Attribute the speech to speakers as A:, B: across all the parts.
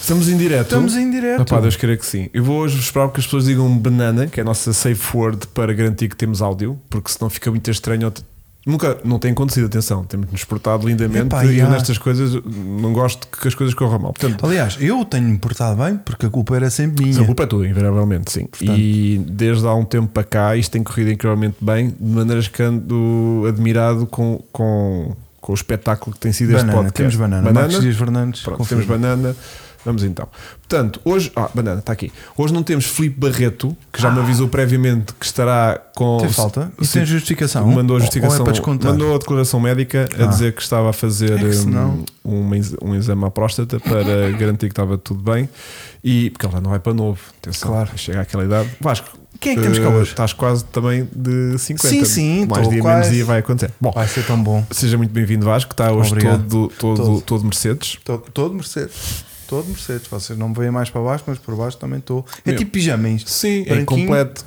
A: Estamos em direto.
B: Estamos em direto.
A: Epá, Deus queira que sim. Eu vou hoje esperar que as pessoas digam banana, que é a nossa safe word para garantir que temos áudio, porque senão fica muito estranho. ao te- Nunca, não tem acontecido, atenção. Temos nos portado lindamente
B: Epá,
A: e eu
B: já.
A: nestas coisas não gosto que as coisas corram mal. Portanto,
B: Aliás, eu tenho-me portado bem porque a culpa era sempre
A: Sim, a
B: Oh, minha.
A: culpa é tua, invariavelmente, sim. E desde há um tempo para cá isto tem corrido incrivelmente bem, de maneiras que ando admirado com, com, com o espetáculo que tem sido este
B: Banana,
A: podcast.
B: temos banana. Marcos Dias Fernandes.
A: Pronto,
B: confirma.
A: temos banana. Vamos então. Portanto, hoje. Ah, banana, está aqui. Hoje não temos Filipe Barreto, que já me avisou previamente que estará com.
B: Teve falta? Isso
A: Sim,
B: Ah. tem justificação?
A: Mandou a
B: Ou-
A: justificação.
B: Ou é para descontar?
A: mandou a declaração médica a
B: Ah.
A: dizer que estava a fazer
B: É que senão-
A: um, um ex- um exame à próstata para garantir que estava tudo bem. E porque ele já não vai para novo. Atenção,
B: Claro.
A: Chega àquela idade. Vasco.
B: Quem é que temos cá
A: eh,
B: hoje?
A: Estás quase também de 50.
B: Sim, sim,
A: Mais
B: estou
A: dia, menos
B: quase.
A: dia vai acontecer. Bom,
B: Vai ser tão bom.
A: seja muito bem-vindo, Vasco. Está hoje
B: Obrigado.
A: todo, todo, todo.
B: Todo.
A: Mercedes.
B: Todo, todo Mercedes. Todo Mercedes. Vocês não me veem mais para baixo, mas por baixo também estou. É
A: Meu.
B: tipo pijama isto.
A: Sim, é
B: Branquinho.
A: completo.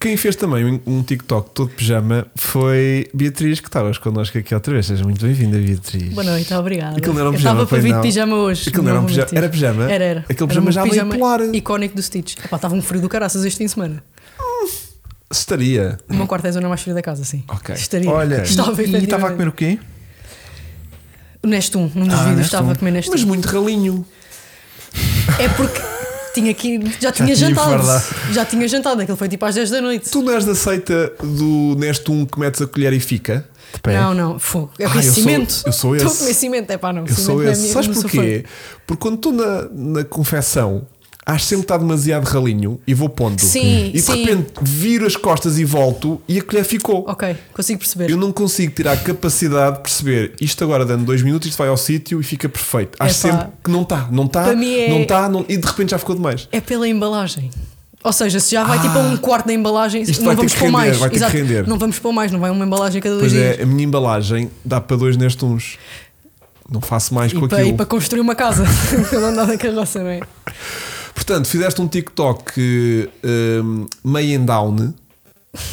A: Quem fez também um- um TikTok todo de pijama foi Beatriz, que está hoje connosco aqui outra vez. Seja muito bem-vinda, Beatriz.
C: Boa noite, obrigada.
A: Aquilo não era um
C: Eu
A: pijama,
C: estava para
A: pois
C: vir
A: não.
C: de pijama hoje.
A: Aquilo não era um
C: vou
A: pijama.
C: mentir.
A: Era pijama?
C: Era, era.
A: Aquele
C: Era
A: pijama
C: um
A: já meio polar.
C: Icónico do Stitch. Epá, estava um frio do caraças este fim de semana.
A: Estaria.
C: Uma quarta é a zona mais fria da casa, sim.
A: Ok.
C: Estaria.
B: Olha,
C: estava
B: e- e estava a comer
A: um-
B: o quê?
C: o Nestum, num dos
B: Ah,
C: vídeos,
B: Nestum.
C: estava a comer Nestum.
A: Mas muito ralinho.
C: É porque tinha que, já tinha
B: tinha
C: jantado.
B: enfardado.
C: Já tinha jantado, aquilo foi tipo às 10 da noite.
A: Tu não és da seita do Neste 1 que metes a colher e fica?
B: De pé.
C: Não, não, fogo. É
A: Ah,
C: o
A: eu sou-
C: cimento.
A: eu sou
C: Estou a
A: esse.
C: comer cimento, é pá, não.
A: Eu sou
C: cimento na
A: esse.
C: minha-
A: Sabes
C: no sofá.
A: porquê? Porque quando estou na, na confecção, acho sempre que está demasiado ralinho e vou pondo.
C: Sim,
A: e de
C: sim.
A: repente viro as costas e volto e a colher ficou.
C: Ok, consigo perceber.
A: Eu não consigo tirar a capacidade de perceber isto agora dando dois minutos, isto vai ao sítio e fica perfeito. Acho
C: Epá.
A: sempre que não está, não está,
C: Para mim é-
A: não está, não- e de repente já ficou demais.
C: É pela embalagem. Ou seja, se já vai tipo a um quarto da embalagem,
A: Ah. Isto vai
C: não
A: ter
C: vamos
A: que
C: pôr
A: render,
C: mais.
A: vai ter que
C: Exato.
A: render.
C: Não vamos pôr mais, não vai uma embalagem a cada dois
A: Pois
C: dias.
A: é, a minha embalagem dá para dois Neste 1s. Não faço mais com
C: E para,
A: aquilo.
C: e para construir uma casa, para andar na carroça, não é?
A: Portanto, fizeste um TikTok um, meio em down,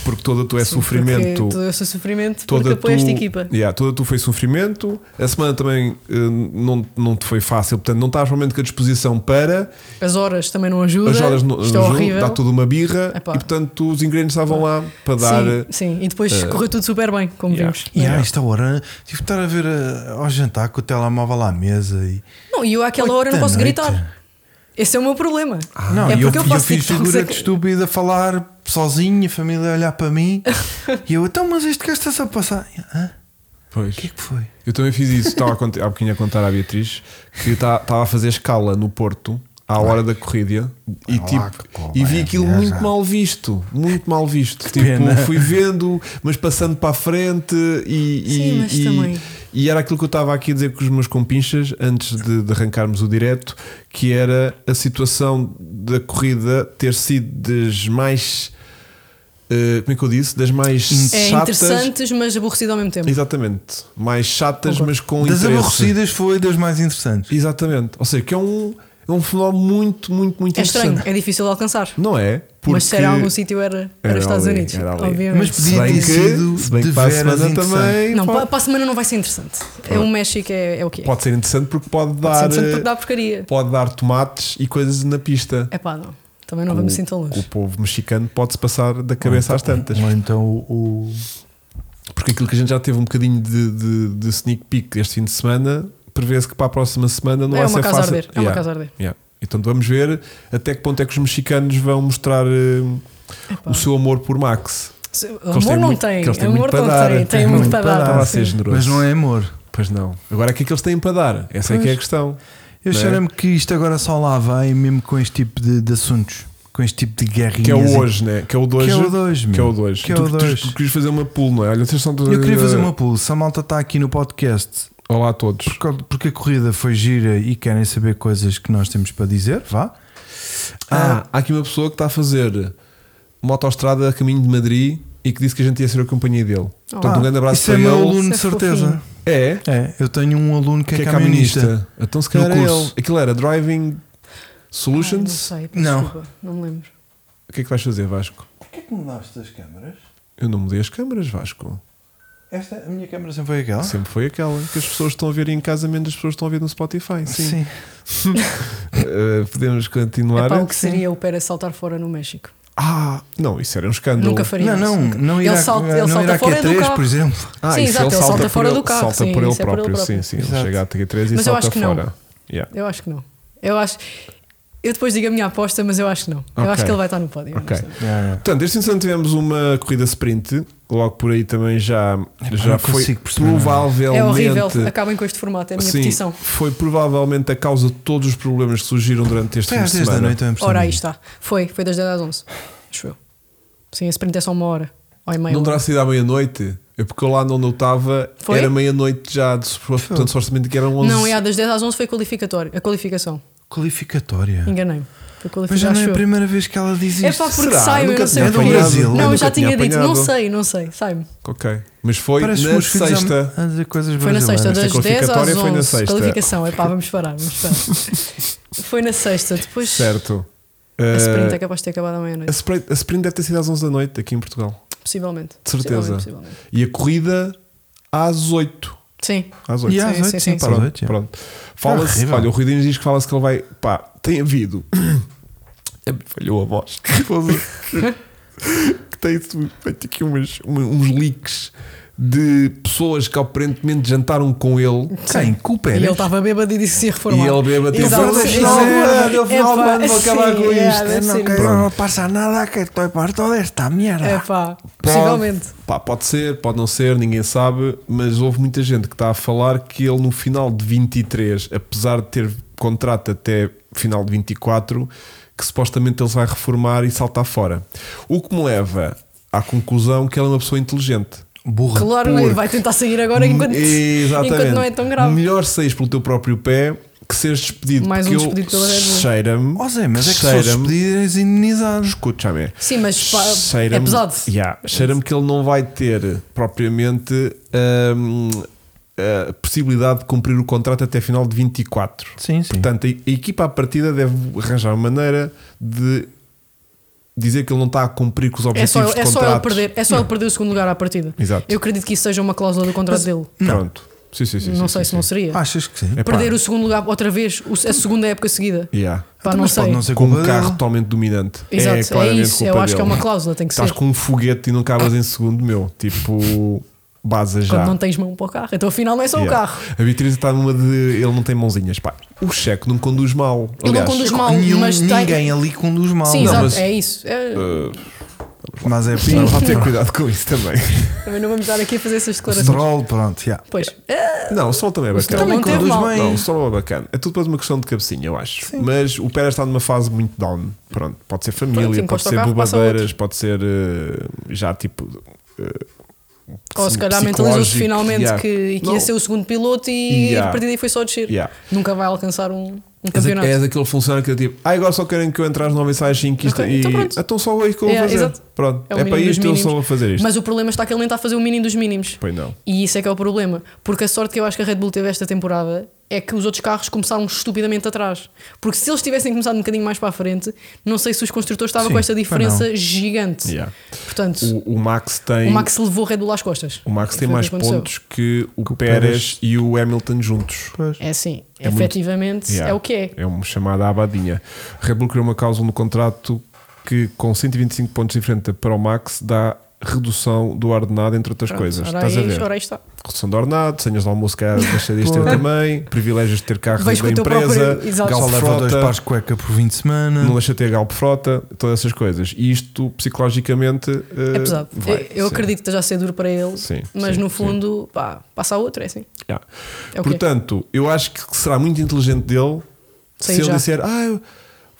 A: porque toda tu é sofrimento.
C: Porque todo esse sofrimento,
A: Toda
C: porque apoio esta
A: tu-
C: equipa.
A: Yeah, toda tu foi sofrimento. A semana também eh, não, não te foi fácil, portanto, não estás realmente com a disposição para.
C: As horas também não ajudam.
A: As horas no,
C: Isto é horrível.
A: dá tudo uma birra
C: Epá.
A: e, portanto, os ingredientes estavam lá para dar. eh,
C: sim, sim, e depois correu tudo super bem, como
A: yeah.
C: vimos.
B: E
A: Yeah.
B: a esta hora tive de estar a ver a- ao jantar com o telemóvel à mesa e.
C: Não, e eu àquela hora não
B: Oita
C: posso
B: noite.
C: gritar. Esse é o meu problema.
A: Ah.
B: não,
C: é
B: e eu,
C: porque eu,
B: eu
C: faço
B: fiz
C: TikToks
B: figura
C: a-
B: de estúpido a falar sozinho, a família a olhar para mim. e eu, então, mas este que está-se a passar. Hã?
A: Pois.
B: O que é que foi?
A: Eu também fiz isso. Estava a contar, há bocadinho a contar à Beatriz que tá- estava a fazer escala no Porto à hora da corrida e,
B: Vai lá,
A: tipo,
B: que porra,
A: e vi
B: é,
A: aquilo
B: é,
A: muito
B: já.
A: mal visto. Muito mal visto. tipo,
B: pena.
A: fui vendo, mas passando para a frente e. e-
C: Sim, mas
A: e-
C: também.
A: e era aquilo que eu estava aqui a dizer com os meus compinchas antes de, de arrancarmos o direto, que era a situação da corrida ter sido das mais. eh, como é que eu disse? Das mais
C: É
A: chatas
C: interessantes, mas aborrecido ao mesmo tempo. É
A: Exatamente. Mais chatas, mas com
B: das
A: Um interesse.
B: aborrecidas foi das mais interessantes.
A: Exatamente. Ou seja, que é um, é um fenómeno muito, muito, muito
C: É
A: interessante.
C: estranho, é difícil de alcançar.
A: Não é?
C: Mas se era algum sítio, era, era,
A: Era
C: Estados
A: ali,
C: Unidos.
A: era ali.
C: Obviamente.
B: Mas
A: se
B: podia
A: bem
B: ter
A: que,
B: sido
A: se bem que
B: de
A: para a
B: veras
A: semana
B: interessante.
A: também.
C: não, para,
A: pode,
C: para a semana não vai ser interessante. É o México, é, é o quê?
A: pode ser interessante porque pode
C: Pode ser
A: dar,
C: interessante porque
A: eh,
C: dá porcaria.
A: pode dar tomates e coisas na pista.
C: É pá, não. Também não vamos assim tão
A: o, o
C: longe.
A: povo mexicano pode-se passar da cabeça às tantas.
B: Ou então o. o-
A: Porque aquilo que a gente já teve um bocadinho de, de, de sneak peek este fim de semana, prevê-se que para a próxima semana não
C: É
A: vai
C: uma
A: ser
C: casa a
A: fácil.
C: arder, é uma casa a arder.
A: Yeah. Então vamos ver até que ponto é que os mexicanos vão mostrar eh, o seu amor por Max.
C: Se-
A: eles têm
C: Amor não
A: muito-
C: tem.
A: que eles têm
C: Amor
A: muito para
C: não
A: dar.
C: tem. Tem muito para
A: Estava
C: dar.
A: a ser
C: sim.
A: generoso.
B: Mas não é amor.
A: Pois não. Agora o que é que eles têm para dar? Essa é que é a
B: Pois.
A: questão.
B: Eu
A: Não é?
B: cheiro-me que isto agora só lá vai, mesmo com este tipo de, de assuntos, com este tipo de guerrinhas.
A: Que é
B: e-
A: o hoje, né? Que é o dois.
B: Que é o dois, meu.
A: Que é o dois.
B: Que é
A: Tu-
B: o
A: tu-
B: dois.
A: Tu, querias fazer uma pool, não é? Olha, vocês são de-
B: Eu queria fazer uma pulsa. Se a malta está aqui no podcast
A: Olá a todos.
B: porque- porque a corrida foi gira e querem saber coisas que nós temos para dizer, vá.
A: Ah, há aqui uma pessoa que está a fazer uma autoestrada a caminho de Madrid e que disse que a gente ia ser a companhia dele. Portanto, um grande abraço
B: Isso
A: para
B: é
A: ele.
B: meu aluno,
C: Isso é
B: de certeza.
A: É,
B: É, eu tenho um aluno que,
A: que
B: é, camionista.
A: Então, se calhar
B: No
A: é
B: curso.
A: ele. Aquilo era Driving
C: Ai, Ah, Não
A: Solutions.
C: sei, peço
B: Não.
C: desculpa, não me lembro.
A: o que é que vais fazer, Vasco?
B: Porquê que mudaste as câmaras?
A: Eu não mudei as câmaras, Vasco.
B: Esta, a minha câmera sempre foi aquela?
A: Sempre foi aquela que as pessoas estão a ver em casa, menos as pessoas estão a ver no Spotify. Sim.
B: Sim.
A: Eh, podemos continuar.
C: Epá, o que seria o Pera saltar fora no México?
A: Ah, não, isso era um escândalo.
C: Nunca
B: Não,
C: faria isso.
B: não,
C: Nunca.
B: não
C: ele
B: irá,
C: salta, ele
B: não
C: salta
B: irá
C: fora
B: Q3,
C: do carro.
B: por exemplo.
A: Ah,
C: Sim,
A: isso
C: exato, ele salta
A: por
C: fora do carro,
A: Salta
C: sim,
A: por ele
C: isso é por ele
A: próprio, sim,
C: próprio.
A: sim. Ele
B: Exato.
A: chega a T3 e
C: Mas eu
A: salta
C: acho que não.
A: fora. Yeah.
C: Eu acho que não. Eu acho. Eu depois digo a minha aposta, mas eu acho que não. Eu
A: Ok.
C: acho que ele vai estar no pódio.
A: Ok.
C: honestamente.
A: Portanto, este instante tivemos uma corrida sprint, logo por aí também já, já
B: não
A: foi
B: consigo perceber nada.
A: provavelmente.
C: É horrível. Acabem com este formato, é a minha
A: Sim,
C: petição.
A: foi provavelmente a causa de todos os problemas que surgiram durante este
B: Foi
A: fim
B: às
A: de
B: 10 da
A: semana.
B: noite, eu
C: Ora, aí está. Foi, foi das 10 às 11. Acho eu. Sim, a sprint é só uma hora. Ou é meia
A: Não
C: hora.
A: terá sido à meia-noite? É porque eu lá onde eu estava
C: Foi?
A: era meia-noite já, de, portanto, supostamente que eram 11.
C: Não, é a das 10 às 11 foi qualificatório, a qualificação.
B: Qualificatória.
C: Enganei-me. Foi
B: Mas já
C: qualificação.
B: não é
C: acho
B: a
C: eu.
B: primeira vez que ela diz
C: É
B: isto.
C: só porque
A: Será?
C: saio, eu
A: Nunca
C: não sei
A: tinha
C: porquê.
B: apanhado.
C: Não, eu
A: Nunca
C: já tinha,
A: tinha
C: dito, não
A: apanhado.
C: sei, não sei, sai-me.
A: Ok. Mas foi
B: Parece
A: na
B: os meus filhos
A: sexta.
B: a- a dizer coisas
C: Foi na sexta,
A: Esta
C: das 10 às
A: qualificatória foi na
C: 11.
A: sexta.
C: Qualificação, é pá, vamos parar, vamos parar. foi na sexta, depois
A: Certo.
C: a sprint
A: Eh,
C: é capaz de ter acabado à meia-noite.
A: a, sprint, a sprint deve ter sido às 11 da noite aqui em Portugal.
C: Possivelmente.
A: De certeza.
C: Possivelmente, possivelmente.
A: E a corrida às 8.
C: Sim,
A: Às 8.
B: E às
C: Sim,
B: 8,
C: sim,
B: sim,
C: sim,
B: para as
A: Pronto,
B: 8. é.
A: pronto. Fala-se,
B: horrível.
A: olha, o Rui Dias diz que fala-se que ele vai. Pá, tem havido. Falhou a voz. que tem feito aqui umas- uma- uns leaks de pessoas que aparentemente jantaram com ele.
B: Quem? Culpa
C: e ele estava bêbado e disse que ia reformar.
A: E ele bêbado e
C: Exato,
A: disse,
C: sim,
A: "Final do
C: sim.
A: ano, eu final do
C: Epá,
A: ano vou acabar
C: sim,
A: com
C: é,
A: isto."
C: deve
B: No
C: ser.
B: que no pasa nada, que estoy parto de esta mierda.
C: É pá, possivelmente.
A: Pá, pode ser, pode não ser, ninguém sabe, mas houve muita gente que está a falar que ele no final de 23, apesar de ter contrato até final de 24, que supostamente ele se vai reformar e saltar fora. O que me leva à conclusão que ele é uma pessoa inteligente.
B: Burra.
C: Claro,
A: Porque- hum,
C: ele vai tentar sair agora enquanto,
A: Exatamente.
C: enquanto não é tão grave.
A: Melhor saís pelo teu próprio pé que seres despedido.
C: Mais um
A: porque eu-
C: despedido pela Red Bull.
A: Cheira-me.
B: Ó Zé, mas é que se fores
A: cheira-me-
B: pedir és indenizados.
A: Escuta-me.
C: Sim, mas pá, é
A: Cheira-me-
C: pesado.
A: Yeah, Cheira-me que ele não vai ter propriamente hum, a possibilidade de cumprir o contrato até final de 24.
B: Sim, sim.
A: Portanto, a a equipa à partida deve arranjar uma maneira de dizer que ele não está a cumprir com os
C: É só,
A: objetivos de
C: é, só
A: contrato.
C: ele perder, é só ele perder o segundo lugar à partida.
A: Exato.
C: Eu acredito que isso seja uma cláusula do contrato dele.
A: Pronto. Sim, sim, sim,
C: não
A: sim,
C: sei
A: sim,
C: se não
A: sim.
C: seria.
B: Achas que sim?
A: É pá,
C: perder o segundo lugar outra vez, o- a segunda época seguida.
A: yeah.
B: Então,
C: Pá, não
B: mas
C: sei.
B: pode não ser
A: Com
B: culpa
A: um carro
B: dele.
A: totalmente dominante. é,
C: Exato, é,
A: claramente
C: isso.
A: culpa
C: Eu acho que é
A: dele.
C: uma cláusula, tem que
A: Estás
C: ser.
A: com um foguete e não cabas em segundo, meu. Tipo, baza já.
C: Quando não tens mão para o carro. Então afinal não é só
A: Yeah.
C: o carro.
A: A Beatriz está numa de. Ele não tem mãozinhas. Pá, o cheque não conduz mal.
C: Ele não
A: Aliás,
C: conduz mal,
B: Nenhum-
C: mas tem-
B: ninguém ali conduz mal.
C: Sim,
B: Não,
C: exato,
A: mas- Uh.
C: é isso. É,
B: Mas, mas é
A: não,
B: preciso.
A: vá ter cuidado com isso também.
C: Também não vamos estar aqui a fazer essas declarações.
B: Stroll, pronto, já.
C: Pois,
A: Não, o sol também é bacana.
C: Stroll não teve
B: conduz
C: mal.
B: bem.
A: Não, o sol é bacana. É tudo depois uma questão de cabecinha, eu acho. Mas o Pérez está numa fase muito down. Pronto, pode ser família,
C: Pronto,
A: pode
C: encosta o
A: ser
C: carro, passa É
A: bobadeiras, pode ser eh, já tipo.
C: ou se calhar
A: psicológico,
C: mentalizou-se finalmente
A: yeah.
C: que, que
A: Não.
C: ia ser o segundo piloto e,
A: Yeah.
C: a partir daí foi só descer.
A: Yeah.
C: Nunca vai alcançar um, um
A: És,
C: campeonato.
A: és aquele funcionário que é tipo, ah, agora só querem que eu entre às 9 e saia às 5 isto,
C: Ok,
A: e
C: então pronto.
A: então só é isso que eu vou
C: Yeah,
A: fazer.
C: exato.
A: Pronto,
C: É o
A: é, para
C: mínimo dos
A: isto eu só
C: mínimos.
A: vou fazer isto.
C: Mas o problema está que ele nem está a fazer o mínimo dos mínimos.
A: Pois não.
C: E isso é que é o problema. Porque a sorte que eu acho que a Red Bull teve esta temporada é que os outros carros começaram estupidamente atrás. Porque se eles tivessem começado um bocadinho mais para a frente, não sei se os construtores estavam
B: Sim,
C: com esta diferença
B: pois
C: gigante.
A: Yeah.
C: Portanto,
A: O, o Max tem.
C: o Max levou a Red Bull às costas.
A: O Max tem
C: Foi É o que
A: mais
C: aconteceu.
A: pontos que o
B: Pérez.
A: Pérez e o Hamilton juntos.
B: Pois.
C: É assim,
A: É muito-
C: efetivamente
A: Yeah.
C: é o que é.
A: É uma chamada abadinha. Red Bull criou uma cláusula no contrato que, com 125 pontos de diferença para o Max, dá redução do ordenado, entre outras
C: Pronto,
A: coisas.
C: ora aí-
A: Estás a ver?
C: ora aí está.
A: Redução do ordenado, senhas de almoço, cá, deixa de ter também, privilégios de ter carro
C: Vejo
A: da
C: com o teu próprio-
A: empresa,
C: Exato.
A: galfrota,
B: Só leva dois pares de cueca por 20 semanas.
A: não deixa de ter galpo frota, todas essas coisas. E isto, psicologicamente,
C: É pesado. Eu- eu
A: Eh, sim.
C: acredito que esteja a ser duro para ele,
A: Sim,
C: mas
A: sim,
C: no
A: sim.
C: fundo, pá, passa a outra, é assim.
A: Yeah.
C: É o quê?
A: Portanto, eu acho que será muito inteligente dele
C: Sair
A: se ele
C: já.
A: disser, ah, eu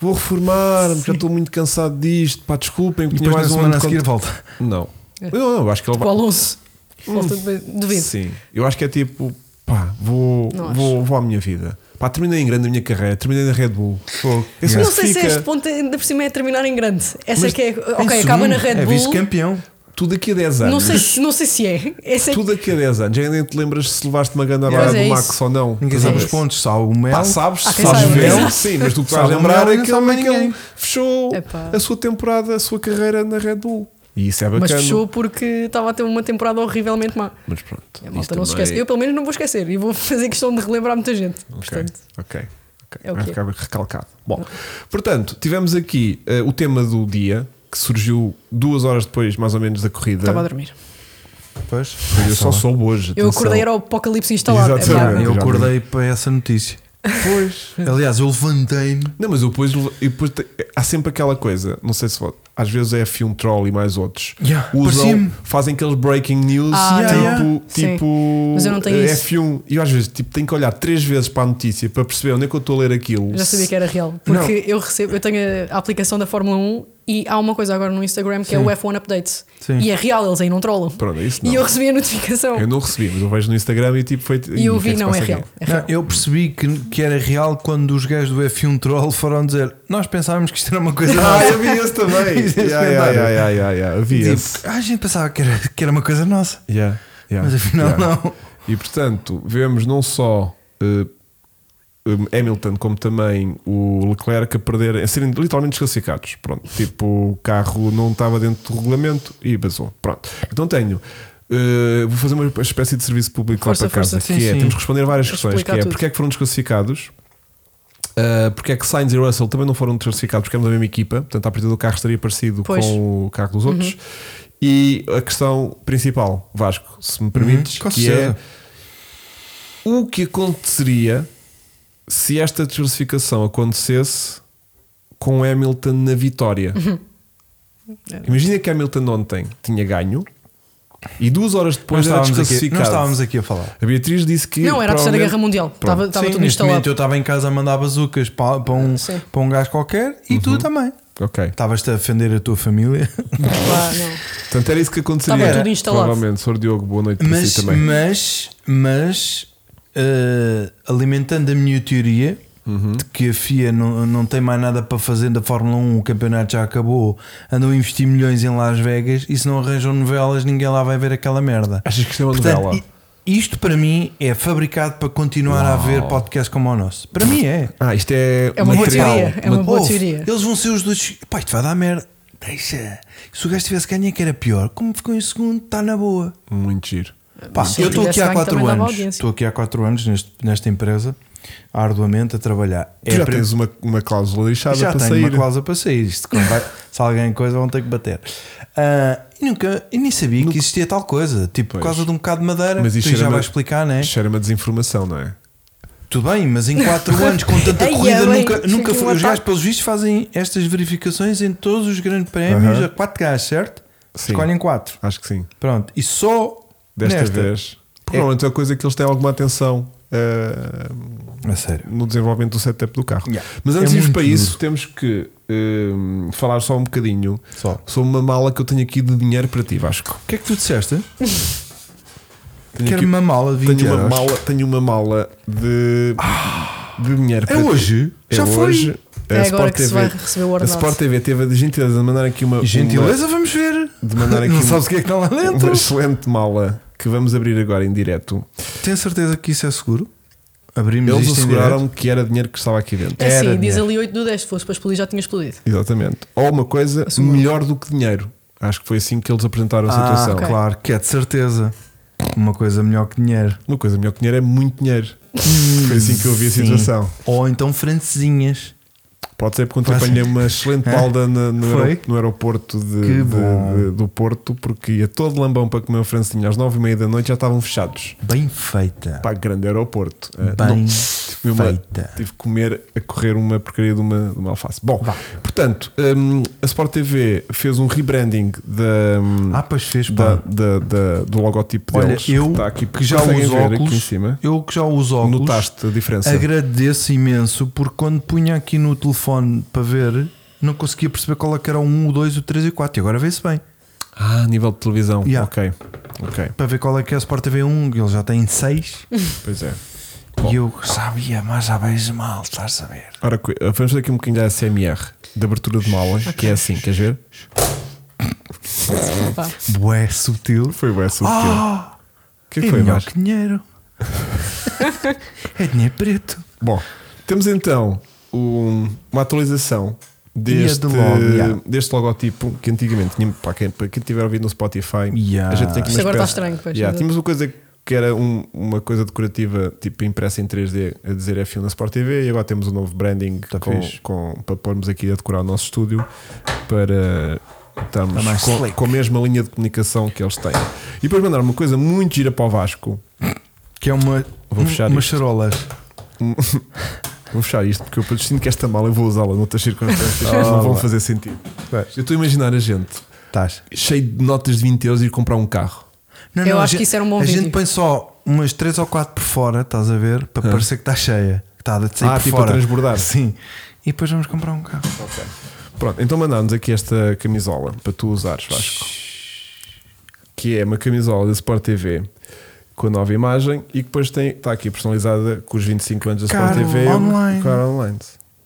A: vou reformar, já estou muito cansado disto, pá, desculpem,
B: E
A: tinha
B: depois na
A: mais um ano
B: semana a
A: de
B: seguir
A: contra-
B: volta.
A: Não.
C: É.
A: Não, não, eu acho que ele
C: Com o
A: vai.
C: Alonso, Tipo, falta de devido.
A: Hum. Sim, eu acho que é tipo, pá, vou,
C: Não
A: vou, vou à minha vida. Pá, terminei em grande a minha carreira, terminei na Red Bull. Fogo. Esse
C: Não
A: gajo
C: sei se
A: fica-
C: este ponto ainda por cima é terminar em grande. Essa é que é.
B: Em
C: Ok, acaba
B: segundo,
C: na Red
B: É
C: Bull.
B: vice-campeão.
A: Tu daqui a 10 anos.
C: Não sei, se- não sei se é. Essa é
A: Tu daqui a 10 anos, ainda nem te lembras se levaste uma grande
C: Pois
A: barra
C: é
A: do
C: isso.
A: Max ou não. é.
B: Ninguém
A: Estás a
B: sabe os
A: ver?
B: pontos, só o Mel.
A: Pá, sabes,
C: Há Ah, quem
A: sabes
C: saiba,
A: bem,
C: exato.
A: sim, mas tu que
B: Sabe
A: vais
B: o
A: lembrar
B: Mel,
A: é que
B: sabe
A: ele,
B: ninguém.
A: que ele fechou
C: Epá.
A: a sua temporada, a sua carreira na Red Bull. E isso é bacana.
C: Mas fechou porque estava a ter uma temporada horrivelmente má.
A: Mas pronto.
C: E A malta
A: isso
C: não se
A: também-
C: esquece. Eu, pelo menos, não vou esquecer e vou fazer questão de relembrar muita gente.
A: Ok,
C: Portanto,
A: ok. ok.
C: É o
A: Vai
C: quê?
A: ficar recalcado. Bom, portanto, tivemos aqui eh, o tema do dia que surgiu duas horas depois, mais ou menos, da corrida.
C: estava a dormir.
B: Pois?
A: Eu só soube hoje.
C: Eu
A: atenção.
C: acordei, era o apocalipse instalado. É
A: Exatamente.
C: verdade.
B: Eu
A: Já
B: acordei para essa notícia. Pois. Aliás, eu levantei-me.
A: Não, mas eu depois, eu depois te- há sempre aquela coisa, não sei se vo- às vezes é F1 Troll e mais outros.
B: Yeah,
A: Usam,
B: parecia-me.
A: fazem aqueles breaking news
C: Ah,
A: tipo,
B: yeah,
C: yeah. Sim.
A: tipo
C: Mas eu não tenho
A: eh,
C: isso.
A: F1. E eu às vezes tipo, tenho que olhar três vezes para a notícia para perceber onde é que eu estou a ler aquilo.
C: Já sabia que era real. Porque eu recebo, eu tenho a aplicação da Fórmula 1 e há uma coisa agora no Instagram que é o F1 Update.
B: Sim.
C: E é real, eles aí não trollam.
A: Pronto, é isso não.
C: E eu
A: eu...
C: recebi a notificação.
A: não recebi, mas eu vejo no Instagram e tipo foi.
C: E eu
A: "Ih, o que
C: vi,
A: que se
C: não, é
A: passa aqui?"
C: real. É
B: Não,
C: real.
B: eu percebi que, que era real quando os gajos do F1 Troll foram dizer: Nós pensávamos que isto era uma coisa.
A: Ah,
B: nossa."
A: eu vi esse também.
B: Isso é
A: yeah, yeah, yeah,
B: lendário.
A: yeah, yeah, yeah. Eu Vi esse.
B: Tipo, "Ah, a gente pensava que era, que era uma coisa nossa,
A: Yeah, yeah,
B: mas afinal
A: yeah.
B: não.
A: E portanto, vemos não só eh, um, Hamilton como também o Leclerc a perder, a serem literalmente desclassificados. Pronto, tipo, o carro não estava dentro do regulamento e basou. Pronto, então tenho. eh, vou fazer uma espécie de serviço público
C: Força,
A: lá para casa,
C: força,
A: que
B: sim,
A: é
B: sim.
A: temos que responder várias questões, que é
C: Explicar tudo.
A: porque é que foram desclassificados, Uh, porque é que Sainz e Russell também não foram desclassificados porque éramos da mesma equipa, portanto, a partir do carro estaria parecido
C: Pois. Uhum.
A: com o carro dos outros. E a questão principal, Vasco, se me permites,
B: Uhum, com
A: que
B: certeza.
A: é o que aconteceria se esta desclassificação acontecesse com Hamilton na vitória?
B: Uhum.
A: Imagina que Hamilton ontem tinha ganho e duas horas
B: Não
A: depois era
B: estávamos, aqui, não
A: desclassificado.
B: estávamos aqui a falar.
A: A Beatriz disse que.
C: Não, era a Terceira Guerra
A: provavelmente-
C: Mundial. Estava estava
B: Sim,
C: tudo
B: neste momento eu
C: instalado.
B: estava em casa a mandar bazucas para, para, um,
C: Sim.
B: para um gajo qualquer e tu também.
A: Ok.
B: Estavas-te a ofender a tua família,
C: Ah,
A: É
C: não.
A: Portanto, era isso que aconteceria.
C: Estava tudo instalado.
A: Provavelmente, Sr. Diogo, boa noite para
B: mas,
A: si também.
B: mas, mas eh, alimentando a minha teoria
A: Uhum.
B: de que a FIA não, não tem mais nada para fazer da Fórmula 1, o campeonato já acabou, andam a investir milhões em Las Vegas e se não arranjam novelas, ninguém lá vai ver aquela merda.
A: Achas que isto é uma
B: Portanto,
A: novela?
B: i- isto para mim é fabricado para continuar a haver podcasts como o nosso. Para mim é.
A: Ah, isto é,
C: É uma boa
A: material.
C: teoria, é uma boa
B: Ouve,
C: teoria.
B: Eles vão ser os dois. Pá, isto vai dar merda. Deixa. Se o gajo tivesse ganho é que era pior. Como ficou em segundo, está na boa.
A: Muito giro.
B: Pá,
C: se
B: eu
C: ele
B: estou aqui
C: tivesse
B: há
C: ganho,
B: 4
C: também dava
B: anos.
C: audiência.
B: Estou aqui há 4 anos neste- nesta empresa, arduamente a trabalhar. É
A: tu já
B: a prim-
A: tens uma, uma cláusula deixada
B: já
A: para
B: tenho
A: sair.
B: uma cláusula para sair. Isto, quando vai- se alguém coisa, vão ter que bater. Ah, e nunca, e nem sabia que existia tal coisa. Tipo, por
A: Pois.
B: causa de um bocado de madeira.
A: Mas isto
B: tu já
A: cheira-me-
B: vais explicar, não é?
A: Cheira-me a desinformação, não é?
B: Tudo bem, mas em 4 anos, com tanta
C: Ai,
B: corrida,
C: bem,
B: nunca, nunca foi.
C: fiquei
B: Os
C: um
B: gajos,
C: ataque.
B: pelos vistos, fazem estas verificações em todos os grandes prémios
A: Aham.
B: a 4 gajos, certo?
A: Sim.
B: Escolhem 4.
A: Acho que sim.
B: Pronto. E só
A: Desta
B: nesta.
A: vez. Provavelmente é uma coisa que eles têm alguma atenção ah,
B: A sério.
A: no desenvolvimento do setup do carro.
B: Yeah.
A: Mas antes
B: É
A: de irmos
B: muito
A: para
B: duro.
A: isso, temos que hum, falar só um bocadinho
B: Só.
A: sobre uma mala que eu tenho aqui de dinheiro para ti, Vasco.
B: O que é que tu disseste?
A: Tenho
B: Quero
A: aqui-
B: uma mala de 20
A: tenho uma
B: euros.
A: mala, tenho uma mala de, de dinheiro
B: É
A: para ti.
B: hoje?
A: É
B: Já foi?
A: hoje. A
C: É agora
A: Sport
C: que se
A: TV
C: vai receber o
A: A Sport
C: ordenado.
A: TV teve a gentileza de mandar aqui uma,
B: Gentileza, vamos ver.
A: uma- de mandar aqui um
B: não
A: uma-
B: sabes o que é que está lá
A: uma,
B: dentro.
A: excelente mala que vamos abrir agora em direto.
B: Tem certeza que isso é seguro? Abrimos
A: Eles
B: isto em
A: asseguraram
B: direto.
A: que era dinheiro que estava aqui dentro.
C: É
B: Era
C: sim, diz
A: né?
B: dinheiro.
C: ali 8 do 10. Se fosse para explodir, já tinha explodido.
A: Exatamente. Ou uma coisa
C: Assumiram.
A: melhor do que dinheiro. Acho que foi assim que eles apresentaram a
B: Ah,
A: situação.
C: ok.
B: claro, que é de certeza. Uma coisa melhor que dinheiro.
A: Uma coisa melhor que dinheiro é muito dinheiro. foi assim que eu vi a
B: Hum, Sim.
A: situação.
B: Ou então francesinhas.
A: Pode ser porque
B: Foi assim.
A: acompanhei uma excelente
B: É?
A: balda na- no,
B: Foi?
A: aero- no aeroporto de-
B: Que
A: de-
B: bom.
A: de- do Porto, porque ia todo lambão para comer um francinho às nove e meia da noite já estavam fechados.
B: Bem feita.
A: Pá, grande aeroporto. Eh,
B: Bem
A: tive, que comer uma-
B: feita.
A: tive que comer a correr uma porcaria de uma, de uma alface. Bom, portanto, hum, a Sport TV fez um rebranding da, hum,
B: Ah, pois fez,
A: da-
B: pá.
A: da- da- do logotipo
B: Olha,
A: deles.
B: eu
A: está aqui,
B: que já
A: conseguem
B: uso
A: ver aqui em
B: óculos.
A: cima.
B: Eu que já uso óculos.
A: Notaste a diferença.
B: Agradeço imenso porque quando punha aqui no telefone para ver, não conseguia perceber qual é que era o 1, o 2, o 3 e o 4. E agora vê-se bem.
A: Ah, nível de televisão.
B: Yeah.
A: Ok, ok.
B: Para ver qual é que é a Sport TV 1, ele já tem 6.
A: Pois é.
B: e eu sabia, mas já vejo mal, estás a ver.
A: Ora, cu- vamos fazer aqui um bocadinho da ASMR, de abertura de mala, que é assim, queres ver?
C: Pá.
B: Bué sutil.
A: Foi o S.
B: Ah!
A: O que é que foi,
B: melhor
A: Vasco?
B: que dinheiro. é dinheiro preto.
A: Bom, temos então um- uma atualização deste,
B: de logo, yeah.
A: deste logotipo que antigamente tinha, para, quem, para quem tiver ouvido no Spotify,
B: Yeah.
A: a gente tem aqui
C: Isto
A: uma
C: agora está
A: espécie-
C: estranho, pois.
A: Yeah, tínhamos uma coisa que era um- uma coisa decorativa, tipo impressa em 3D, a dizer F1 na Sport TV, e agora temos um novo branding
B: Tá
A: com,
B: fixe.
A: com- para pormos aqui a decorar o nosso estúdio para
B: Tá mais
A: estarmos com,
B: slick.
A: com a mesma linha de comunicação que eles têm. E depois mandaram uma coisa muito gira para o Vasco.
B: Que é uma,
A: Vou fechar
B: uma
A: isto.
B: charolas.
A: Vou fechar isto porque eu sinto que esta mala eu vou usá-la noutras circunstâncias que não
B: Ah,
A: vão
B: vai.
A: fazer sentido. Eu estou a imaginar a gente
B: Estás.
A: cheio de notas de 20 euros e ir comprar um carro.
B: Não,
C: Eu
B: a
C: acho que
B: gente-
C: isso era um bom
B: A
C: vídeo.
B: gente põe só umas 3 ou 4 por fora, estás a ver? Para parecer que está cheia. Que está de sair
A: Ah,
B: por
A: tipo a
B: fora.
A: transbordar.
B: Sim. E depois vamos comprar um carro.
A: Pronto, então mandámos aqui esta camisola para tu usares, Vasco. Que é uma camisola da Sport TV com a nova imagem e que depois tem, está aqui personalizada com os 25 anos da Sport
B: Caro
A: TV.
B: online.
A: Cara online.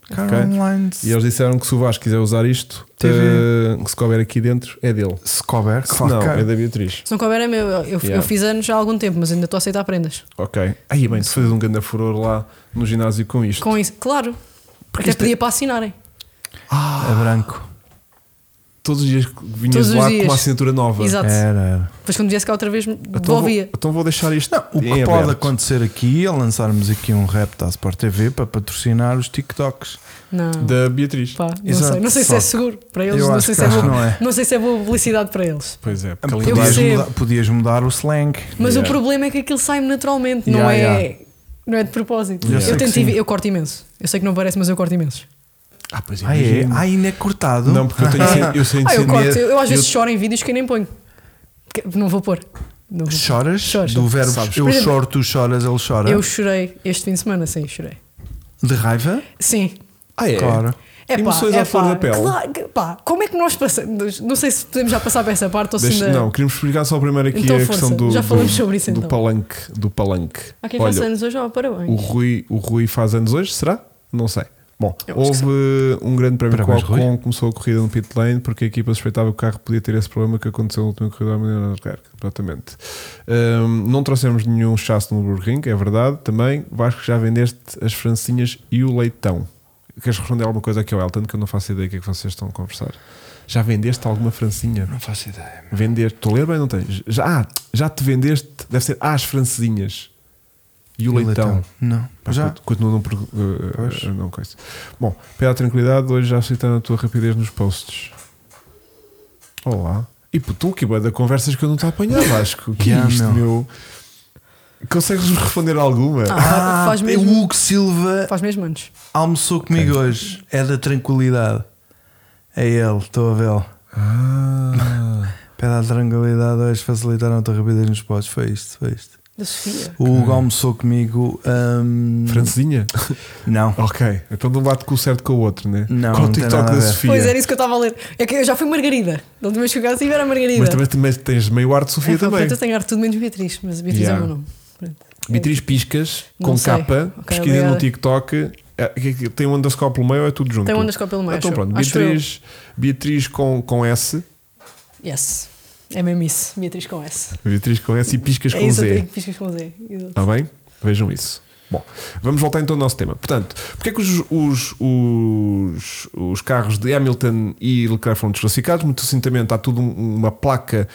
B: Carro
A: Ok?
B: online.
A: E eles disseram que se o Vasco quiser usar isto,
B: TV.
A: eh, que se couber aqui dentro, é dele.
B: Se couber,
A: Se
B: claro.
A: não,
B: que-
A: é da Beatriz.
C: Se não couber é meu, eu, eu-
A: Yeah.
C: eu fiz anos há algum tempo, mas ainda estou a aceitar prendas.
A: Ok. Aí bem, tu fazes um grande furor lá no ginásio com isto.
C: Com isso, claro. Até
A: isto é-
C: pedia para assinarem.
B: É branco.
A: Todos os dias que vinhas
C: Todos os
A: lá com
C: dias.
A: uma assinatura nova.
C: Exato.
B: Era, era.
C: Depois quando viesse cá outra vez,
A: Então vou,
C: devolvia.
A: então vou deixar isto.
B: Não, o que
A: em
B: pode
A: aberto.
B: acontecer aqui é lançarmos aqui um rap da Sport TV para patrocinar os TikToks.
C: Não.
A: Da Beatriz.
C: Pá, não
B: Exato.
C: sei, não sei se é
B: Só.
C: seguro para eles,
B: Eu
C: não
B: acho
C: sei,
B: que
C: se é
B: acho
C: boa,
B: que não
C: não,
B: é.
C: sei se é boa publicidade para eles.
A: Pois é, porque a linguagem-
B: Podias
C: percebo.
B: mudar, podias mudar o slang.
C: Mas
A: Yeah.
C: o problema é que aquilo sai naturalmente, não,
B: Yeah,
C: é,
B: yeah.
C: não é de propósito.
A: Eu sei
C: Eu,
A: que
C: tento
B: sim.
C: evi- eu corto imenso. Eu sei que não parece, mas eu corto imenso.
A: Ah, pois
B: Ah, é?
A: imagino.
B: Ah, ainda é cortado?
A: Não, porque eu tenho sen-
B: assim,
A: eu sei
C: Ah, eu corto. Eu, eu às vezes
A: eu-
C: choro em vídeos que eu nem ponho. Que- Não vou pôr. Não vou.
B: Choras?
C: Choro.
B: Do verbo
A: Sabes.
B: eu
C: Por exemplo,
B: choro, tu choras, ele chora.
C: Eu chorei este fim de semana, sim, chorei.
B: De raiva?
C: Sim.
A: Ah, é?
B: Claro.
C: É pá,
A: Emoções
C: é
A: à flor
C: pá.
A: da pele.
C: Claro que- pá, como é que nós passamos? Não sei se podemos já passar para essa parte ou se
A: Deixa-
C: ainda.
A: Não, queríamos explicar só primeiro aqui é
C: Então,
A: a
C: força.
A: questão do,
C: Já
A: do-
C: falamos sobre isso,
A: do
C: então.
A: palanque. Do palanque.
C: Há quem faça
A: Olha,
C: anos hoje, ó, parabéns.
A: o Rui, o Rui faz anos hoje, será? Não sei. Bom,
C: Eu acho que
A: houve um grande prémio que o
B: Parabéns, Rui.
A: Alcon começou a corrida no pit lane porque a equipa suspeitava que o carro podia ter esse problema que aconteceu no último corredor da Manhã Albuquerque. Exatamente. Hum, não trouxemos nenhum chasse no Burger King, é verdade. Também, Vasco, já vendeste as francinhas e o leitão. Queres responder alguma coisa aqui ao Elton que eu não faço ideia do que é que vocês estão a conversar? Já vendeste alguma francinha?
B: Não faço ideia.
A: Vender, estou a ler bem, não tens? Já, ah, já te vendeste, deve ser às francesinhas e o leitão.
B: é Não.
A: Pá,
B: Já?
A: cont- Continua não, per- eh,
B: Pois.
A: eh, não coisa. Bom, pela tranquilidade, hoje já aceitando a tua rapidez nos posts. Olá. E pô, tu que bué da conversas que eu não te apanhar, Vasco. Que
B: Yeah,
A: é isto,
B: meu.
A: meu? Consegues-me responder alguma?
C: Ah, fa-
B: Ah,
C: faz,
B: é
C: mesmo,
B: o Hugo Silva
C: faz mesmo anos.
B: almoçou comigo hoje. É da tranquilidade. É ele, estou a vê-lo.
A: Ah.
B: Pede à tranquilidade hoje, facilitaram a tua rapidez nos potes. Foi isto, foi isto.
C: Da Sofia.
B: O Hugo almoçou comigo. hum,
A: Francesinha?
B: Não.
A: ok. Então não bate com o certo com o outro, né?
B: Não,
A: com o
B: não tem nada
A: TikTok
B: a
A: da
B: ver.
A: Sofia.
C: Pois era isso que eu estava a ler. É que eu já fui Margarida. Da última vez que eu cá estive era Margarida.
A: Mas também, também tens meio ar de Sofia
C: É, pá,
A: também.
C: portanto, eu tenho arte tudo menos Beatriz, mas Beatriz
A: Yeah.
C: é o meu nome. Pronto.
A: Beatriz Piscas,
C: Não
A: com
C: sei.
A: capa,
C: Ok,
A: pesquisa
C: obrigada.
A: no TikTok. É, que- que Tem um underscore pelo meio, é tudo junto.
C: Tem um underscore pelo meio,
A: Então
C: acho
A: pronto,
C: eu. Acho
A: Beatriz, Beatriz com, com S,
C: Yes. É mesmo isso. Beatriz com S.
A: Beatriz com S e Piscas
C: é
A: com
C: isso, eu
A: Z.
C: tenho piscas com Z. Exato.
A: Está bem? Vejam isso. Bom, vamos voltar então ao nosso tema. Portanto, porque é que os, os, os, os carros de Hamilton e Leclerc foram desclassificados? Muito sucintamente, há tudo um- uma placa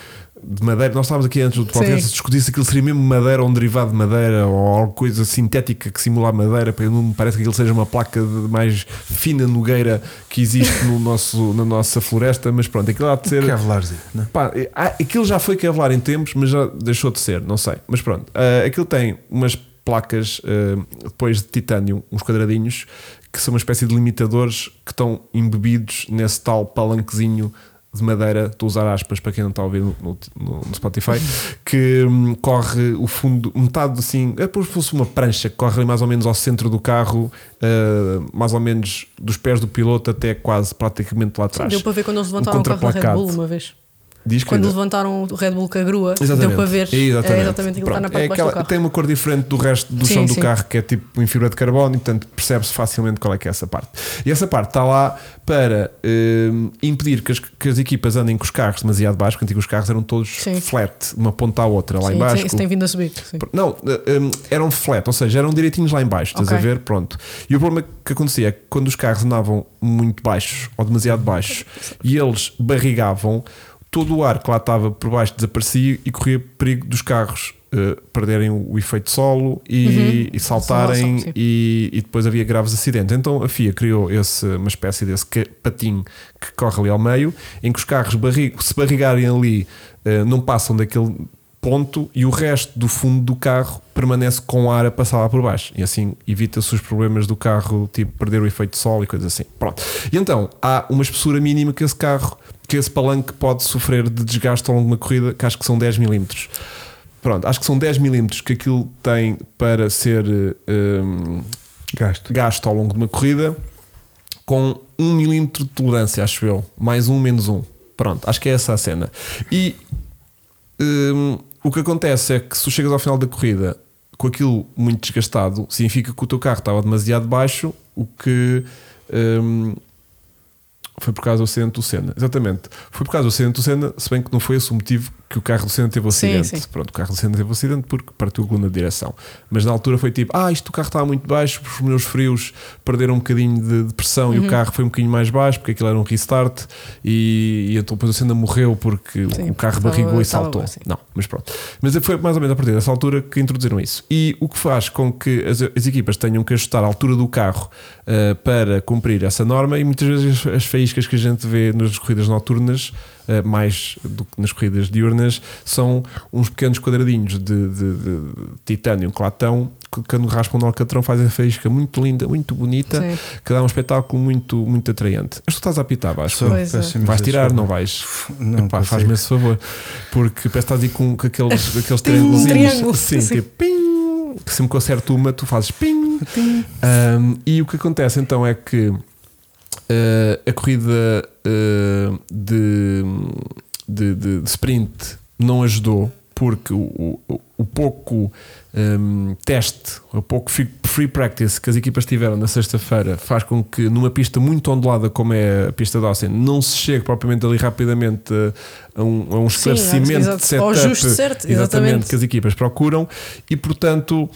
A: de madeira. Nós estávamos aqui antes do podcast a discutir se aquilo seria mesmo madeira ou um derivado de madeira ou alguma coisa sintética que simula a madeira. porque Não me parece que aquilo seja uma placa de mais fina nogueira que existe no nosso, na nossa floresta, mas pronto, aquilo há de ser.
B: Cavalarzinho, né?
A: Pá, há- aquilo já foi Kevlar em tempos, mas já deixou de ser, não sei. Mas pronto, ah, aquilo tem umas placas ah, depois de titânio, uns quadradinhos, que são uma espécie de limitadores que estão embebidos nesse tal palanquezinho de madeira, estou a usar aspas para quem não está a ouvir no, no- no- no Spotify, que hum, corre o fundo, metade assim, é como se fosse uma prancha que corre ali mais ou menos ao centro do carro, ah, mais ou menos dos pés do piloto até quase praticamente lá atrás.
C: Deu para ver quando eles levantaram
A: Um
C: o carro da Red
A: contraplacado.
C: Bull uma vez.
A: Diz que
C: quando
A: ainda-
C: levantaram o Red Bull com a grua, deu para ver.
A: É exatamente,
C: É exatamente aquilo que está na
A: Pronto.
C: parte
A: É
C: de baixo
A: aquela-
C: do carro.
A: Tem uma cor diferente do resto do
C: Sim,
A: chão do
C: sim.
A: carro, que é tipo em fibra de carbono, e portanto percebe-se facilmente qual é que é essa parte. E essa parte está lá para hum, impedir que as, que as equipas andem com os carros demasiado baixo, porque antigos carros eram todos
C: Sim.
A: flat, uma ponta à outra, lá
C: Sim,
A: em baixo.
C: sim, isso tem vindo a subir. sim.
A: Não, eh, hum, eram flat, ou seja, eram direitinhos lá em baixo, estás
C: Ok.
A: a ver? Pronto. E o problema que acontecia é que quando os carros andavam muito baixos ou demasiado baixos e eles barrigavam, todo o ar que lá estava por baixo desaparecia e corria perigo dos carros eh, perderem o, o efeito solo
C: Uhum.
A: e, e saltarem
C: Solo, sim.
A: e, e depois havia graves acidentes. Então a FIA criou esse, uma espécie desse ca- patinho que corre ali ao meio, em que os carros barri- se barrigarem ali eh, não passam daquele ponto e o resto do fundo do carro permanece com ar a passar lá por baixo. E assim evita-se os problemas do carro, tipo perder o efeito sol e coisas assim. Pronto. E então há uma espessura mínima que esse carro, que esse palanque pode sofrer de desgaste ao longo de uma corrida, que acho que são 10 milímetros. Pronto, acho que são 10 milímetros que aquilo tem para ser eh, hum,
B: Gasto.
A: gasto ao longo de uma corrida com 1 milímetro de tolerância, acho eu. Mais um, menos um. Pronto, acho que é essa a cena. E hum, o que acontece é que se tu chegas ao final da corrida com aquilo muito desgastado, significa que o teu carro estava demasiado baixo, o que hum, foi por causa do acidente do Senna. Exatamente. Foi por causa do acidente do Senna, se bem que não foi esse o motivo que o carro do Senna teve o
C: Sim,
A: acidente.
C: sim.
A: Pronto, o carro do Senna teve o acidente porque partiu o na direção. Mas na altura foi tipo, ah, isto o carro estava muito baixo, os meus frios perderam um bocadinho de, de pressão
C: Uhum.
A: e o carro foi um bocadinho mais baixo porque aquilo era um restart e, e então depois o Senna morreu porque
C: Sim,
A: o carro
C: estava-
A: barrigou e
C: estava
A: saltou.
C: bom, sim.
A: Não, mas pronto. Mas foi mais ou menos a partir dessa altura que introduziram isso. E o que faz com que as, as equipas tenham que ajustar a altura do carro ah, para cumprir essa norma e muitas vezes as, as faíscas que a gente vê nas corridas noturnas, ah, mais do que nas corridas diurnas, são uns pequenos quadradinhos de, de, de titânio que lá estão, que quando raspam no alcatrão fazem a faísca muito linda, muito bonita,
C: Sim.
A: que dá um espetáculo muito, muito atraente. Mas tu estás a apitar, Vasco?
B: Sou,
C: Pois é.
B: peço imensa
A: Vais tirar, não
B: desculpa.
A: vais?
B: Não, é.
A: Pá,
B: consigo.
A: faz-me esse favor. Porque parece que estás aí com, com aqueles, com aqueles
C: Tim,
A: triângulos.
C: triângulo,
A: Sim,
C: sim.
A: tipo ping. Que sempre que eu acerto uma, tu fazes ping. Ahm, e o que acontece então é que ah, a corrida ah, de, de, de- de sprint não ajudou porque o, o- o pouco ahm, teste, o pouco free, free practice que as equipas tiveram na sexta-feira faz com que numa pista muito ondulada como é a pista de Austin não se chegue propriamente ali rapidamente a, a um, a um
C: Sim,
A: esclarecimento
C: exato,
A: de
C: exato.
A: setup
C: Ao justo certo, exatamente.
A: que as equipas procuram e portanto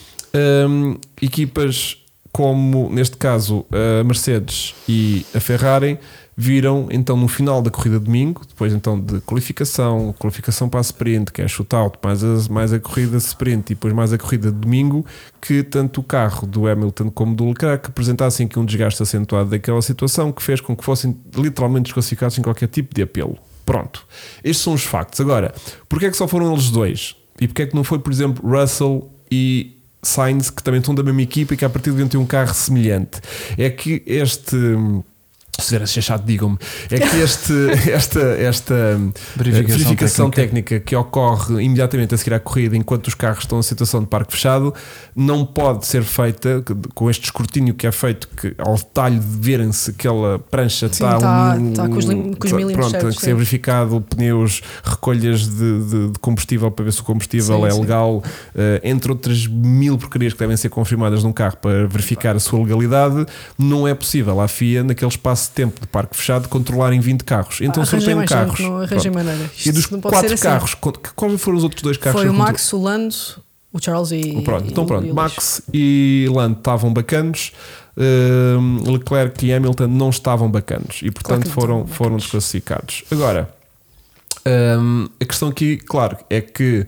A: hum, equipas como neste caso a Mercedes e a Ferrari viram então no final da corrida de domingo depois então de qualificação qualificação para a sprint que é shootout mais a, mais a corrida de sprint e depois mais a corrida de domingo que tanto o carro do Hamilton como do Leclerc apresentassem aqui um desgaste acentuado daquela situação que fez com que fossem literalmente desclassificados em qualquer tipo de apelo pronto estes são os factos agora porque é que só foram eles dois e porque é que não foi, por exemplo, Russell e Sainz, que também estão da mesma equipa e que a partir deviam ter um carro semelhante? É que este. hum, Se tiver a ser chato, digam-me. É que este, esta, esta hum,
B: Verificação
A: verificação, Eh, verificação técnica que ocorre imediatamente a seguir à corrida, enquanto os carros estão em situação de parque fechado, não pode ser feita com este escrutínio que é feito que, ao detalhe de verem se aquela prancha
C: Sim,
A: está,
C: está-
A: um-
C: está com os lim- com os milímetros
A: Pronto, tem
C: certos,
A: que ser
C: sim.
A: verificado pneus, recolhas de, de- de combustível para ver se o combustível
C: Sim,
A: é
C: sim.
A: legal, eh, entre outras mil porcarias que devem ser confirmadas num carro para verificar a sua legalidade, não é possível à FIA, naquele espaço de tempo de parque fechado, controlarem 20 carros. Então
C: Pá, arranjem
A: sorteiam
C: mais
A: carros.
C: gente, não
A: Pronto.
C: arranjem maneira.
A: E dos
C: Isto não pode
A: quatro
C: ser assim.
A: carros, co- quais foram os outros dois carros?
C: Foi
A: que
C: o
A: eu
C: Max, o Lando, o Charles e.
A: Pronto, então
C: e-
A: pronto,
C: e o Lewis.
A: Max e Lando estavam bacanos, hum, Leclerc e Hamilton não estavam bacanos e
C: Claro que
A: portanto
C: não
A: foram,
C: estavam
A: foram
C: bacanos.
A: desclassificados. Agora, hum, a questão aqui, claro, é que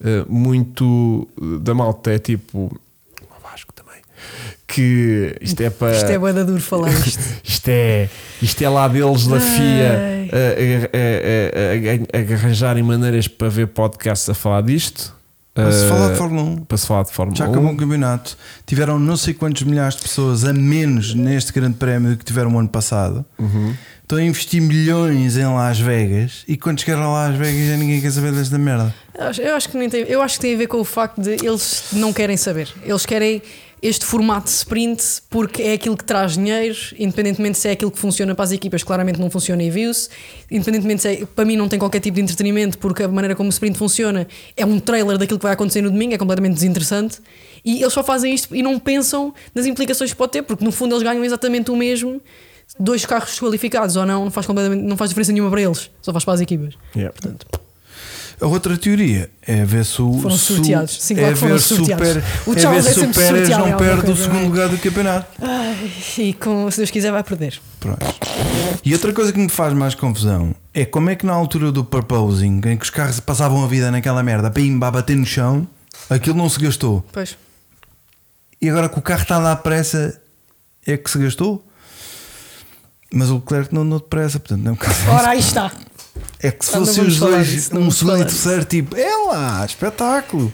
A: uh, muito uh, da malta é tipo o Vasco também, que isto é para
C: Isto é boeda duro falar isto.
A: isto é, isto é lá deles da FIA
C: Ai.
A: a, a- a- a- a- a- a arranjarem maneiras para ver podcasts a falar disto.
B: Para se
A: Ah,
B: falar de Fórmula 1.
A: para se falar de um. Fórmula
B: Já
A: 1.
B: acabou o campeonato. Tiveram não sei quantos milhares de pessoas a menos neste grande prémio que tiveram o ano passado.
A: Uhum.
B: Estão a investir milhões em Las Vegas e quando chegaram a Las Vegas já ninguém quer saber desta merda.
C: Eu acho- Eu acho, que nem tem, eu acho que tem a ver com o facto de eles não querem saber. Eles querem este formato de sprint porque é aquilo que traz dinheiro, independentemente se é aquilo que funciona para as equipas, claramente não funciona e viu-se. Independentemente se é, para mim não tem qualquer tipo de entretenimento porque a maneira como o sprint funciona é um trailer daquilo que vai acontecer no domingo, é completamente desinteressante. E eles só fazem isto e não pensam nas implicações que pode ter, porque no fundo eles ganham exatamente o mesmo. Dois carros desqualificados ou não, não faz, completamente, não faz diferença nenhuma para eles, só faz para as equipas.
A: Yeah.
C: Portanto,
B: A outra teoria é ver se o.
C: Foram
B: se o-
C: sorteados. Sim, claro
B: é
C: que foram
B: ver se o
C: sorteados.
B: Pérez-
C: O
B: é ver
C: Charles é
B: se o
C: sempre
B: Pérez
C: sorteado em
B: não
C: alguma
B: perde o
C: coisa, não
B: segundo
C: é?
B: lugar do campeonato.
C: ai, e com, se Deus quiser, vai perder.
B: Pronto. E outra coisa que me faz mais confusão é como é que na altura do proposing, em que os carros passavam a vida naquela merda, pimba, a bater no chão, aquilo não se gastou.
C: Pois.
B: E agora que o carro está lá depressa, é que se gastou. Mas o Leclerc não andou depressa, portanto, não um
C: Ora, aí está.
B: é que se
C: Ah, não
B: fossem
C: vamos
B: os
C: falar
B: dois,
C: disso, não
B: um
C: vamos
B: segundo e
C: falar
B: terceiro, tipo, é lá, espetáculo.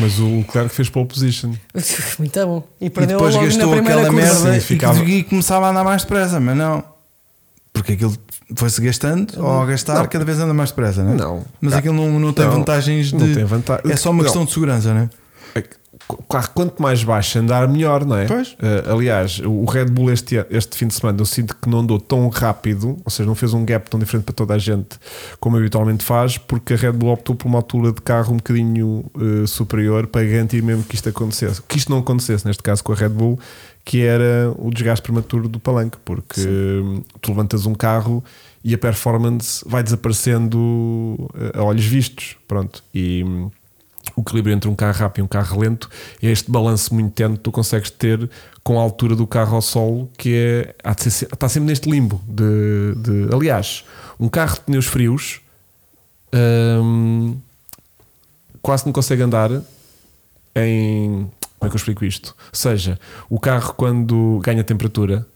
A: Mas o Leclerc fez pole position.
C: Muito bom. E
B: E
C: perdeu
B: depois
C: logo na
B: gastou
C: primeira
B: aquela
C: curva.
B: merda
A: Sim,
B: e,
A: ficava-
B: e começava a andar mais depressa, mas não. Porque aquilo foi-se gastando ou a gastar,
A: Não.
B: cada vez anda mais depressa, não é?
A: Não.
B: Mas
A: Ah,
B: aquilo não, não tem
A: não.
B: vantagens de.
A: Não tem vanta-
B: É só uma
A: Não.
B: questão de segurança, não é?
A: É que, co- Claro, quanto mais baixo andar, melhor, não é?
B: Pois.
A: Eh, aliás, o Red Bull este, a- este fim de semana eu sinto que não andou tão rápido, ou seja, não fez um gap tão diferente para toda a gente como habitualmente faz, porque a Red Bull optou por uma altura de carro um bocadinho eh, superior para garantir mesmo que isto acontecesse, que isto não acontecesse, neste caso com a Red Bull, que era o desgaste prematuro do palanque, porque eh, tu levantas um carro e a performance vai desaparecendo eh, a olhos vistos, pronto. E. hum, o equilíbrio entre um carro rápido e um carro lento é este balanço muito tenue que tu consegues ter com a altura do carro ao solo, que é, há de ser se- está sempre neste limbo. De, de- aliás, um carro de pneus frios hum, quase não consegue andar em. Como é que eu explico isto? Ou seja, o carro quando ganha temperatura.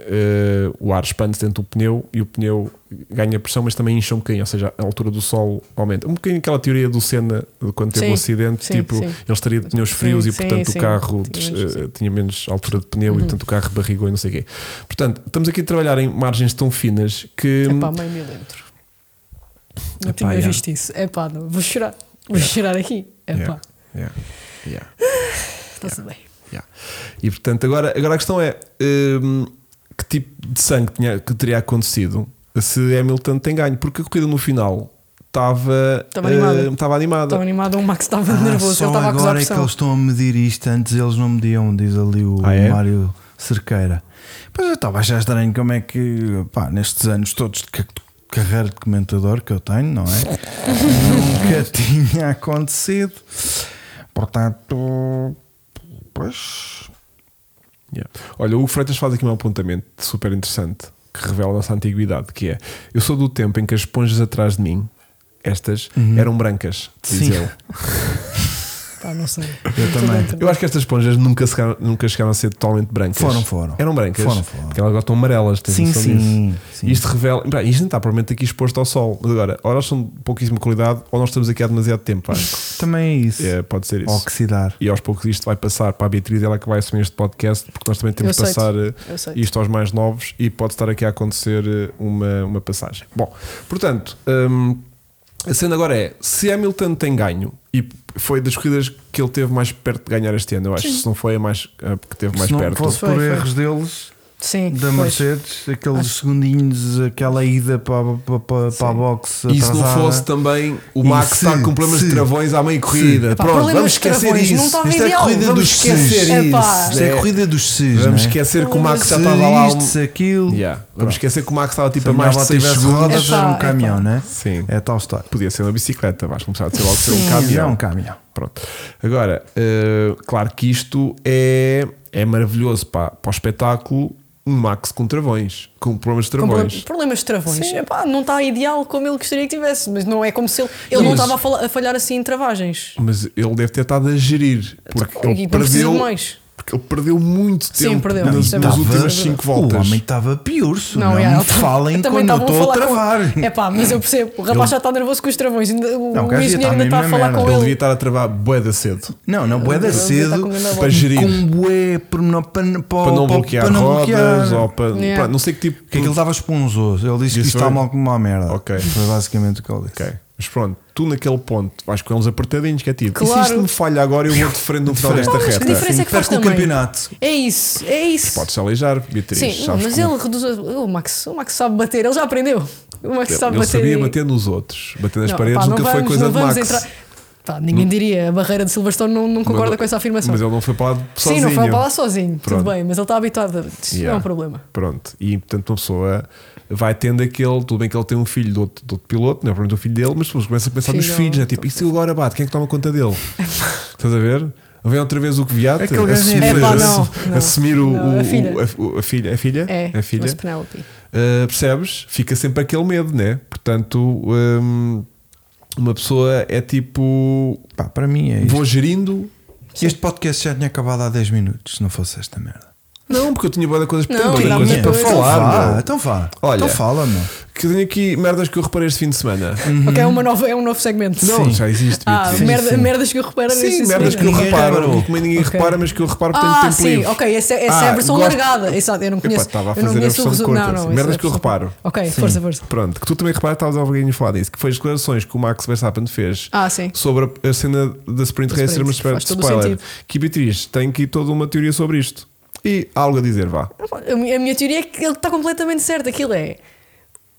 A: eh, o ar expande-se dentro do pneu e o pneu ganha pressão, mas também incha um bocadinho, ou seja, a altura do sol aumenta. Um bocadinho aquela teoria do Senna de quando teve o
C: Sim,
A: acidente,
C: sim,
A: tipo,
C: sim.
A: ele estaria de pneus frios
C: Sim,
A: e
C: sim,
A: portanto
C: sim.
A: o carro
C: Tinha
A: eh,
C: menos, assim. Uhum. sim.
A: tinha menos altura de pneu e portanto o carro barrigou e não sei o quê. Portanto, estamos aqui a trabalhar em margens tão finas que
C: É pá, meio milímetro. Não
A: um, Epá,
C: tinha
A: yeah.
C: visto isso. É pá, não. vou chorar. Vou chorar aqui. É pá,
A: Yeah, yeah, yeah.
C: está-se bem.
A: Yeah. E portanto, agora, agora a questão é hum, que tipo de sangue tinha, que teria acontecido se Hamilton tem ganho, porque a corrida no final estava
C: Estava animada.
A: hum, estava animada.
C: Estava animado, o Max estava
B: Ah,
C: nervoso,
B: só
C: ele estava a acusar
B: agora é que
C: pressão.
B: eles estão a medir isto, antes eles não mediam, diz ali o
A: Ah, é?
B: Mário Cerqueira. Pois eu estava a achar estranho como é que, pá, nestes anos todos de ca- carreira de comentador que eu tenho, não é? Nunca tinha acontecido. Portanto, pois.
A: Yeah. Olha, o Hugo Freitas faz aqui um apontamento super interessante que revela a nossa antiguidade, que é eu sou do tempo em que as esponjas atrás de mim, estas, eram brancas, diz
B: Uhum. Sim.
A: ele.
C: Pá, não sei.
B: Eu também.
A: Eu acho que estas esponjas nunca, chegaram, nunca chegaram a ser totalmente brancas.
B: Foram, foram.
A: Eram brancas.
B: Foram, foram.
A: Porque elas agora estão amarelas, tens
B: Sim,
A: noção
B: sim,
A: disso?
B: sim.
A: Isto revela. pá, isto não está provavelmente aqui exposto ao sol. Mas agora, ou elas são de pouquíssima qualidade, ou nós estamos aqui há demasiado tempo. acho.
B: Também é isso.
A: É, pode ser isso.
B: Oxidar.
A: E aos poucos isto vai passar para a Beatriz, ela é que vai assumir este podcast, porque nós também temos de
C: Eu aceito.
A: passar eh,
C: Eu aceito.
A: isto aos mais novos e pode estar aqui a acontecer eh, uma, uma passagem. Bom, portanto, hum, a cena agora é: se Hamilton tem ganho, e foi das corridas que ele teve mais perto de ganhar este ano, eu acho, se não foi a mais a que teve mais
B: Se não
A: perto.
B: fosse
C: Foi,
B: por
C: foi.
B: erros deles,
C: Sim,
B: da
C: pois.
B: Mercedes, aqueles segundinhos, aquela ida para, para, para, para a box.
A: E se não
B: atrasada.
C: Ah.
A: fosse também o
B: E
A: Max
B: se-
A: está com problemas de
B: se-
A: travões à meia corrida.
C: Epá,
A: Pronto,
C: problemas
A: vamos
C: de
A: esquecer
C: travões, não
A: isso.
C: estava
A: Isto é
C: ideal,
A: corrida
C: vamos
A: dos
C: esquecer
A: cis.
C: Epá.
B: Isto é a corrida dos SIS.
A: Vamos
B: não é?
A: esquecer que o Max já
B: Se
A: estava lá.
B: isto,
A: um-
B: se aquilo.
A: Yeah, Vamos esquecer que o Max estava tipo
B: Se
A: a
B: a
A: mais
B: mais
A: de 6
B: lá tivesse
A: segundos.
B: rodas,
C: É
B: era
C: pá,
B: um
C: é
B: caminhão,
C: pá.
B: né?
A: Sim.
B: É tal história.
A: Podia ser uma bicicleta, vais começar a ser logo ser um
B: Sim,
A: caminhão.
B: é um caminhão.
A: Pronto. Agora, eh, claro que isto é, é maravilhoso para, para o espetáculo. Um Max com travões, com problemas de
C: Com pro-
A: travões.
C: problemas de travões. Epá, não está ideal como ele gostaria que tivesse, mas não é como se ele. Ele não
A: Mas-
C: estava a fala- a falhar assim em travagens.
A: Mas ele deve ter estado a gerir, porque
C: Então, E
A: ele
C: não precisa de
A: perdeu,
C: mais.
A: porque ele perdeu muito
C: Sim,
A: tempo
C: perdeu.
A: nas,
C: Isso é
A: nas
C: verdade.
A: últimas
C: Estava-
A: 5
B: O
A: voltas.
B: homem estava piurso. Não, Um
C: Não,
B: não
C: é,
B: me falem
C: também
B: quando eu
C: estavam
B: estou a
C: falar com-
B: travar.
C: É pá, mas eu percebo, o rapaz
A: Ele-
C: já está nervoso com os travões, ainda- o,
B: Não, o
C: o
B: gajo ia
C: engenheiro
B: estar
C: ainda
B: na
C: está a
B: mesma
C: falar
B: merda.
A: Ele
C: com
A: devia
C: ele.
A: estar a travar boeda cedo.
B: Não, não, bué da
C: Ele devia estar
B: cedo.
C: com grande
A: Para
C: bola.
A: gerir,
B: Com um bué pormenor para, para,
A: para não bloquear
B: para não
A: rodas,
B: bloquear.
A: ou para,
C: Yeah.
A: pá, não sei que tipo.
B: é Porque aquilo estava esponjoso. Ele disse
A: Isso
B: que isto está
A: foi?
B: mal como uma merda.
A: Ok.
B: Foi basicamente o que ele disse.
A: Ok. Mas pronto, tu naquele ponto vais com eles apertadinhos, que é tipo, e
C: Claro.
A: se isto me falha agora, eu vou de frente no final
B: Não,
A: desta
C: mas que
A: reta.
C: diferença é que
B: perdes
C: faz
B: com o
C: também?
B: campeonato.
C: É isso, é isso.
A: Podes aleijar, Beatriz.
C: Sim,
A: sabes
C: mas
A: como- é?
C: ele reduz. a- O Max, o Max sabe bater, ele já aprendeu. O Max sabe
A: é. ele
C: bater.
A: sabia
C: e-
A: bater nos outros. Bater nas
C: Não,
A: paredes
C: pá, não
A: nunca foi
C: vamos-
A: coisa
C: não
A: de
C: vamos
A: Max.
C: entrar- Pá, ninguém diria, a barreira de Silverstone não, não concorda
A: Mas-
C: com essa afirmação.
A: Mas ele não foi para lá sozinho.
C: Sim, não foi para lá sozinho,
A: Pronto.
C: tudo bem, mas ele está habituado. a- Isso
A: Yeah.
C: não é um problema.
A: Pronto, e portanto uma pessoa vai tendo aquele, tudo bem que ele tem um filho do outro, do outro piloto, não é provavelmente o filho dele, mas depois começa a pensar nos
C: Filho,
A: filhos, né? tipo, e se eu agora bato, quem é que toma conta dele? Estás a ver? Vem outra vez o que viate,
B: Aquele gajo é
A: assumir,
B: filho. É pá,
C: não,
A: assu-
C: não.
A: assumir o,
C: Não, a
A: o-
C: filha.
A: o- a, o- a filha, a filha,
C: É,
A: a filha.
C: mas Penelope.
A: Uh, percebes? Fica sempre aquele medo, né? Portanto, um, uma pessoa é tipo,
B: Pá, para mim é isto.
A: vou gerindo.
B: Este podcast já tinha acabado há 10 minutos, se não fosse esta merda.
A: Não, porque eu tinha boa coisa,
C: Não,
A: tenho bué de
C: tinha
A: coisas
C: muita
A: para
C: coisa.
A: falar. meu.
B: então vá.
A: Olha.
B: Então fala, meu.
A: Que eu tenho aqui merdas que eu reparei este fim de semana.
C: Ok, é, uma nova, é um novo segmento.
A: Uhum. Não,
B: Sim.
A: já existe.
C: Ah,
A: Beatriz.
C: merda-
B: sim.
C: merdas que eu reparo
A: sim,
C: nesse
A: merdas que eu
C: segmento.
B: Ninguém
A: reparo.
B: reparou.
A: e que ninguém
C: Ok.
A: repara, mas que eu reparo porque
C: Ah,
A: tenho um tempo
C: sim,
A: livre.
C: ok, essa, essa
A: Ah,
C: é a versão
A: gosto-
C: largada. Exato, eu não
A: Epá,
C: conheço.
A: estava a
C: eu não
A: fazer a
C: conheço o
A: versão
C: resu-
A: curta,
C: Não,
A: assim,
C: não, essa
A: merdas
C: é a
A: que eu
C: versão-
A: reparo.
C: Ok, força, força.
A: Pronto, que tu também reparaste, estavas alguém a falar disso, que foi as declarações que o Max Verstappen fez
C: Ah, sim.
A: sobre a- a cena da Sprint
C: Da
A: Race ser uma
C: Sprint,
A: espécie
C: faz
A: de
C: todo o
A: spoiler.
C: sentido.
A: Que Beatriz tem aqui toda uma teoria sobre isto. E há algo a dizer, vá.
C: A mi- a minha teoria é que ele está completamente certo. Aquilo é.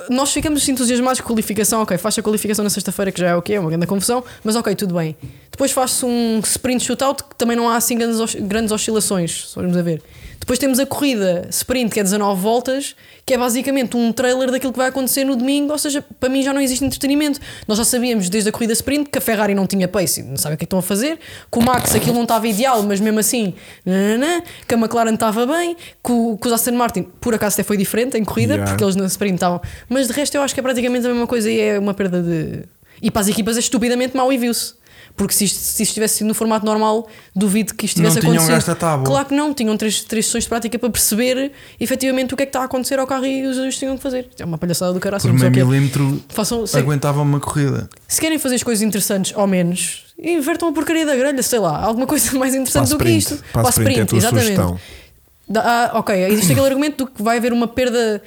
C: Nós ficamos entusiasmados com a qualificação, ok, faz a qualificação na sexta-feira, que já é o que é uma grande confusão, mas ok, tudo bem. Depois faz-se um sprint shootout que também não há assim grandes, os- grandes oscilações, se formos a ver. Depois temos a corrida sprint, que é 19 voltas, que é basicamente um trailer daquilo que vai acontecer no domingo, ou seja, para mim já não existe entretenimento. Nós já sabíamos desde a corrida sprint que a Ferrari não tinha pace, não sabe o que é que estão a fazer, que o Max aquilo não estava ideal, mas mesmo assim, nananã, que a McLaren estava bem, que, o, que os Aston Martin, por acaso até foi diferente em corrida,
A: Yeah.
C: porque eles na sprint estavam. Mas de resto eu acho que é praticamente a mesma coisa e é uma perda de. E para as equipas é estupidamente mau e viu-se. Porque se isto, se isto tivesse sido no formato normal, duvido que isto
B: Não
C: tivesse
B: tinham
C: acontecido.
B: gasto a tábua.
C: Claro que não, tinham três, três sessões de prática para perceber efetivamente o que é que está a acontecer ao carro e os ajustes tinham que fazer. É uma palhaçada do caralho.
B: Por meio milímetro
C: Façam, sim.
B: aguentava uma corrida.
C: Se querem fazer as coisas interessantes, ao menos, invertam a porcaria da grelha, sei lá, alguma coisa mais interessante
A: Para a
C: do que
A: sprint.
C: isto.
A: Para a sprint, é a tua sugestão.
C: Dá- ah, ok, existe aquele argumento do que vai haver uma perda.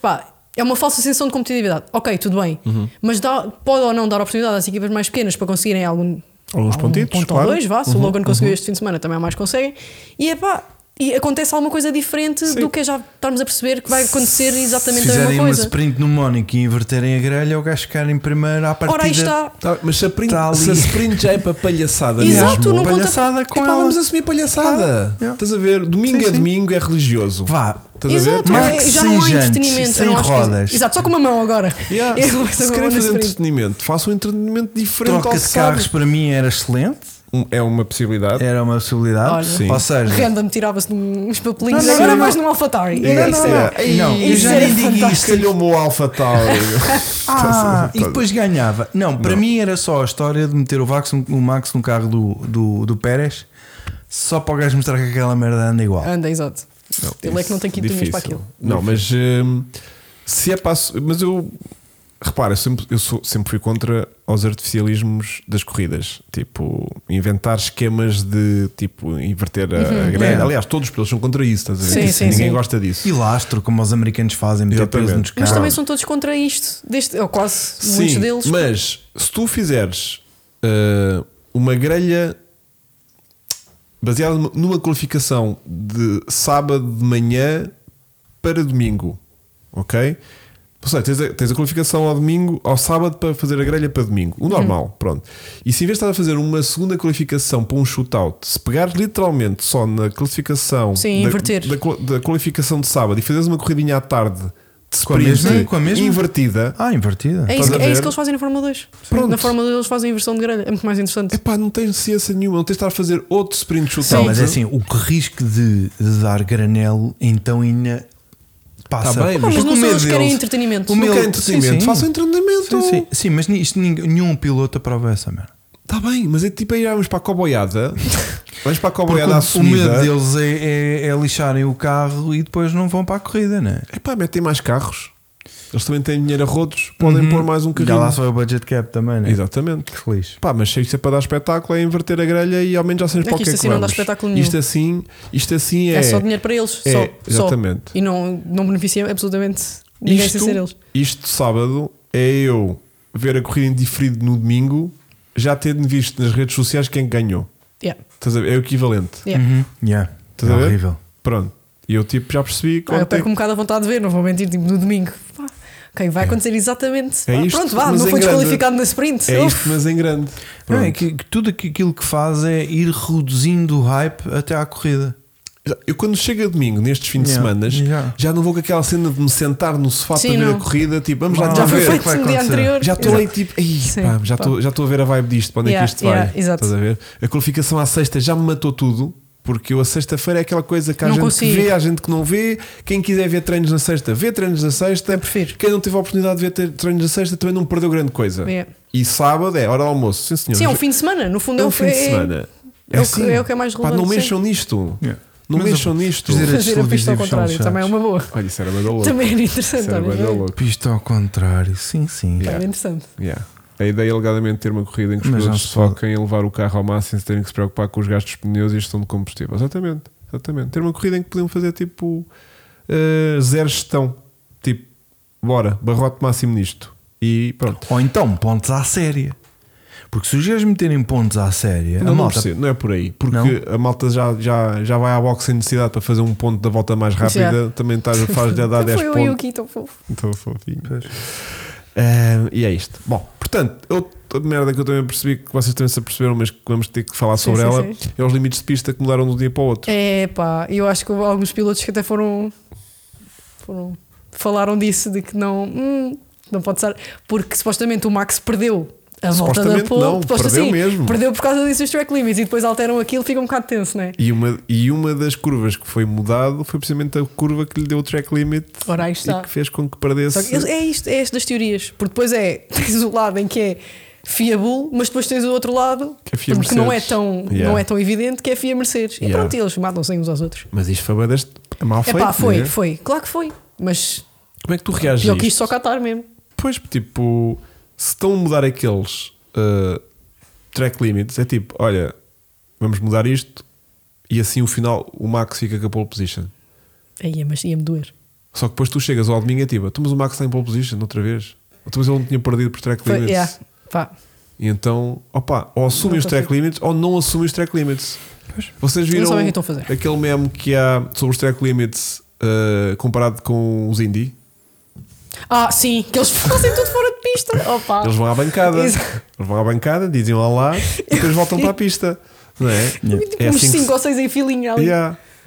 C: Pá, é uma falsa sensação de competitividade. Ok, tudo bem. Mas dá- pode ou não dar oportunidade às equipas mais pequenas para conseguirem algum.
A: Alguns
C: algum
A: pontitos,
C: ponto
A: claro. Uhum,
C: ou dois, vá. Se o Logan conseguiu este fim de semana, também há mais que conseguem. E é pá. E acontece alguma coisa diferente do que é já estarmos a perceber que vai acontecer
B: Se
C: exatamente a
B: fizerem
C: mesma
B: uma
C: coisa.
B: sprint no Mónico e inverterem a grelha, o gajo ficar em primeiro à partida.
C: Ora, aí está.
A: Tá, mas se a, print,
B: Tá ali.
A: se a sprint já é para palhaçada
C: Exato,
A: mesmo.
C: não conta.
B: Palhaçada com
A: Epá,
B: ela.
A: vamos assumir palhaçada.
B: Yeah.
A: Estás a ver? Domingo
B: Sim,
A: é
B: sim.
A: domingo, é religioso.
B: Vá.
A: Estás a ver?
C: Exato,
B: Marque
C: é- já
B: sem
C: não há
B: jantes,
C: entretenimento.
B: sem
C: eu não acho que-
B: rodas.
C: Exato, só com uma mão agora.
A: Yeah.
C: Eu vou
A: Se,
C: só
A: se
C: com a
A: querem
C: mão na
A: fazer
C: sprint.
A: entretenimento, façam um entretenimento diferente ao
B: Troca
A: que
B: de
A: sabe.
B: carros para mim era excelente.
A: Um- É uma possibilidade.
B: Era uma possibilidade.
C: Olha.
A: Sim.
B: Ou seja,
C: Random tirava-se num- uns papelinhos.
B: Não, não,
C: agora
B: não.
C: mais num Alfatari.
A: É,
B: Não, não,
A: isso é.
B: não.
A: Ei,
B: Não,
C: eu já nem digo
A: fantástico.
C: isto.
A: Calhou-me o Alpha Tauri.
B: Ah, e depois ganhava. Não, para mim era só a história de meter o, Vax, o Max no carro do, do, do Pérez só para o gajo mostrar que aquela merda anda igual.
C: Anda, exato. Ele é que não tem quitinhas
A: Difícil.
C: para aquilo.
A: Não, mas hum, se é passo. Mas eu. Repara, eu sempre, eu sou- sempre fui contra aos artificialismos das corridas. Tipo, inventar esquemas de tipo, inverter a, a grelha.
B: Yeah.
A: Aliás, todos os pilotos são contra isso, estás a ver?
C: Uhum.
A: Tipo,
C: Sim, sim,
A: Ninguém
C: sim.
A: gosta disso.
B: E lastro, como os americanos fazem, meter
A: Exatamente.
B: peso nos
C: Mas
B: carros.
C: também são todos contra isto. Deste, ou quase muitos
A: Sim,
C: deles.
A: mas se tu fizeres ah, uma grelha baseada numa qualificação de sábado de manhã para domingo, ok? Ou seja, tens a, tens a qualificação ao domingo, ao sábado para fazer a grelha para domingo, o normal,
C: Uhum.
A: pronto. E se em vez de estar a fazer uma segunda qualificação para um shootout, se pegares literalmente só na classificação
C: Sim,
A: da,
C: inverter.
A: da qual- da qualificação de sábado e fazeres uma corridinha à tarde de
B: Com a mesma-
A: sprint
B: com a mesma?
A: invertida,
B: Ah, invertida.
C: É
A: Estás
C: isso,
A: a
C: que- é
A: ver?
C: isso que eles fazem na Fórmula 2.
A: Pronto.
C: Na Fórmula 2 eles fazem a inversão de grelha. É muito mais interessante.
A: Epá, não tens ciência nenhuma, não tens de estar a fazer outro sprint shootout.
B: Não, mas é assim, o que risco de, de dar granelo, então ainda passa.
A: Tá bem, mas-
B: Porque
C: Mas não
B: o
C: são
B: medo
C: eles que querem
B: deles-
C: entretenimento.
B: o
A: Não
B: meu-
A: quer é entretenimento,
B: sim, sim.
A: faça um entretenimento.
B: Sim, sim, sim, mas isto, nin- nenhum piloto aprova essa merda.
A: Está bem, mas é tipo aí vamos para a coboiada. Vamos para a
B: Porque
A: coboiada
B: o,
A: é
B: o medo
A: assumida.
B: deles é, é- é lixarem o carro e depois não vão para a corrida, né?
A: Epá, metem mais carros. Eles também têm dinheiro a rodos, podem pôr mais um
B: Uhum. E Já lá
A: carrinho.
B: só é o budget cap também, né?
A: Exatamente.
B: Que lixo.
A: Pá, mas se isso é para dar espetáculo, é inverter a grelha e ao menos já sabes
C: É
A: para o
C: que
A: que
C: isto
A: é que
C: assim não dá
A: vamos.
C: espetáculo nenhum.
A: Isto assim, isto assim é.
C: É, só dinheiro para eles.
A: É,
C: só, só.
A: exatamente.
C: E não, não beneficia absolutamente ninguém sem ser eles.
A: isto sábado é eu ver a corrida em diferido no domingo, já tendo visto nas redes sociais quem é ganhou.
C: Yeah.
A: Estás a ver? É o equivalente.
C: Yeah. Ah,
B: Uhum. Yeah.
A: Estás
B: é
A: a ver?
B: horrível.
A: Pronto. E eu tipo já percebi
C: Ah, eu
A: ontem-
C: perco um bocado a vontade de ver, não vou mentir, tipo, no domingo. Pá, Ok, vai acontecer exatamente.
A: É
C: Ah,
A: isto,
C: pronto, vá,
A: mas
C: não
A: em
C: foi
A: grande.
C: desqualificado na sprint.
A: É
C: Uf.
A: isto, mas em grande.
B: Não, é
A: Pronto.
B: que, que tudo aqui- aquilo que faz é ir reduzindo o hype até à corrida.
A: Eu quando chego a domingo, nestes fins de
B: Yeah,
A: semana,
B: yeah.
A: já não vou com aquela cena de me sentar no sofá
C: Sim,
A: para ver
C: não.
A: a corrida, tipo, vamos lá
B: Não,
A: lá
C: já
B: a
C: foi
B: ver o que
C: feito
B: vai
C: no dia
B: acontecer.
C: anterior.
A: Já estou
C: Exato.
A: aí tipo, "Ei,
C: Sim,
A: pá, já
C: pá.
A: estou já estou a ver a vibe disto, para onde é
C: Yeah,
A: que isto
C: yeah,
A: vai?
C: exato.
A: Estás a ver? A qualificação à sexta já me matou tudo, porque eu a sexta-feira é aquela coisa que há
C: Não
A: gente
C: consigo.
A: que vê, há gente que não vê. Quem quiser ver treinos na sexta, vê treinos na sexta.
C: Eu prefiro.
A: Quem não teve a oportunidade de ver ter- treinos na sexta também não perdeu grande coisa.
C: Yeah.
A: E sábado é hora do almoço, sim senhor.
C: Sim, é um fim de semana. No fundo,
A: É um fim de semana. assim.
C: é o que- é o que é mais
A: Pá, não
C: relevante,
A: mexam nisto.
B: Yeah.
A: Não
B: Mas
A: mexam
B: eu-
A: nisto.
B: dizer-
C: Fazer a pista ao
B: televisivos são
C: contrário
B: chatos.
C: também é uma boa.
A: Olha, isso era banda louca.
C: Também era interessante.
A: Isso era
C: olha,
A: banda
C: Também
A: louca.
B: Pista ao contrário, sim, sim.
A: Yeah.
C: era interessante.
A: Yeah. A ideia é alegadamente ter uma corrida em que os
B: Mas não
A: pilotos
B: se
A: se
B: pode.
A: focam em levar o carro ao máximo sem terem que se preocupar com os gastos de pneus e gestão de combustível. Exatamente, exatamente. Ter uma corrida em que podiam fazer tipo eh, zero gestão. Tipo, bora, barrote máximo nisto. E pronto.
B: Ou então pontos à séria. Porque se os gajos meterem pontos à séria,
A: Não,
B: a
A: não,
B: malta.
A: percebo, não é por aí, porque
B: Não?
A: a malta já, já, já vai à boxe sem necessidade para fazer um ponto da volta mais rápida,
C: Já.
A: também estás, faz-lhe a dar 10
C: Foi eu
A: pontos.
C: e o Kito, fofo.
A: Estou fofinho.
B: Pois.
A: Ah, e é isto. Bom, portanto, outra merda que eu também percebi que vocês também se aperceberam, mas que vamos ter que falar
C: Sim,
A: sobre
C: sim,
A: ela,
C: sim.
A: é os limites de pista que mudaram de um dia para o outro.
C: É pá, eu acho que houve alguns pilotos que até foram. foram falaram disso, de que não. hum, não pode ser. Porque supostamente o Max perdeu. A volta da
A: Supostamente
C: pole,
A: não,
C: suposta-
A: perdeu
C: sim,
A: mesmo.
C: Perdeu por causa disso os track limits e depois alteram aquilo, fica um bocado tenso, não é?
A: E, uma, e uma das curvas que foi mudado foi precisamente a curva que lhe deu o track limit
C: Ora, aí
A: e
C: está.
A: que fez com que
C: Só
A: perdesse.
C: que é isto, é isto das teorias. Porque depois é, tens o lado em que é fiabulo, mas depois tens o outro lado
A: Que é FIA
C: porque não é,
A: Mercedes.
C: tão,
A: Yeah.
C: não é tão evidente que é FIA Mercedes. E
A: Yeah.
C: pronto, eles matam-se uns aos outros.
A: Mas isto foi bué deste é mal
C: É
A: feito.
C: pá, foi,
A: né?
C: foi. Claro que foi. Mas
A: Como é que tu reages?
C: pior
A: a
C: que
A: isto?
C: isto só catar mesmo.
A: Pois, tipo, se estão a mudar aqueles uh, track limits, é tipo, olha, vamos mudar isto e assim o final, o Max fica com a pole position.
C: Aí, mas ia-me doer.
A: Só que depois tu chegas ao domingo e é tipo, então, mas o Max está em pole position outra vez. Então, mas ele não tinha perdido por track
C: Foi,
A: limits.
C: yeah, pá.
A: E então, opa, ou assumem
C: Não
A: os track
C: consigo.
A: limits ou não assumem os track limits.
B: Pois.
A: Vocês
C: Não
A: viram
C: sabem o que estão a fazer.
A: aquele meme que há sobre os track limits uh, comparado com os indie?
C: Ah, sim, que eles fazem tudo fora de pista. Opa.
A: Eles vão à bancada.
C: Isso.
A: Eles vão à bancada, dizem olá e depois voltam para a pista. Não é?
C: Tipo,
A: É
C: uns
A: assim que
C: 5
A: se-
C: ou 6 em filinha ali.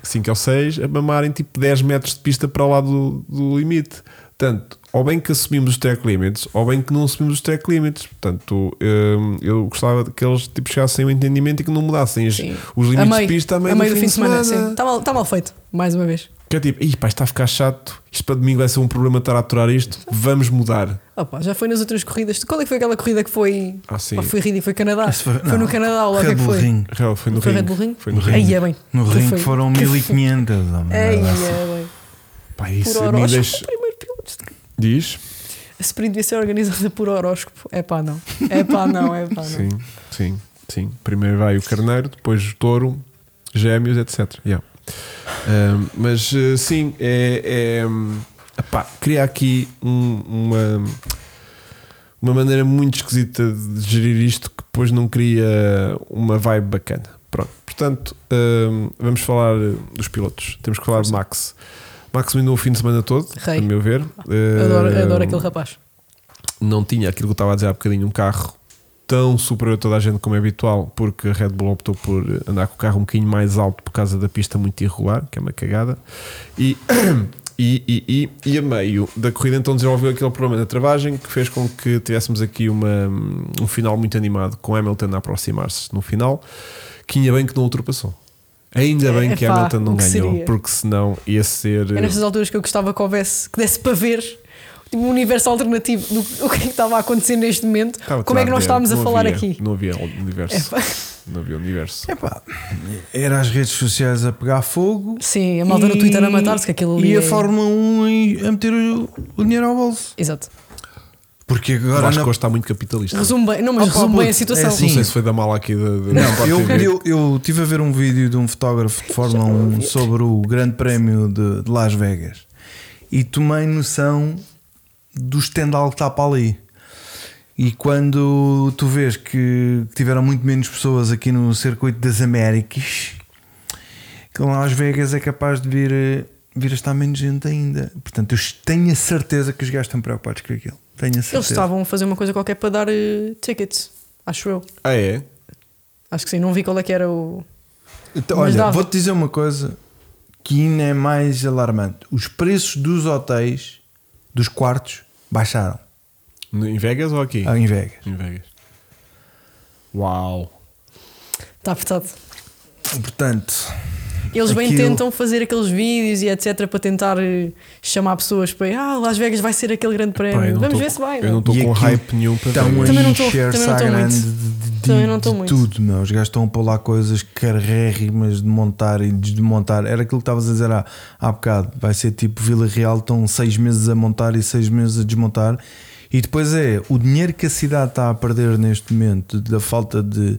A: 5 ou 6 a mamarem tipo 10 metros de pista para lá do, do limite. Portanto, ou bem que assumimos os track limits, ou bem que não assumimos os track limits. Portanto, hum, eu gostava que eles tipo, chegassem ao entendimento e que não mudassem os,
C: Sim.
A: os limites
C: a meio,
A: de pista a meio,
C: a
A: do, fim de semana.
C: sim. Está mal, tá mal feito, mais uma vez.
A: Que é tipo, "Ih, pá, isto está a ficar chato, isto para domingo vai ser um problema estar a aturar isto, vamos mudar.
C: Opa, já foi nas outras corridas. Qual é que foi aquela corrida que foi.
A: Ah, sim.
C: Pá, foi ridículo, foi Canadá.
B: Esse foi-
C: Foi,
B: não.
C: no Canadá ou lá o que é
B: Red
C: que
B: Bull
C: foi?
B: Ring.
A: Real, Foi no
C: Foi
A: ring.
C: Red Bull Ring?
A: Foi no
B: No
A: ring.
C: Aí é bem.
B: No
C: Que
B: ring
C: foi?
B: foram 1500. oh, merda.
C: Ei, é,
A: Pá,
C: por
A: isso a mim
C: horóscopo,
A: deixa-
C: o primeiro piloto.
A: Diz?
C: A sprint devia ser organizada por horóscopo. É pá, não. É pá, não, é pá, não.
A: Sim, sim, sim. Primeiro vai o carneiro, depois o touro, gêmeos, etc. Yeah. Um, mas uh, sim, é. é um, epá, cria aqui um- uma, uma maneira muito esquisita de gerir isto que depois não cria uma vibe bacana. Pronto, portanto, um, vamos falar dos pilotos. Temos que falar de Max. Max dominou o fim de semana todo,
C: Rei.
A: a meu ver.
C: Adoro,
B: Eh,
A: Uh,
C: adoro aquele rapaz.
A: não tinha aquilo que eu estava a dizer há bocadinho, um carro tão superior a toda a gente como é habitual, porque a Red Bull optou por andar com o carro um bocadinho mais alto por causa da pista muito irregular, que é uma cagada. E, e, e, e, e a meio da corrida então desenvolveu aquele problema da travagem que fez com que tivéssemos aqui uma, um final muito animado com Hamilton a aproximar-se no final, que ainda bem que não ultrapassou. Ainda bem que
C: Epá,
A: Hamilton não
C: É, o que
A: ganhou,
C: seria?
A: porque senão ia ser.
C: É
B: eh.
C: nestas alturas que eu gostava que houvesse, que desse para ver tipo, um universo alternativo do que- o que é que estava a acontecer neste momento.
A: Estava
C: Como é que
A: tudo
C: nós
A: ver,
C: estávamos a
A: não
C: falar
A: tá, havia-
C: aqui? É
A: Não havia universo.
C: Epá.
A: Não havia universo.
B: Epá, era as redes sociais a pegar fogo.
C: Sim, a malta no Twitter a matar-se, que aquilo ali
B: E a
C: é-
B: Fórmula 1 em- a meter o, o dinheiro ao bolso.
C: Exato.
B: Porque
A: Agora
B: agora.
A: Vasco
B: na-
A: hoje está muito capitalista.
C: Resumo bem, não, mas
B: Ah, pá,
C: resumo bem a
B: puto,
C: situação.
B: é
A: Não
B: assim.
A: sei se foi da mala aqui da. da
B: Não,
A: Sport
B: eu,
A: TV.
B: eu, eu tive a ver um vídeo de um fotógrafo de Fórmula 1 sobre o Grande Prémio de, de Las Vegas e tomei noção do estendal que está para ali. E quando tu vês que tiveram muito menos pessoas aqui no circuito das Américas, que Las Vegas é capaz de vir, eh, vir a estar menos gente ainda. Portanto, eu tenho a certeza que os gajos estão preocupados com aquilo. Tenho a certeza.
C: Eles estavam a fazer uma coisa qualquer para dar eh, tickets, acho eu.
A: Ah, é?
C: Acho que sim, não vi qual é que era o.
B: Então,
C: Mas
B: olha,
C: dava.
B: vou-te dizer uma coisa que ainda é mais alarmante: os preços dos hotéis, dos quartos, baixaram
A: No- Em Vegas ou aqui?
B: ah, em Vegas.
A: Em Vegas. Uau!
C: Está tá apertado.
B: Portanto,
C: Eles bem
B: Aquilo-
C: tentam fazer aqueles vídeos e etc. para tentar eh, chamar pessoas para ir. Ah, Las Vegas vai ser aquele grande prémio.
A: eu não
C: Vamos
A: tô
C: ver
A: com-
C: se vai.
A: eu não
C: não. é?
A: Estou
B: e
A: com
B: aquilo
A: hype nenhum para
B: Estão
A: Vegas.
B: a
C: Também não tô-
B: encher-se
C: também não
B: à
C: tô
B: grande
C: muito.
B: de, de-
C: Também não tô
B: de
C: muito.
B: tudo, meu. Os gajos estão a pôr lá coisas carrérrimas de montar e desmontar. Era aquilo que estavas a dizer há, há bocado. Vai ser tipo Vila Real, estão seis meses a montar e seis meses a desmontar. E depois é o dinheiro que a cidade está a perder neste momento da falta de,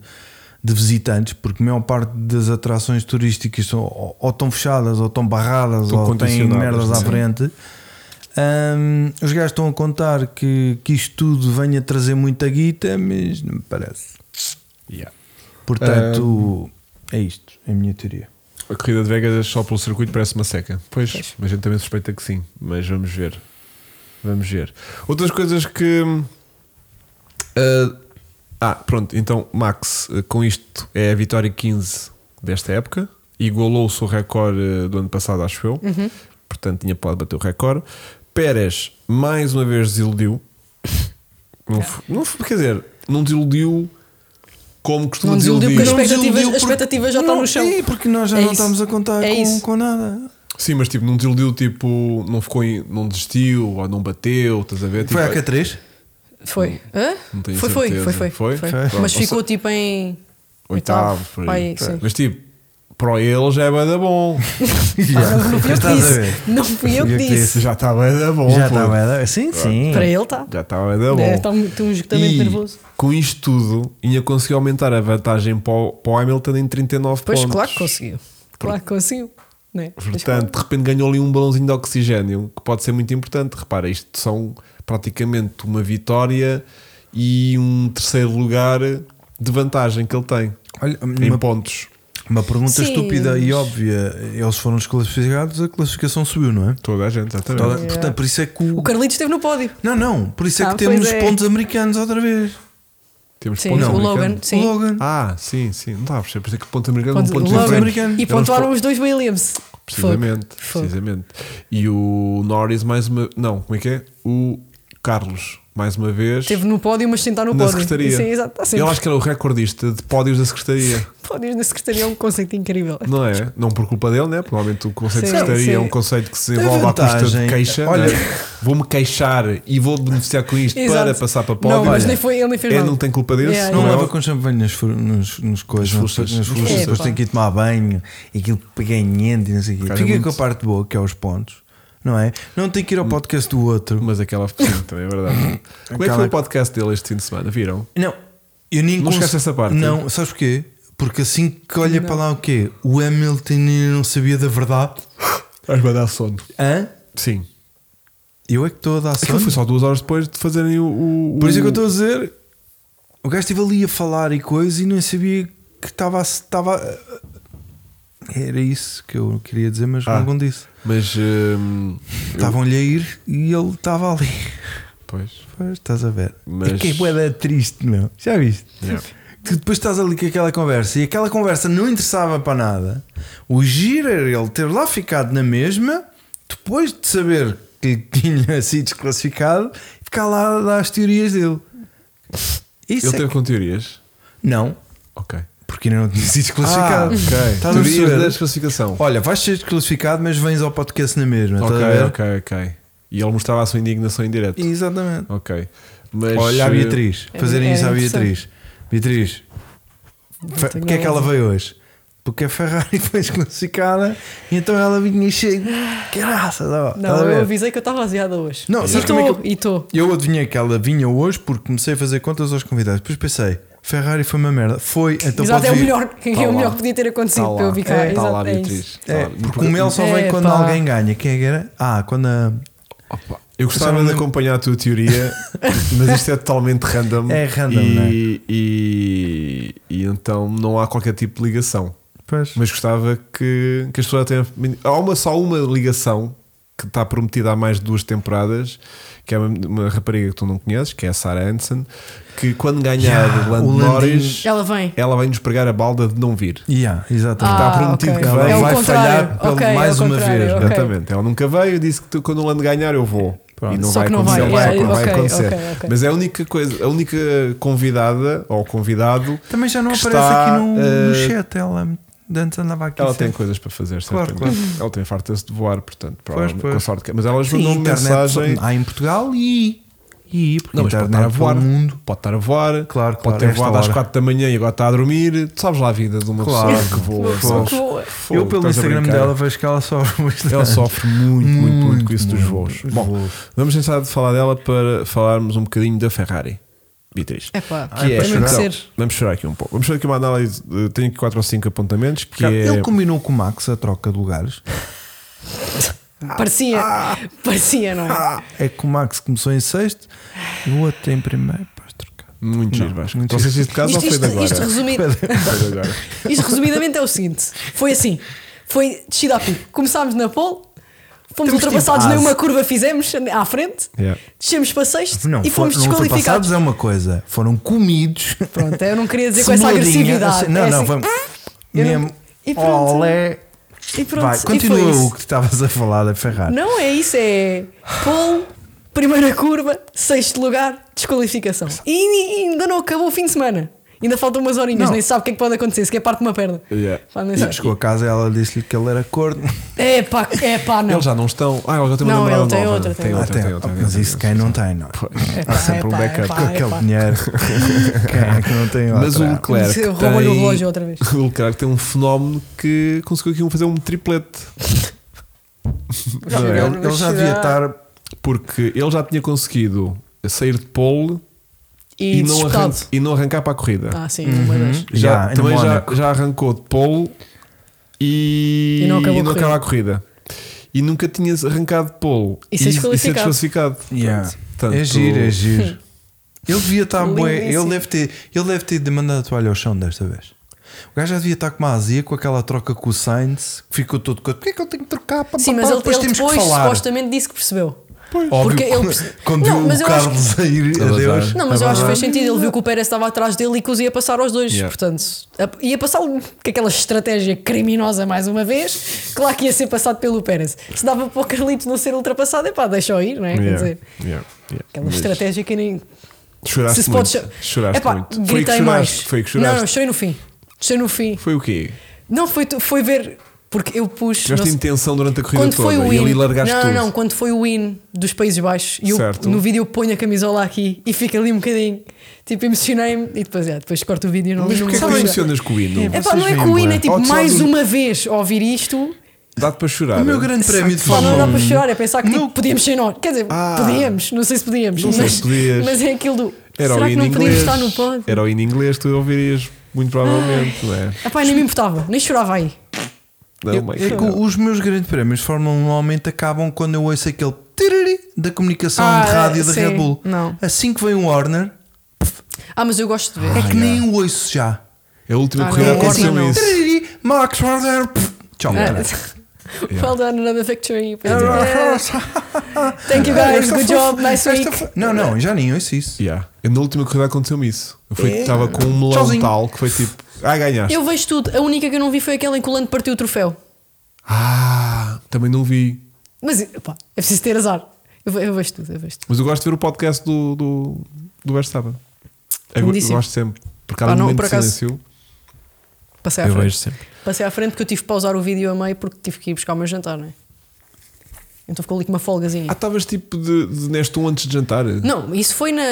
B: de visitantes, porque a maior parte das atrações turísticas são, ou, ou estão fechadas, ou estão barradas,
A: Estão
B: ou têm
A: condicionadas,
B: merdas à
A: sim.
B: frente. Hum, os gajos estão a contar que, que isto tudo venha trazer muita guita, mas não me parece.
A: Yeah.
B: Portanto, é isto, é a minha teoria.
A: A corrida de Vegas é só pelo circuito parece uma seca. Pois, mas a gente também suspeita que sim. Mas vamos ver. Vamos ver. Outras coisas que. hum, ah, ah, pronto. Então, Max, eh, com isto é a vitória 15 desta época. Igualou-se o recorde eh, do ano passado, acho eu.
C: Uhum.
A: Portanto, tinha pode bater o recorde. Pérez, mais uma vez, desiludiu. Não, f- não f- quer dizer, não desiludiu como costuma
C: Não desiludiu
A: desiludir.
C: porque as expectativas, as expectativas já estão
B: Não,
C: no chão.
B: É, porque nós já
C: É
B: não
C: isso.
B: estamos a contar
C: É
B: com,
C: isso.
B: com nada.
A: Sim, mas tipo, não desiludiu, tipo, não ficou em- não desistiu ou não bateu, estás a ver? Tipo,
B: Foi a K3?
C: Foi. Hã?
A: Não tenho
C: Foi, foi,
A: certeza.
C: foi, foi,
A: Foi?
C: foi.
A: Foi.
C: Mas
A: Pronto,
C: ficou tipo em.
A: oitavo, por aí.
C: Pai, sim.
A: Mas tipo, para ele já é bué da bom.
C: Não fui eu que
B: Estás a ver?
C: disse. Não fui eu que disse.
A: já está bué da bom.
B: Já tá
A: pô.
B: está bem, dá- Sim, sim.
C: Para ele tá. está.
A: Já está bué da bom.
C: É, Está um tem um esgotamento
A: E
C: nervoso.
A: Com isto tudo, ainda conseguiu aumentar a vantagem para o, para o Hamilton em 39
C: Pois,
A: pontos.
C: claro que conseguiu. Claro que conseguiu. Né?
A: Portanto, de repente ganhou ali um balãozinho de oxigênio, que pode ser muito importante. Repara, isto são praticamente uma vitória e um terceiro lugar de vantagem que ele tem
B: Olha,
A: em
B: uma,
A: pontos.
B: uma pergunta
C: Sim,
B: estúpida e
C: mas-
B: óbvia. Eles foram desclassificados, a classificação subiu, não é?
A: Toda a gente, exatamente.
B: Toda-
C: Yeah.
B: Portanto, por isso é que o.
C: O Carlitos esteve no pódio.
B: Não, não, por isso é
C: Ah,
B: que temos
C: pois é.
B: pontos americanos outra vez.
A: Temos
C: Sim,
A: pontos
C: o Logan.
A: americanos.
C: Sim.
B: O Logan.
A: Ah, sim, sim. Não estava a perceber. Por isso é que ponto americano é um
C: Ponto-
A: ponto
C: Logan.
A: diferente.
B: americano.
C: E
A: Eram
C: pontuaram
A: os
C: os dois Williams.
A: Precisamente,
C: Fogo.
A: precisamente. E o Norris, mais uma. Não, como é que é? O Carlos, mais uma vez.
C: Esteve no pódio, mas sentar no
A: na
C: pódio.
A: secretaria.
C: Sim, exato. assim. Está sempre.
A: Eu acho que era o recordista de pódios da secretaria.
C: Pódios na secretaria é um conceito incrível.
A: Não é? Não por culpa dele, né? Provavelmente o conceito
C: Sim,
A: de secretaria
C: sim.
A: é um conceito que se
B: Tem
A: envolve à custa de
B: vantagem.
A: queixa.
B: Olha-
A: né? vou-me queixar e vou beneficiar com isto
C: Exato.
A: para passar para
C: Não,
A: pódio.
C: mas
B: olha,
C: nem foi, ele nem fez
A: é,
C: nada.
A: não tem culpa desse.
C: Yeah,
B: Não
A: é?
C: yeah.
B: leva com champanhe nas, fru- nos, nos coisas,
A: Nas
B: nas
A: fuças.
B: frutas, nas frutas,
C: É,
B: depois
C: pá.
B: tem que ir tomar banho, e aquilo peganhando e não sei o quê.
A: Cara,
B: Fica
A: muito-
B: com a parte boa, que é os pontos, não é? Não tem que ir ao podcast do outro.
A: Mas aquela sim, também é verdade. Como é que
B: Aquela-
A: foi o podcast dele este fim de semana? Viram?
B: Não, eu nem
A: Não
B: cons-
A: esquece essa parte.
B: Não, sabes porquê? Porque assim que olha para lá o quê? O Hamilton ainda não sabia da verdade.
A: Acho vai dar sono.
B: Hã?
A: Sim.
B: Eu é que estou a dar
A: Aquilo
B: sono.
A: foi só duas horas depois de fazerem o. o-
B: Por isso é
A: o-
B: que eu estou a dizer. O gajo esteve ali a falar e coisa e nem sabia que estava. a- estava a- Era isso que eu queria dizer, mas
A: Ah.
B: não disse.
A: Mas. hum, eu-
B: Estavam-lhe a ir e ele estava ali.
A: Pois.
B: Pois, estás a ver.
A: Mas-
B: E que é boeda triste, meu. Já viste? Que depois estás ali com aquela conversa e aquela conversa não interessava para nada. O giro era ele ter lá ficado na mesma, depois de saber que tinha sido desclassificado, ficar lá a dar as teorias dele. Isso
A: Ele
B: é
A: teve
B: que-
A: com teorias?
B: Não,
A: Ok.
B: porque ainda não tinha sido
A: Ah,
B: é desclassificado. Tá
A: ok.
C: Tá
B: Estás a
A: Teorias
B: perceber?
A: da desclassificação.
B: Olha, vais ser desclassificado, mas vens ao podcast na mesma.
A: Ok,
B: estás Tá a ver?
A: ok, ok. E ele mostrava a sua indignação em direto.
B: Exatamente.
A: Ok. Mas,
B: Olha a
A: eh,
B: Beatriz,
C: Era-
B: fazerem
C: era
B: isso à
C: É interessante.
B: Beatriz. Beatriz, fa-
C: tenho
B: porque é que
C: nada a
B: ela veio hoje? Porque a Ferrari foi desclassificada e então ela vinha cheia. de Caraças, ó, estás a
C: Não,
B: ver?
C: eu avisei que eu estava aziada hoje.
B: Não,
C: e
B: sabes como é
C: estou,
B: que
C: e estou.
B: Eu adivinhei que ela vinha hoje porque comecei a fazer contas aos convidados. Depois pensei, Ferrari foi uma merda. Foi, então
C: Exato,
B: pode
C: é o
B: vir.
C: melhor, que
A: Tá
C: é o
A: lá.
C: melhor que podia ter acontecido
A: Está lá.
C: para eu ficar.
A: Está
C: Exato,
A: lá,
C: é
A: Beatriz.
C: isso.
A: Está
B: É,
A: lá.
B: porque o mel só vem
C: É,
B: quando
C: pá.
B: alguém ganha. Quem é que era? Ah, quando a.
A: Opa, Eu gostava
B: não
A: de
B: lembro-
A: acompanhar a tua teoria, mas isto é totalmente random.
B: É random,
A: e,
B: não é?
A: e- e então não há qualquer tipo de ligação.
B: Pois.
A: Mas gostava que, que as pessoas tenham. Há uma, só uma ligação que está prometida há mais de duas temporadas, que é uma, uma rapariga que tu não conheces, que é a Sarah Hansen, que quando ganhar
B: Yeah,
A: o
B: o
A: Lando
B: Landinho.
A: Norris,
C: Ela vem.
A: ela vai nos pregar a balda de não vir.
B: Yeah, exatamente.
A: está prometido
C: ok.
A: que
B: ela
A: vai-
C: é o
B: vai
C: contrário.
B: falhar pelo
C: Ok, é o
B: mais uma
C: contrário,
B: vez,
C: ok.
A: Exatamente, ela nunca veio, disse que tu- quando o Lando ganhar eu vou.
B: Pronto.
A: E não
C: Só
A: vai
C: que não
A: acontecer,
C: vai,
A: vai,
C: yeah,
A: não vai
C: ok,
A: acontecer.
C: ok, ok.
A: Mas é a única coisa, a única convidada ou convidado,
B: Tá, Também já não
A: que
B: aparece
A: está,
B: aqui no, no
A: eh,
B: chat. Ela antes andava aqui.
A: ela tem
B: sempre.
A: coisas para fazer,
B: Claro,
A: certamente. Ela tem farta-se de voar, portanto, provavelmente
B: pois.
A: com a sorte. que- Mas elas
B: Sim,
A: mandam
B: internet
A: mensagem.
B: só- há em Portugal e. E porque
A: Não, mas pode
B: internet
C: é
A: estar a voar.
B: para o mundo.
A: Pode estar a voar.
B: Claro,
A: Pode
B: claro,
A: ter
B: esta
A: voado às
B: hora.
A: 4 da manhã e agora está a dormir. Tu sabes lá a vida de uma
B: Claro.
A: pessoa que voa.
C: Uma pessoa
A: sabes?
C: que voa.
A: Fogo,
B: Eu pelo
A: estás a
B: Instagram
A: brincar.
B: dela vejo que ela sofre bastante.
A: Ela sofre muito, muito, muito, com isso dos
B: muito.
A: voos. Bom, vamos deixar de falar dela para falarmos um bocadinho da Ferrari. Beatriz.
C: É pá,
A: Que é,
B: Ah, para
C: tem que
A: então,
C: ser.
A: vamos chorar aqui um pouco. Vamos fazer aqui uma análise. eh, Tenho aqui 4 ou 5 apontamentos. Que é...
B: Ele combinou com o Max a troca de lugares.
C: Parecia,
A: Ah.
C: parecia, não é?
B: É que o Max começou em sexto e o outro em primeiro. Pois, trocar.
A: Muito giro,
B: Não,
A: Vasco.
B: muito
A: Então,
B: giro.
A: se isto de casa
C: Isto,
A: ou foi de
C: isto,
A: agora?
C: isto resumi-
A: Foi de agora.
C: isto resumidamente é o seguinte: foi assim, foi descida a pico. Começámos na pole, fomos
B: Temos
C: ultrapassados,
B: tipo
C: nenhuma
B: ase.
C: curva fizemos à frente,
A: Yeah.
C: descemos para sexto
B: Não,
C: e fomos
B: foram
C: desqualificados.
B: ultrapassados é uma coisa. Foram comidos.
C: Pronto, eu não queria dizer com essa
B: Cenourinha, assim,
C: agressividade.
B: Não,
C: é
B: não,
C: assim,
B: vamos.
C: eu não-
B: Mesmo.
C: E pronto.
B: Olé.
C: E pronto,
B: Vai,
C: e
B: continua
C: foi isso.
B: o que estavas a falar da Ferrari.
C: Não é isso, é pole, primeira curva, sexto lugar, desqualificação. E ainda não acabou o fim de semana. Ainda faltam umas horinhas,
B: Não.
C: nem se sabe o que é que pode acontecer, sequer parte de uma perna.
A: Yeah.
C: Pá, nem
B: E
C: sabe.
B: chegou a casa ela disse-lhe que ele era corno.
C: É pá, é pá, não.
A: Eles já não estão. Ah, ela já tem uma
C: Não,
A: namorada
C: ele tem
A: nova.
C: outra, tem
B: Ah, tem. Mas isso quem não tem, não. é?
C: É
A: Há
C: pá,
A: sempre
C: é
A: um
C: pá,
A: backup.
C: é
A: Com
C: pá, é
B: Aquele
C: pá.
B: dinheiro. Quem é que não tem
A: Mas um o
B: outra?
A: Leclerc.
C: Mas rouba-lhe
A: tem...
C: é o relógio outra vez.
A: O Leclerc tem um fenómeno que conseguiu aqui um- fazer um triplete. Não é?
B: Ele, ele já devia estar.
A: Porque ele já tinha conseguido sair de pole
C: E,
A: e, não, arran-
C: disputado.
A: e não arrancar para a corrida.
C: Ah, sim, uma das.
A: já,
B: Yeah, em
A: também já,
B: Mónaco.
A: já arrancou de pole e,
C: E não acabou a
A: acaba a corrida. E nunca tinha arrancado de pole
C: E ser desqualificado.
A: desqualificado.
B: Yeah.
A: Portanto,
B: É giro, é giro. Ele devia estar
C: Lindíssimo.
B: bué. Ele deve ter, ele deve ter demandado a toalha ao chão desta vez. O gajo já devia estar com uma azia com aquela troca com o Sainz, que ficou todo. Porquê é que eu tenho que trocar? Pá,
C: Sim,
B: pá,
C: mas
B: pá,
C: ele ele depois supostamente disse que percebeu.
B: Óbvio,
C: porque ele
B: quando-
C: perce-
B: quando
C: Não, mas
B: viu
C: eu
B: o
C: acho É
B: Carlos sair,
A: Todo
B: adeus.
A: azar.
C: Não, mas
A: É
C: eu acho que
A: verdade.
C: fez sentido. Ele viu que o Pérez estava atrás dele e que os ia passar aos dois.
A: Yeah.
C: Portanto, a- ia passá-lo com aquela estratégia criminosa mais uma vez. Claro que ia ser passado pelo Pérez. Se dava para o Carlitos não ser ultrapassado, é pá, deixa-o ir, não é? Quer
A: Yeah,
C: dizer,
A: yeah, yeah.
C: aquela
A: Mas
C: estratégia que nem.
A: Choraste
C: se
A: muito.
C: pode. cha-
A: Choraste
C: Epá,
A: muito. Foi aí que
C: gritei
A: choraste.
C: mais.
A: Foi aí que
C: não,
A: choraste.
C: não, chorei no fim. Chorei no fim.
A: Foi o quê?
C: Não, foi, tu- foi ver. Porque eu pus. não
A: Tiveste
C: sei-
A: intenção durante a corrida
C: quando
A: toda
C: foi o
A: e ali
C: win,
A: largaste
C: não,
A: tudo.
C: não, quando foi o win dos Países Baixos, e eu,
A: Certo.
C: no vídeo eu ponho a camisola aqui e fico ali um bocadinho, tipo, emocionei-me e depois, é, depois corto o vídeo e não
A: Mas porquê é que
C: não
A: tu
C: me-
A: emocionas com o hino?
C: É pá,
B: Vocês
C: não é
B: veem
C: que o win é
B: bué.
C: tipo
A: Ou te só
C: mais
A: do-
C: uma vez a ouvir isto,
A: Dá-te para chorar.
B: O meu grande prémio de
C: pá, não
B: Fórmula
C: dá
B: 1.
C: para chorar, é pensar que
B: Meu-
C: tipo, podíamos ser nós, quer dizer,
A: Ah.
C: podíamos, não sei se podíamos,
A: Não sei
C: mas,
A: se podias.
C: mas é aquilo do
A: Era
C: será
A: o
C: que
A: hino
C: não podíamos
A: inglês.
C: estar no pod?
A: Era o hino inglês, tu ouvirias muito provavelmente, não é?
C: Ah, pá, nem me importava, nem chorava aí.
A: Não,
B: Eu-
A: mãe,
B: é que
A: não.
B: os meus grandes prémios de Fórmula 1 normalmente acabam quando eu ouço aquele tiriri da comunicação
C: Ah,
B: de rádio da
C: sim,
B: Red Bull.
C: não.
B: Assim que vem o Warner,
C: Ah, mas eu gosto de ver.
B: é que nem o ouço já.
A: É A última
C: Ah,
A: corrida
C: não,
A: aconteceu
C: não.
A: isso.
B: Tiriri, Max Warner, pff, tchau.
C: Ah,
B: cara.
C: Well done, another victory. Thank you guys,
B: Esta foi-
C: good job, nice
B: esta
C: week.
B: foi- Não, não, já nem ouço isso.
A: Yeah. Eu, Na última corrida aconteceu-me isso. Eu fui-
B: É?
A: estava com um melão
B: Tchauzinho.
A: tal que foi tipo, ah, ganhaste.
C: Eu vejo tudo. A única que eu não vi foi aquela em que o Lando partiu o troféu.
A: Ah, também não vi.
C: Mas pá, é preciso ter azar. Eu, ve- eu vejo tudo, eu vejo tudo.
A: Mas eu gosto de ver o podcast do, do, do Verstappen. Eu go-
C: Lindíssimo.
A: gosto sempre. Porque há
C: Pá,
A: um
C: não,
A: momento
C: por
A: de
C: acaso,
A: silêncio.
C: Passei à frente.
A: sempre.
C: Passei à frente porque eu tive que pausar o vídeo a meio porque tive que ir buscar o meu jantar, não é? Então ficou ali com uma folgazinha.
A: Ah, estavas tipo de, de neste um antes de jantar?
C: Não, isso foi na.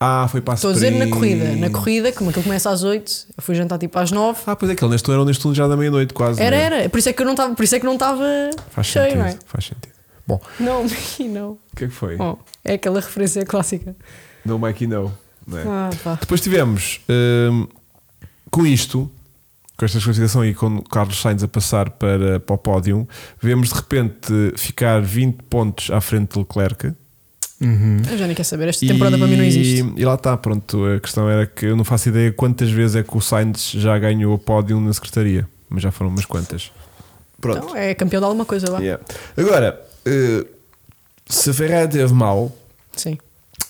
A: Ah, foi para a
C: Estou a dizer na
A: sprint.
C: corrida. Na corrida, como aquilo começa às 8, eu fui jantar tipo às 9.
A: Ah, pois é, aquele neste um era o neste um já da meia-noite quase.
C: Era,
A: não é?
C: era. Por isso é que eu não estava. Por isso é que não estava
A: Faz
C: cheio,
A: sentido.
C: não é?
A: Faz sentido. Bom,
C: Não, e não.
A: o que é que foi?
C: Oh, é aquela referência clássica.
A: No Mikey não. não é?
C: Ah, pá.
A: Depois tivemos hum, com isto, com esta desconsideração e com o Carlos Sainz a passar para, para o pódio, vemos de repente ficar 20 pontos à frente de Leclerc.
B: Uhum.
C: Eu já nem quero saber. Esta temporada para mim não existe.
A: E lá está, pronto. A questão era que eu não faço ideia quantas vezes é que o Sainz já ganhou o pódio na secretaria, mas já foram umas quantas. Pronto.
C: Então é campeão de alguma coisa lá.
A: Yeah. Agora, eh, se a Ferrari teve mal,
C: Sim.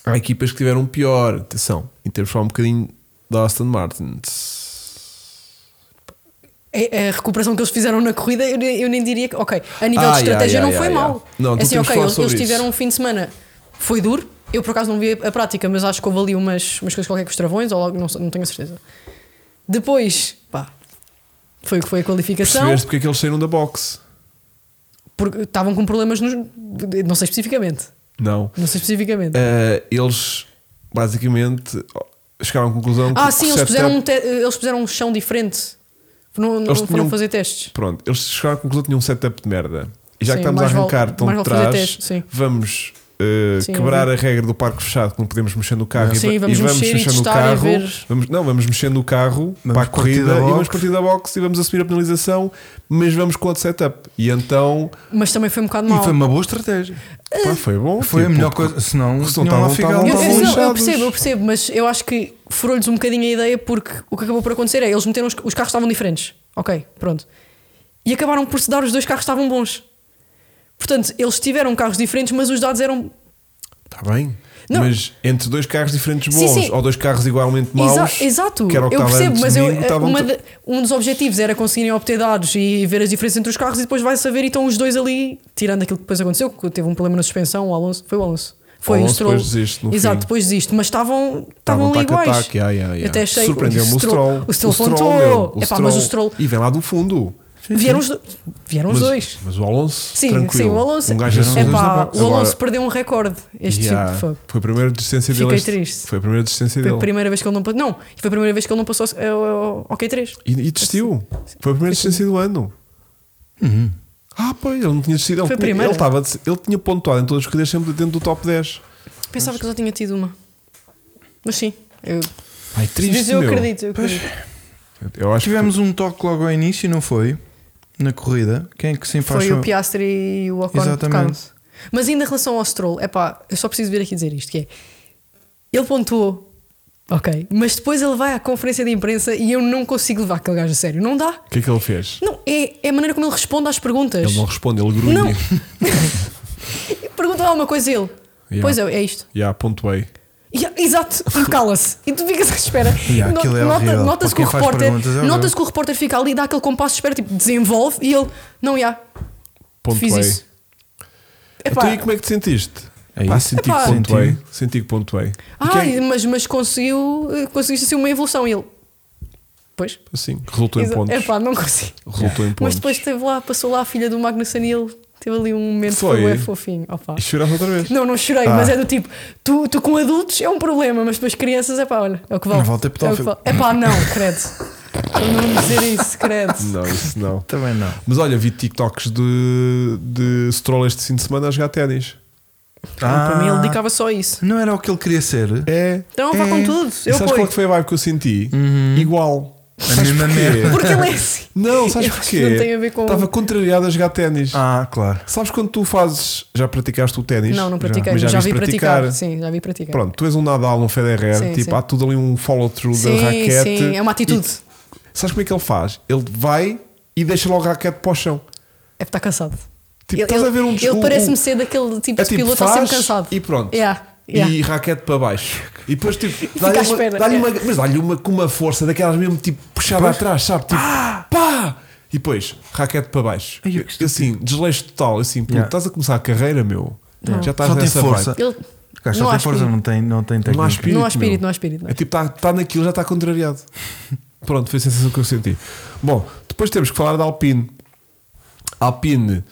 A: há equipas que tiveram pior. Atenção, e temos de falar um bocadinho da Aston
C: Então?
A: Martin.
C: É, A, a recuperação que eles fizeram na corrida, eu, nem- eu nem diria que. Ok,
A: Ah,
C: a nível de
A: yeah,
C: estratégia
A: yeah,
C: não
A: yeah,
C: foi
A: yeah.
C: mal.
A: Não, tu
C: assim,
A: temos
C: ok,
A: que falar
C: eles,
A: sobre
C: eles
A: isso.
C: tiveram um fim de semana, foi duro. Eu por acaso não vi a, a prática, mas acho que houve ali umas, umas coisas qualquer com os travões, ou logo, não, sei- não tenho a certeza. Depois, pá, foi o que foi a qualificação,
A: Percebeste porque é que eles saíram da box?
C: porque estavam com problemas, nos, não sei especificamente.
A: Não.
C: Não sei especificamente.
A: Eh, eles basicamente chegaram à conclusão que
C: ah,
A: o
C: sim, eles
A: setup-
C: puseram, um te- eles puseram um chão diferente. Não, não
A: Eles
C: foram
A: tinham- um
C: fazer testes.
A: Pronto, eles chegaram à conclusão que tinham um setup de merda. E já
C: Sim,
A: que estamos a
C: mais vale-
A: arrancar tão
C: mais
A: de
C: vale fazer
A: trás,
C: teste, sim.
A: vamos eh,
C: Sim,
A: quebrar
C: eu
A: a regra do parque fechado que não podemos mexer no carro
C: Sim,
A: e, va-
C: vamos
A: e vamos
C: mexer e
A: mexer no
C: testar e
A: carro.
C: ver.
A: Vamos, não, vamos mexer no carro
B: Vamos
A: para a
B: partir
A: corrida
B: da
A: e
B: box.
A: vamos partir da box e vamos assumir a penalização, mas vamos com outro setup. E então
C: Mas também foi um bocado mal.
B: E foi uma boa estratégia.
C: Eh,
A: pá, foi bom.
B: Foi a
A: tipo,
B: melhor coisa. Senão,
A: porque senão
B: tinham lá
A: estavam- estavam
B: ficado.
C: Eu, eu-
A: estavam
C: não, eu
A: lixados.
C: percebo, eu percebo, mas eu acho que furou-lhes um bocadinho a ideia porque o que acabou por acontecer é eles meteram os, os carros estavam diferentes. Ok, pronto. E acabaram por se dar os dois carros estavam bons. Portanto, eles tiveram carros diferentes, mas os dados eram.
A: Está tá bem.
C: Não.
A: Mas entre dois carros diferentes
C: Sim,
A: bons
C: sim.
A: ou dois carros igualmente maus,
C: Exa- exato,
A: que era o que
C: eu
A: estava
C: percebo,
A: antes
C: mas
A: de
C: eu- eh,
A: mim, estavam
C: uma
A: to-
C: de- um dos objetivos era conseguirem obter dados e ver as diferenças entre os carros e depois vai saber. E estão os dois ali, tirando aquilo que depois aconteceu, que teve um problema na suspensão, o Alonso. Foi o Alonso. Foi
A: O
C: o
A: Alonso
C: Stroll.
A: depois desiste no
C: Exato,
A: fim.
C: depois desiste, mas estavam
A: Estavam
C: estavam ali
A: tac a
C: iguais.
A: tac, yeah, yeah, yeah.
C: Até achei
A: Surpreendeu-me o Stroll.
C: O Stroll
A: meu,
C: pontuou.
A: o
C: Epá, mas o
A: Stroll-
C: Stroll.
A: E vem lá do fundo.
C: Vieram os, do- vieram os
A: mas,
C: dois.
A: Mas o Alonso.
C: Sim,
A: tranquilo.
C: sim, o Alonso.
A: Um gajo assim,
C: Epá,
A: dois na box.
C: o Alonso
A: Agora,
C: perdeu um recorde. Este
A: yeah,
C: tipo de fogo.
A: Foi a primeira desistência dele.
C: Fiquei
A: este-
C: triste.
A: Foi a primeira desistência
C: Foi a
A: dele.
C: primeira vez que ele não passou. Não, foi a primeira vez que ele não passou ao- ao ao Q3.
A: E, e desistiu. Foi a primeira desistência do ano.
B: Uhum.
A: Ah, pois, ele não tinha desistido. Ele,
C: Foi a
A: tinha-
C: primeira.
A: ele, estava de- ele tinha pontuado em todas as corridas sempre dentro do top 10.
C: Pensava que eu só tinha tido uma. Mas sim. Eu,
A: Ai, triste.
C: eu
A: meu.
C: acredito, eu acredito.
A: Eu acho
B: Tivemos um toque logo ao início, não foi? Na corrida. Quem é que se enfaixou?
A: um-
C: Foi o Piastri e o Ocon
B: Exatamente.
C: tocaram-se. Mas ainda em relação ao Stroll, é pá, eu só preciso vir aqui dizer isto: que é ele pontuou, ok, mas depois ele vai à conferência de imprensa e eu não consigo levar aquele gajo a sério, não dá.
A: que. O que é que ele fez?
C: Não, é, é a maneira como ele responde às perguntas.
A: Ele não responde, ele grunhe.
C: Não. Pergunta lá uma coisa a ele.
A: Yeah.
C: Pois é, é isto.
A: Já, pontuei.
C: Yeah, exato, e cala-se. E tu ficas à espera.
B: Yeah, aquilo é horrível.
C: nota-se
B: Para
C: que, o
B: quem faz
C: repórter-
B: perguntas, é horrível.
C: nota-se que o repórter fica ali e dá aquele compasso de espera, tipo, desenvolve e ele, não, já,
A: Pontuei.
C: fiz isso. Epá,
A: Então, e como é que te sentiste?
B: É
A: Pá,
B: isso.
A: senti que
C: Epá.
A: pontuei. Senti é que pontuei. E
C: Ah,
A: quem-
C: mas, mas conseguiu, eh, conseguiste assim uma evolução. E ele, pois,
A: Assim, resultou em
C: exa-
A: pontos.
C: epá, não consigo.
A: Resultou em
C: Mas
A: pontos.
C: depois teve lá, passou lá a filha do Magnussen e ele teve ali um momento
A: Foi?
C: que foi bué fofinho. Opá.
A: E choraste outra vez.
C: Não, não chorei,
A: Ah.
C: mas é do tipo, tu, tu com adultos é um problema, mas depois crianças é pá, olha, é o que vale.
B: Não vale ter
C: é o que
B: pedófilo.
C: vale. Epá, não, credo. Não dizer isso, credo.
A: Não, isso não.
B: Também não.
A: Mas olha, vi TikToks de, de Stroll este fim de semana a jogar ténis.
C: Não, Para mim
A: Ah.
C: ele dedicava só a isso.
B: Ah, Não era o que ele queria ser?
A: É.
C: Então vá
A: é.
C: com tudo,
A: E
C: eu
A: sabes qual é
C: apoio.
A: que foi a vibe que eu senti? Igual.
B: A mesma merda.
C: Porque ele é assim.
A: Não, sabes
C: Eu acho
A: porquê?
C: que não tem a ver com-
A: Estava contrariado a jogar ténis.
B: Ah, claro.
A: Sabes quando tu fazes. Já praticaste o ténis?
C: Não, não pratiquei,
A: Mas
C: já,
A: viste
C: vi praticar. Sim, já vi praticar.
A: Pronto, tu és um Nadal, um Federer,
C: Sim,
A: tipo,
C: sim.
A: há tudo ali um follow-through
C: Sim,
A: da raquete.
C: sim, é uma atitude.
A: E, sabes como é que ele faz? Ele vai e deixa logo a raquete para o chão.
C: É porque está cansado.
A: Tipo,
C: ele
A: estás a ver um
C: ele
A: o-
C: parece-me
A: o-
C: ser daquele tipo
A: é
C: de
A: tipo,
C: piloto que está
A: faz
C: sempre cansado.
A: E pronto.
C: Yeah,
A: E
C: yeah.
A: raquete para baixo. E depois, tipo,
C: à
A: dá-lhe uma,
C: espera,
A: dá-lhe
C: é.
A: uma- Mas dá-lhe uma com uma força daquelas mesmo, tipo, puxada atrás, sabe? Tipo,
B: Ah!
A: pá! E depois, raquete para baixo.
B: Ai, eu que
A: assim, desleixo total. Assim, puto,
B: Yeah.
A: estás a começar a carreira, meu. Já estás
B: Só tem
A: nessa
B: força.
A: vibe.
C: Ele
B: O gajo
C: Não
B: só
C: há
B: tem força,
C: espírito.
B: não tem, não tem técnica.
A: Não há espírito.
C: não há um espírito,
A: meu.
C: não há espírito. não há
A: É tipo, está tá naquilo, já está contrariado. Pronto, foi a sensação que eu senti. Bom, depois temos que falar da Alpine. Alpine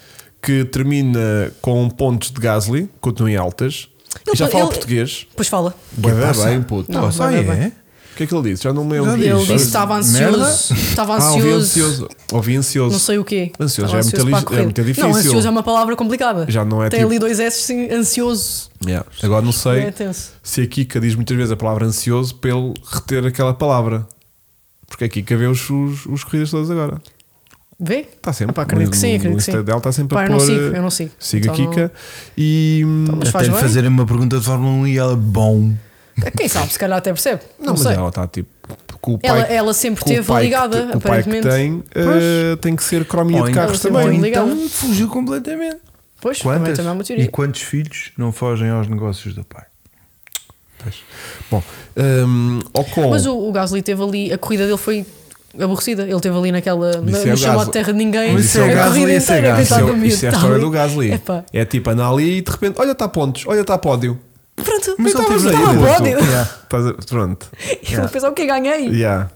A: que termina com pontos de Gasly, continua em altas.
C: Ele-
A: e já fala
C: ele-
A: português.
C: espírito. Pois fala.
A: Bué da
B: passa?
A: bem, puto.
C: Não,
B: Pô, só
C: nada
B: aí
C: bem.
B: é.
A: O que é que ele disse? Já não me lembro.
B: Já
C: Ele
B: Isso.
C: disse que estava ansioso. Estava
A: Ah, ouvi
C: ansioso.
A: ansioso. Ouvi ansioso.
C: Não sei o quê.
A: Ansioso
C: Estava
A: é muito
C: para a
A: li- é
C: corrida.
A: muito
C: Não,
A: difícil.
C: ansioso é uma palavra complicada.
A: Já não é
C: Tem
A: tipo-
C: ali dois S, sim, ansioso.
A: Yeah. Agora não sei
C: É tenso.
A: se a Kika diz muitas vezes a palavra ansioso para ele reter aquela palavra. Porque a Kika vê os, os, os corridas todas agora.
C: Vê?
A: Está Tá sempre.
C: Ah pá, acredito
A: no-
C: que sim,
A: no
C: acredito que
A: Insta
C: sim.
A: dela está sempre
C: Pá,
A: a
C: eu
A: pôr. eh,
C: não sigo, eu não sigo.
A: Siga
C: Então não- Então,
A: Kika e. hum,
C: Mas
B: Até
C: faz
B: lhe
C: bem.
B: fazerem uma pergunta de Fórmula 1 e ela, é bom.
C: Quem sabe, se calhar até percebe. Não,
A: Não, mas
C: sei.
A: ela está tipo. Com o pai,
C: Ela, ela sempre
A: com o
C: esteve
A: pai
C: ligada,
A: que, com o pai que tem,
C: aparentemente.
A: eh, tem que ser crominha
B: Ou
A: de
B: então-
A: carros
C: Sim,
B: ou
A: também.
C: sim.
B: então fugiu completamente.
C: Pois, também,
B: Quantas?
C: também é uma
B: E
C: teoria.
B: quantos filhos não fogem aos negócios do pai?
A: Bom, um, Ocon.
C: Mas o, o Gasly teve ali, a corrida dele foi aborrecida. Ele teve ali naquela.
A: Mas
C: Na,
A: isso é
C: no
A: o
C: chamado
A: Gasly.
C: terra de ninguém.
B: Mas isso é o
C: a
B: Gasly,
C: corrida
B: isso é
C: inteira,
B: Gasly.
A: Isso
C: coitado
A: é,
C: do miúdo,
A: isso é a
C: tá
A: história
C: ali.
A: do Gasly.
C: Epá.
A: É tipo, anda ali e de repente, olha, está pontos, olha, está pódio. tá
C: Pronto,
B: Mas
C: então
B: ele
C: ele
B: teve
C: estava
B: aí,
C: a pódio.
A: Yeah. Estás a- Pronto.
C: E ele pensava o que ganhei.
A: Yeah.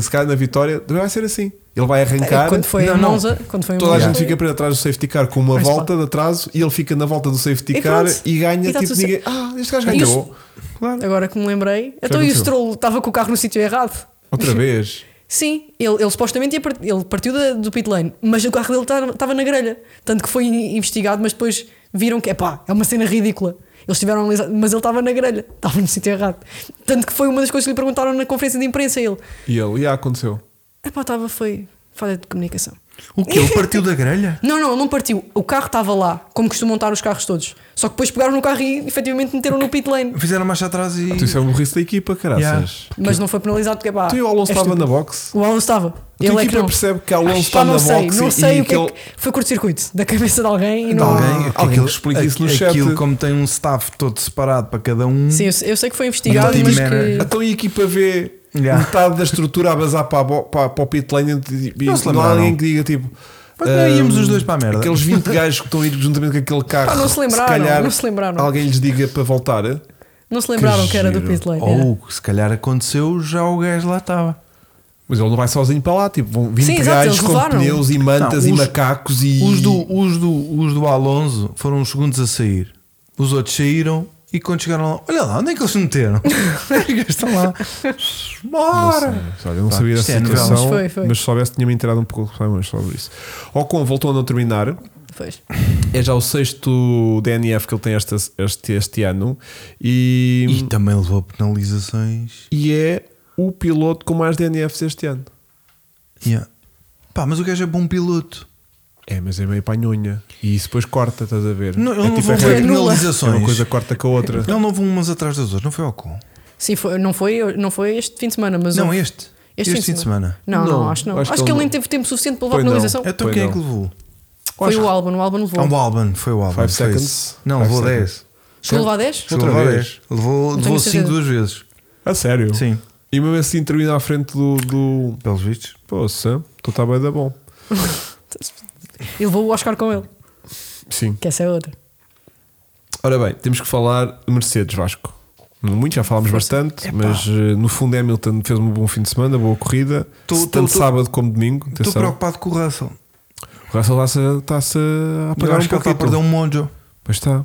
A: Se calhar na vitória, também vai ser assim. Ele vai arrancar,
C: É, Quando foi
B: Não,
C: a
B: não.
C: Monza, quando foi em
A: toda a
C: Monza,
A: gente fica para trás do safety car com uma
C: Mas lá.
A: volta de atraso e ele fica na volta do safety
C: E
A: car
C: pronto.
A: e ganha.
C: E tá
A: tipo,
C: tudo
A: ninguém. Ah, este gajo
C: E
A: ganhou. Claro.
C: Agora que me lembrei. Então e o
A: aconteceu?
C: Stroll estava com o carro no sítio errado.
A: Outra vez.
C: Sim, ele, ele supostamente ia part- ele partiu da- do pit lane, mas o carro dele estava na grelha. Tanto que foi in- investigado, mas depois viram que epá, é uma cena ridícula. Eles tiveram a analisar, mas ele estava na grelha, estava no sítio errado. Tanto que foi uma das coisas que lhe perguntaram na conferência de imprensa. Ele,
A: E ele, e ah, aconteceu.
C: epá, estava, foi falha de comunicação.
B: O que? Ele partiu da grelha?
C: Não, não, não partiu. O carro estava lá, como costumam estar os carros todos. Só que depois pegaram no carro e efetivamente meteram no pit lane.
B: Fizeram marcha atrás e.
A: Tu, isso é um burrice da equipa, caraças.
C: Mas não foi penalizado porque pá.
A: Tu e o Alonso
C: é
A: estava
C: estúpido.
A: na box.
C: O Alonso estava.
A: A tua
C: Ele é que
A: equipa
C: não.
A: percebe que o Alonso
C: Pá,
A: estava na
C: não sei,
A: box
C: não
A: e-
C: sei
A: e
C: o que, é
A: aquele-
C: que- Foi curto-circuito da cabeça de alguém e
B: Ah,
C: não.
A: alguém. que explique isso no
B: aqu-
A: chat.
B: Aquilo, como tem um staff todo separado para cada um.
C: Sim, eu, sei- eu sei que foi investigado,
B: Não,
C: mas
B: team manager.
C: que.
A: Então e a equipa vê
B: é Yeah.
A: metade da estrutura a basar para, a bo- para, para o pit lane e e
B: Não
A: não,
B: se
A: há
B: lembraram.
A: ninguém que diga tipo.
B: Mas não
A: "Ahm,
B: íamos os dois para a merda."
A: Aqueles 20 gajos que estão a ir juntamente com aquele carro.
C: Pá, não se lembraram,
A: calhar
C: não se lembraram.
A: Alguém lhes diga para voltar.
C: Não se lembraram que, era do
A: giro. Oh.
C: pit lane. é. era.
B: Ou se calhar aconteceu, já o gajo lá estava.
A: Mas ele não vai sozinho para lá. Tipo, vão 20
C: Sim, exato,
A: gajos
C: eles
A: com
C: levaram.
A: pneus e mantas
B: Não,
A: e
B: os-
A: macacos e.
B: Os do, os, do, os do Alonso foram os segundos a sair. Os outros saíram e quando chegaram lá, olha lá, onde é que eles se meteram? Os gajos estão lá.
A: Não
B: Bora!
A: sei, olha, eu não sabia
B: isto
A: dessa
B: é novela.
A: situação,
C: Mas foi, foi.
A: mas se soubesse tinha-me enterado um pouco mais sobre isso. Ocon voltou a não terminar,
C: Pois.
A: é já o sexto DNF que ele tem este, este, este ano e,
B: E também levou penalizações.
A: e é o piloto com mais DNFs este ano.
B: Yeah. Pá, mas o gajo é bom piloto.
A: É, mas é meio panhonha. E isso depois corta, estás a ver?
B: Não, ele
A: é
B: não
A: tipo,
B: levou
A: é
B: bem
A: regra-
C: nula.
A: é
B: penalizações.
A: uma coisa corta com a outra.
B: Ele não levou umas atrás das outras, não foi ao com.
C: Sim, foi- não, foi, não foi este fim de semana, mas.
B: Não,
C: o-
B: este. Este, fim de semana.
C: Não, não,
A: Não,
C: acho que não. Acho, que ele nem teve tempo suficiente para levar a
A: Pois não.
C: penalização.
A: É-
B: Então
A: Foi
B: quem é
A: não.
B: que levou?
C: Foi o álbum, o álbum
B: Ah,
C: levou.
B: o Alban, foi o Alban.
A: Five
B: foi
A: seconds.
B: esse. Não,
A: Five
B: levou
A: seconds.
B: 10.
C: Chegou a levar 10?
A: Outra
B: Chegou a levar
A: vez?
B: 10. Levou,
C: tenho
B: levou 5
C: certeza.
B: duas vezes.
A: A sério?
B: Sim,
A: E mesmo assim termina à frente do. do...
B: pelos vistos.
A: Poxa, tu está bem da bom.
C: E levou o Oscar com ele.
A: Sim.
C: Que essa é outra.
A: Ora bem, temos que falar Mercedes Vasco. Muito, já falámos bastante, mas eh, no fundo Hamilton fez um bom fim de semana, boa corrida,
B: Tô-
A: se
B: tô-
A: tanto
B: tô-
A: sábado como domingo.
B: Estou
A: Atenção.
B: preocupado com o Russell.
A: O Russell está-se está-se a
B: Eu
A: apagar um
B: acho que ele está a perder
A: pouquinho.
B: um monjo.
A: Pois está.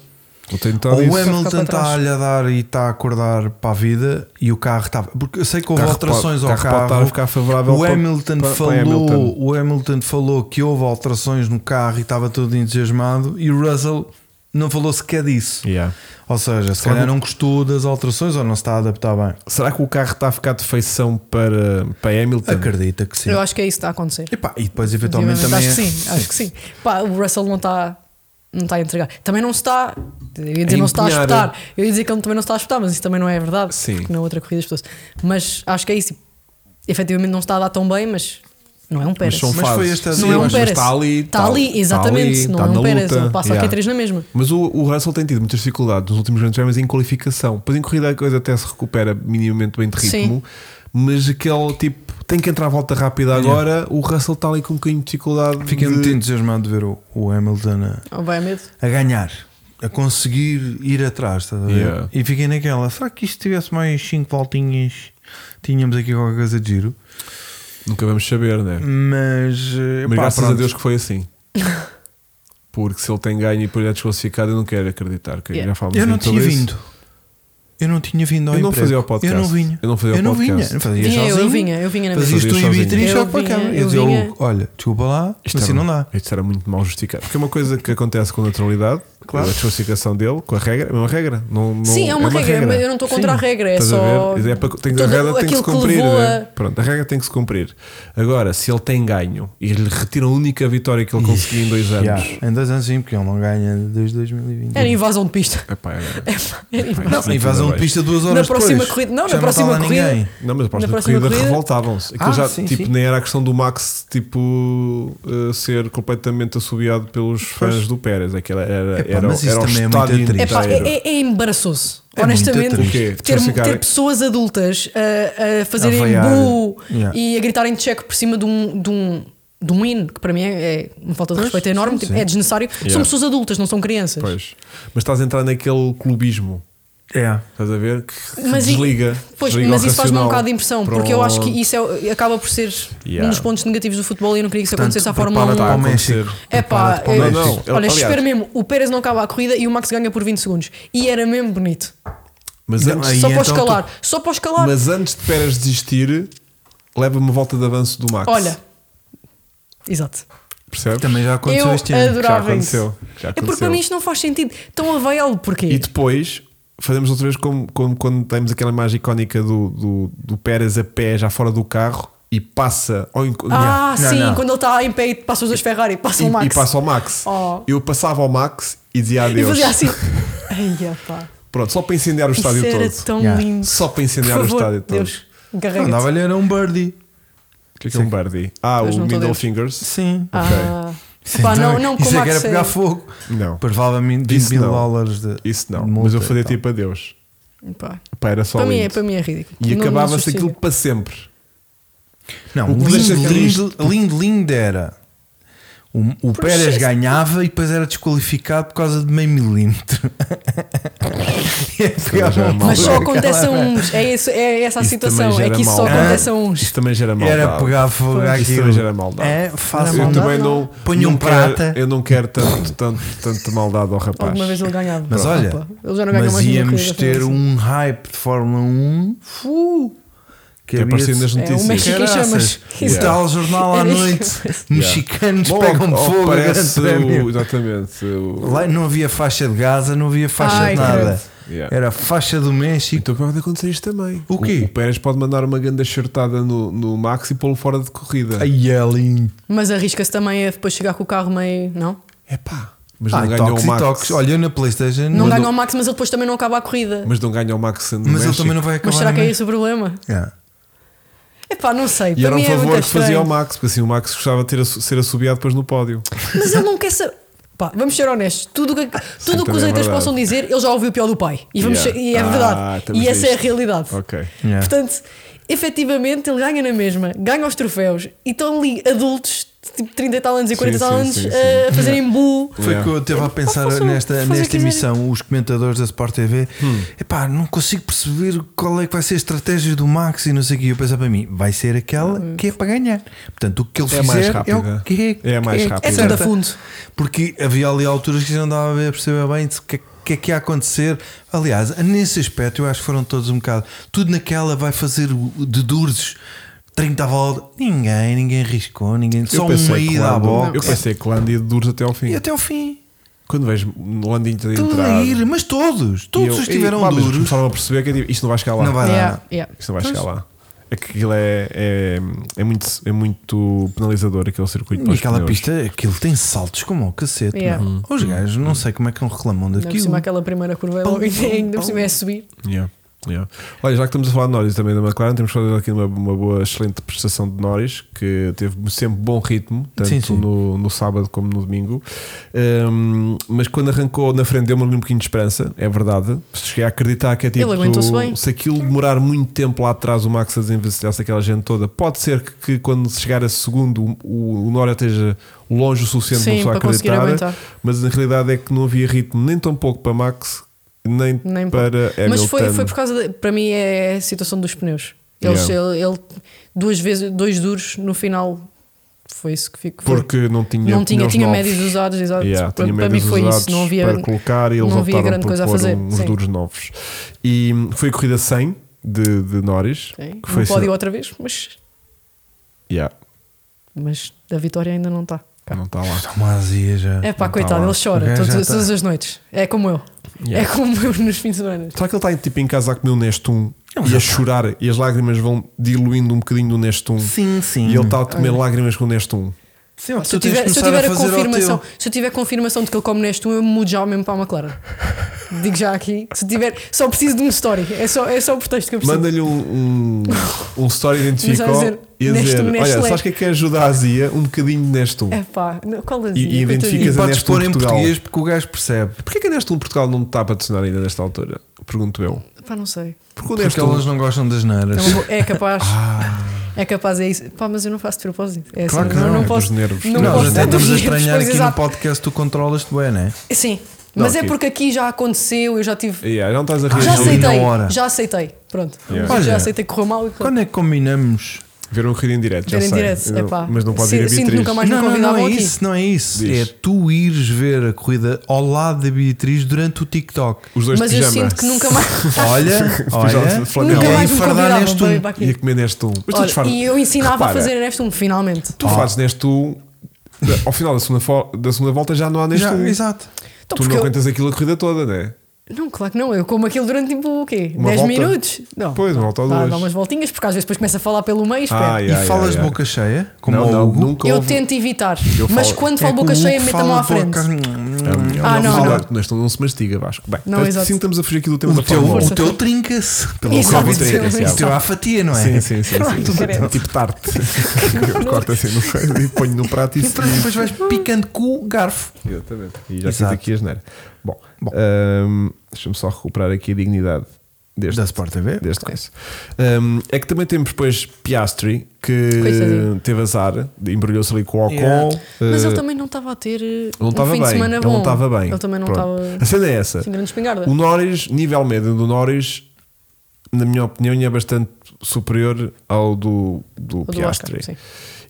A: Eu tenho estado
B: Ou o
A: isso.
B: Hamilton
C: Ficar para trás.
B: está a lhe dar e está a acordar para a vida e o carro estava. Porque eu sei que houve
A: Carro
B: alterações
A: pode-
B: ao
A: carro pode
B: carro.
A: estar a ficar favorável
B: o
A: para-
B: Hamilton
A: para- para
B: falou,
A: Hamilton.
B: O Hamilton falou que houve alterações no carro e estava todo entusiasmado e o Russell não falou sequer disso.
A: Yeah.
B: Ou seja, se
A: Será
B: calhar
A: que-
B: não gostou das alterações ou não se está a adaptar bem.
A: Será que o carro está a ficar de feição para, para Hamilton?
B: Acredita que sim.
C: Eu acho que é isso que está a acontecer.
B: E, pá, e depois, eventualmente, também.
C: acho
B: é-
C: que sim, acho que sim. Pá, o Russell não está não está a entregar. Também não se está. Eu ia dizer
A: A
C: não se está a
A: empenhar. é.
C: espetar. Eu ia dizer que ele também não se está a espetar, mas isso também não é verdade.
A: Sim.
C: Porque na outra corrida espetou-se. Mas acho que é isso. Efetivamente não está a dar tão bem, mas não é um Pérez.
A: Mas são
B: Mas foi
A: fases.
B: este ano.
C: não é
B: eu
C: um
B: acho que
C: Pérez.
A: Está ali,
C: Está ali, exatamente.
A: está ali,
C: não
A: está
C: é
A: na
C: um Pérez.
A: luta.
C: Ele passa
A: Yeah.
C: a Q3 na mesma.
A: Mas o, o Russell tem tido muitas dificuldades nos últimos grandes prémios em qualificação. Depois em corrida a coisa até se recupera minimamente bem de ritmo, mas aquele tipo tem que entrar à volta rápida agora. O Russell está ali com um bocadinho de dificuldade.
B: Fiquei
A: de...
B: muito entusiasmado de ver o, o Hamilton eh, a,
C: Ou vai a medo.
B: a ganhar, a conseguir ir atrás, estás a ver?
A: Yeah.
B: E fiquei naquela, será que isto tivesse mais 5 voltinhas? Tínhamos aqui qualquer coisa de giro,
A: Nunca vamos saber, né?
B: mas, eh,
A: Mas
B: pá,
A: graças a
B: pronto.
A: Deus que foi assim. Porque se ele tem ganho e depois é desclassificado, eu não quero acreditar. Que
C: Yeah.
A: já falamos
B: eu não
A: muito
B: tinha
A: sobre então é isso.
B: vindo. Eu não tinha vindo ao
A: Eu não
B: emprego.
A: fazia o podcast.
B: Eu não vinha.
A: Eu não fazia o
B: vinha.
A: podcast.
B: Eu fazia
C: Vinha eu, eu
B: sozinho.
C: vinha, eu vinha na mesma.
B: Fazias tu
A: Fazia
B: e Beatriz
C: sozinho.
B: só para a
C: Eu
B: câmara.
C: vinha,
B: Eu
C: eu
B: dizia,
C: vinha.
B: Hugo, olha, desculpa lá,
A: Isto é um
B: mas assim
A: era-
B: não dá.
A: Isto era muito mal justificado. Porque é uma coisa que acontece com naturalidade,
B: Claro.
A: a justificação dele, com a regra, é uma regra. Não, não-
C: Sim, é uma, regra, mas eu não estou contra
A: Sim.
C: a regra, é
A: Estás
C: só.
A: a ver? É para- tem, a
C: tudo
A: regra tem que
C: aquilo
A: se cumprir.
C: levou
A: né?
C: a-
A: Pronto, a regra tem que se cumprir. Agora, se ele tem ganho e lhe retiram a única vitória que ele conseguiu em dois anos.
B: Já, Em dois anos sim, porque ele não ganha desde 2020.
C: Era invasão de pista.
A: Epá, é era-
C: Era invasão.
A: Não,
B: Não, invasão de pista duas horas
C: próxima
B: depois.
C: corrida- não, na
B: Já
C: próxima
B: está lá
C: corrida-
B: ninguém.
A: Não, mas a próxima,
C: Na próxima
A: corrida,
C: corrida-
A: revoltavam-se. Aquilo
B: Ah,
A: já
B: sim,
A: tipo,
B: sim.
A: nem era a questão do Max tipo, eh, ser completamente assobiado pelos fãs do Pérez. Aquilo era,
B: Epá,
A: era,
B: mas isso
A: era o
B: também é muito
A: estádio
B: triste.
A: inteiro.
C: É, pá, é, é- é embaraçoso.
B: É
C: Honestamente,
B: muito triste.
A: O quê?
C: ter,
A: Ficar-
C: ter pessoas adultas a, a
B: A
C: fazerem
B: vaiar.
C: boo
B: Yeah.
C: e a gritarem de cheque por cima de um, de um, de um hino, que para mim é, é uma falta de
B: Pois,
C: respeito enorme,
B: sim,
C: tipo,
B: sim.
C: é desnecessário. São
A: Yeah.
C: pessoas adultas, não são crianças.
A: Pois. Mas estás a entrar naquele clubismo,
B: É.
A: estás a ver? Que
C: Mas e-
A: desliga.
C: Pois,
A: desliga
C: mas
A: o
C: isso faz-me um
A: racional
C: bocado de impressão,
A: para
C: porque eu
A: um-
C: acho que isso é- acaba por ser
A: Yeah.
C: um dos pontos negativos do futebol e eu não queria que isso
B: Portanto,
C: acontecesse à Fórmula
A: prepara-te
C: 1.
A: para
B: Ao
A: acontecer.
B: México.
C: É pá,
B: Prepara-te para o
A: Não,
C: eu-
A: não.
B: México.
A: Ele-
C: olha,
A: aliás-
C: espero mesmo. O Pérez não acaba a corrida e o Max ganha por 20 segundos. E era mesmo bonito.
A: Mas
B: Não,
A: antes,
B: aí
C: só para
B: então
C: escalar. Só para escalar.
A: mas antes de Pérez desistir, leva uma volta de avanço do Max.
C: Olha. Exato.
A: percebes?
B: Também já aconteceu
C: eu
B: este ano.
A: Que já
C: adorava
A: aconteceu.
C: isso.
A: que Já
C: É porque para
A: aconteceu.
C: mim isto não faz sentido. Estão a veiá-lo porquê?
B: é.
A: E depois fazemos outra vez como, como quando temos aquela imagem icónica do, do, do Pérez a pé já fora do carro e passa ao enco-
C: Ah,
B: Não,
C: sim,
B: não.
C: quando ele está em pé e passa os dois Ferrari, passa
A: e,
C: o Max.
A: e passa ao Max.
C: Oh.
A: Eu passava ao Max e dizia
C: E
A: adeus.
C: fazia assim. Ai, pá.
A: Pronto, só para incendiar o estádio
C: Isso era
A: todo.
C: tão
B: Yeah.
C: lindo.
A: Só para
C: Por
A: incendiar o
C: favor,
A: estádio todo.
C: Deus,
B: Não,
C: encarrega-te.
B: Dava-lhe era um birdie.
A: O que é que é um birdie? Ah,
C: Pois
A: o
C: não tô
A: middle
C: dentro.
A: fingers?
B: Sim.
C: Ah,
B: Sim,
C: pá,
B: então,
C: não, não com o
B: isso é
C: Max.
B: que era
C: é-
B: pegar fogo.
A: Não.
B: Provavelmente 20
A: Isso
B: mil
A: não.
B: dólares de.
A: Isso não.
B: de
A: Mas
B: multa então.
A: eu fazia
B: e tal.
A: tipo adeus.
C: Pá.
A: Pá, era só
C: Para mim, é,
A: lindo.
C: para mim é ridículo.
A: E
C: Não- não
A: acabava-se
C: justifica.
A: aquilo para sempre.
B: Não,
A: tipo, O que
B: lindo,
A: deixa
B: lindo,
A: triste,
B: lindo, lindo, era. O, o Pérez ganhava e depois era desqualificado por causa de meio milímetro. E pegava
A: já é
B: um-
A: mau.
C: Mas só
A: Aquela-
C: acontece a uns. É, isso, é essa a
A: Isso
C: situação.
A: também
C: É
A: gera
C: que isso só
A: maldade.
C: acontece a uns.
A: Isso também gera maldade.
B: Era pegar fogo
A: Pois, Isso
B: àquilo.
A: também gera maldade.
B: É, fácil.
A: Eu
C: maldade,
A: também
C: não.
A: não.
B: Ponha um
A: não quero-
B: prata.
A: Eu não quero tanto, tanto, tanto maldade ao rapaz.
C: Alguma vez ele ganhava.
B: Mas
C: Pronto,
B: olha,
C: opa, ele já não ganha
B: Mas
C: mais nenhuma
B: íamos
C: corrida,
B: ter
C: afinal.
B: um hype de Fórmula 1 fu,
A: Que aparecia nas
C: É, o
A: notícias.
C: México em chamas. É
B: O
A: Yeah.
B: tal jornal à
C: Era isso.
B: noite,
A: Yeah.
B: mexicanos
A: Bom,
B: pegam
A: ou- ou
B: fogo.
C: né,
A: parece
B: grande
A: o,
B: prémio.
A: Exatamente. o-
B: Lá não havia faixa de Gaza, não havia faixa
C: Ai,
B: de nada.
A: Yeah.
B: Era faixa do México.
A: Então pode acontecer isto também.
B: O quê?
A: O, Pérez pode mandar uma grande acertada no, no Max e pô-lo fora de corrida.
B: Ai, é lindo.
C: Mas arrisca-se também a depois chegar com o carro meio. Não?
A: É pá. Mas
B: Ah,
A: não ganhou
B: toques
A: o
B: e
A: Max.
B: toques. Olha, eu na Playstation.
C: Não
B: mas
C: ganha o Max, mas ele depois também não acaba a corrida.
A: Mas não ganha o Max no
B: mas ele
A: México.
B: também não vai acabar.
C: Mas será que é
B: no
C: esse o problema?
B: meio. Yeah.
C: É pá, não sei.
A: E
C: Para
A: era um
C: mim é muito
A: favor que fazia
C: estranho.
A: ao Max, porque assim o Max gostava de ter, assu- ser assobiado depois no pódio.
C: Mas ele não quer saber. Pá, vamos ser honestos. Tudo o que, tudo o que
A: também
C: os
A: é
C: haters
A: verdade.
C: possam dizer, ele já ouviu o pior do pai. E, vamos
A: Yeah.
C: ser- e é
A: Ah,
C: verdade.
A: estamos
C: E essa é a
A: nisto.
C: realidade.
A: Ok.
B: Yeah.
C: Portanto, efetivamente, ele ganha na mesma, ganha os troféus e estão ali adultos, tipo 30 e tal anos e 40 e tal
A: sim,
C: anos, eh,
A: sim,
C: a fazerem bu.
B: Foi
A: Yeah.
B: que eu estava a pensar
C: façam-
B: nesta,
C: façam o
B: nesta
C: que
B: emissão, os comentadores da Sport TV.
A: Hum.
B: Epá, não consigo perceber qual é que vai ser a estratégia do Max e não sei o que. Eu pensava para mim, vai ser aquela que é para ganhar. Portanto, o que ele
A: É
B: fizer
A: mais
B: é
A: rápida.
B: o que é,
A: É mais
B: que
A: rápida.
C: É
A: Exato.
C: tanto a
B: certa.
C: fundo.
B: Porque havia ali alturas que já não dava a ver- a perceber bem o que, que é que ia acontecer. Aliás, nesse aspecto, eu acho que foram todos um bocado. Tudo naquela vai fazer o- de durzes 30 voltas. Ninguém, ninguém riscou, ninguém.
A: Eu
B: Só uma
A: pensei, que
B: ida à
A: Lando,
B: boca.
A: eu pensei que Lando ia de duros até ao fim.
B: E até ao fim.
A: Quando vejo Landinho a
B: Tudo
A: entrar.
B: a ir, mas todos,
A: e eu-
B: todos os
A: e,
B: estiveram
A: pá, mas
B: duros.
A: Começaram a perceber que é tipo, isto não vai chegar lá.
B: Não vai
C: Yeah,
B: dar.
C: yeah.
A: Isto não vai
B: Pois.
A: chegar lá. É que aquilo é, é, é muito, é muito penalizador, aquele circuito. para
B: E
A: os
B: aquela
A: pneus.
B: pista, aquilo tem saltos como o cacete.
C: Yeah.
B: não.
A: Hum.
B: Os gajos não sei como é que não reclamam
C: Ainda por
B: daquilo.
C: cima, aquela primeira curva é
B: Pum,
C: logo,
B: pum,
C: ainda por
B: pum.
C: cima é subir.
A: Yeah, yeah. Olha, já que estamos a falar de Norris e também da McLaren, temos que fazer aqui uma, uma boa, excelente prestação de Norris, que teve sempre bom ritmo, tanto
B: Sim, sim.
A: No, no sábado como no domingo. Ahm, mas quando arrancou na frente, deu-me um bocadinho de esperança, é verdade. Cheguei a acreditar que é tipo.
C: Ele aguentou-se bem.
A: Se aquilo demorar muito tempo lá atrás, o Max a desenvencilhar-se aquela gente toda, pode ser que, que quando chegar a segundo, o, o Norris esteja longe o suficiente
C: Sim,
A: para
C: para conseguir
A: acreditar.
C: aguentar.
A: Mas na realidade é que não havia ritmo nem tão pouco para Max. Nem,
C: Nem
A: para Hamilton.
C: Mas foi, foi por causa, de- para mim, é a situação dos pneus. Eles,
A: Yeah.
C: ele, ele- duas vezes, dois duros no final Foi isso que fico. foi.
A: Porque não tinha
C: não tinha,
A: os
C: tinha
A: novos.
C: médios usados, exato.
A: Yeah,
C: para,
A: tinha
C: para mim
A: médios
C: foi
A: usados
C: isso, não havia.
A: para colocar e eles
C: não havia
A: optaram
C: grande
A: por
C: coisa a
A: pôr
C: fazer,
A: uns
C: sim.
A: duros novos. E hum, foi a corrida 100 de, de Norris.
C: Sim,
A: que foi
C: no pódio
A: assim-
C: outra vez, mas,
A: Yeah,
C: mas a vitória ainda não está.
A: não está lá.
B: Está uma azia já.
C: É pá,
A: Não tá
C: coitado,
A: lá.
C: ele chora
B: O gajo
C: todas,
B: já tá-
C: todas as noites. É como eu.
A: Yeah.
C: É como eu nos fins de semana.
A: Será que ele está tipo, em casa a comer um Nestum
C: É
B: Não,
A: e
B: já
A: a
B: tá.
A: chorar e as lágrimas vão diluindo um bocadinho do Nestum?
B: Sim, sim.
A: E ele tá- está a comer lágrimas com o um. Nestum.
B: Sim,
C: Se eu, tiver, se eu tiver a confirmação, se eu tiver confirmação de que ele come neste um, eu mudo já mesmo para a McLaren. Digo já aqui. Se tiver, só preciso de um story. É só, é só o pretexto que eu preciso.
A: Manda-lhe um, um, um story
C: Mas
A: identificou
C: vai dizer,
A: e a dizer:
C: Nestum,
A: Olha,
C: Nestlé."
A: sabes o que é que ajuda a Azia? Um bocadinho de Nestum.
C: É pá, não, qual
A: E- e
C: azia,
A: identificas
B: E
A: Ficas a
C: coitadinho.
B: podes
A: neste em
B: pôr em
A: Portugal.
B: português porque o gajo percebe.
A: Porquê que a Nestum Portugal não está a patrocinar ainda nesta altura? Pergunto eu.
C: Pá, não sei.
A: Porque o
B: Porque
A: Nestum.
B: elas não gostam das
C: É,
B: neiras.
C: uma boa- é capaz. É capaz, é isso. Pá, mas eu não faço de propósito. É
B: Ah. Claro
C: assim,
B: que
C: eu
B: não,
A: é
C: não,
A: dos
C: posso.
A: nervos.
C: não
B: Não,
C: posso
B: já
C: dar
B: estamos a
C: dos
B: estranhar
C: nervos,
B: aqui
C: pois,
B: no
C: exato.
B: podcast, tu controlas-te bem, não é?
C: Sim, mas
A: Não,
C: é
A: aqui.
C: porque aqui já aconteceu, eu já tive.
A: Yeah, não estás a reagir.
C: Ah, Já
B: já sei.
C: aceitei.
B: na hora.
C: Já aceitei. Pronto.
A: Yeah.
C: Já- Já
B: Olha,
C: aceitei que correu mal e
B: Quando é que combinamos?
A: Ver um corrido em direto, já
C: Ver em
A: sei.
C: direto,
A: Eu-
C: epá.
A: Mas não pode
C: Sim-
A: ir a
C: sinto
A: Beatriz.
C: nunca mais- Mas não
B: não, não, não
C: convidavam
B: é
C: aqui.
B: isso, não é isso.
A: Diz.
B: É tu ires ver a corrida ao lado da Beatriz durante o TikTok.
A: Os dois
C: Mas
A: de
C: eu
A: pijama.
C: sinto que nunca mais.
B: Olha, olha.
A: Pijama de flanela.
C: Nunca mais
B: E
C: me
B: fardar
C: convidavam
B: neste
C: para ir
B: um.
C: para aqui.
A: E a comer Nestum. Mas tu
C: Olha,
A: disfarças-
C: e eu ensinava
A: Repara,
C: a fazer Ah. Nestum, finalmente.
A: Tu fazes Nestum. Ao final da segunda, fo- da segunda volta já não há
B: Já,
A: Nestum.
B: exato.
C: Então,
A: Tu
C: porque
A: não
C: eu-
A: aguentas aquilo a corrida toda, não é?
C: Não, claro que não. Eu como aquilo durante tipo o quê?
A: Uma
C: 10
A: volta?
C: minutos? Não.
A: Pois, uma volta ou
C: dá,
A: duas.
C: dá umas voltinhas, porque às vezes depois começa a falar pelo meio. espera.
A: Ah,
B: E
A: yeah,
B: falas
A: yeah,
B: de
A: yeah.
B: boca cheia, como
A: não,
B: o
A: não,
B: Hugo.
A: nunca
C: eu
A: houve-
C: tento evitar.
A: Eu
C: mas
A: falo-
C: quando
B: É
C: falo
B: que
C: boca
B: o Hugo
C: cheia, meta-me
B: fala
C: à
B: de boca-
C: frente.
A: Ah,
C: Ah,
A: não,
C: não,
A: falar,
C: não.
A: não. Neste um não se mastiga, Vasco. Bem,
C: Não,
A: não,
C: exato.
A: estamos a fugir aqui do tema
B: O
A: da
B: teu,
A: Fórmula 1.
B: o teu trinca-se.
A: Também
C: Exato,
A: corta
C: sim,
A: trinca-se,
C: sim.
A: já.
B: O teu à fatia, não é?
A: Sim, sim, sim. sim, sim.
C: credo.
A: Tipo tarte. Eu corto assim no meio e ponho no prato e
B: E
C: Tipo
B: depois depois vais picando com o garfo.
A: Exatamente. E já fiz
B: Exato.
A: aqui a geneira. Bom,
B: Bom.
A: hum, deixa-me só recuperar aqui a dignidade deste,
B: Da Sport TV.
A: deste coisa. Hum, é que também temos depois Piastri, que
C: Coitadinho.
A: teve azar, embrulhou-se ali com o Ocon.
B: Yeah.
C: Mas
A: eh,
C: ele também não estava a ter eh,
A: não
C: um
A: estava
C: fim
A: bem.
C: de semana
A: ele
C: bom.
A: não estava bem.
C: Ele também não
A: Pronto.
C: estava
A: A cena é essa.
C: sem grande espingarda.
A: O Norris, nível médio do Norris, na minha opinião, é bastante superior ao do, do
C: do
A: Piastri.
C: Oscar, sim.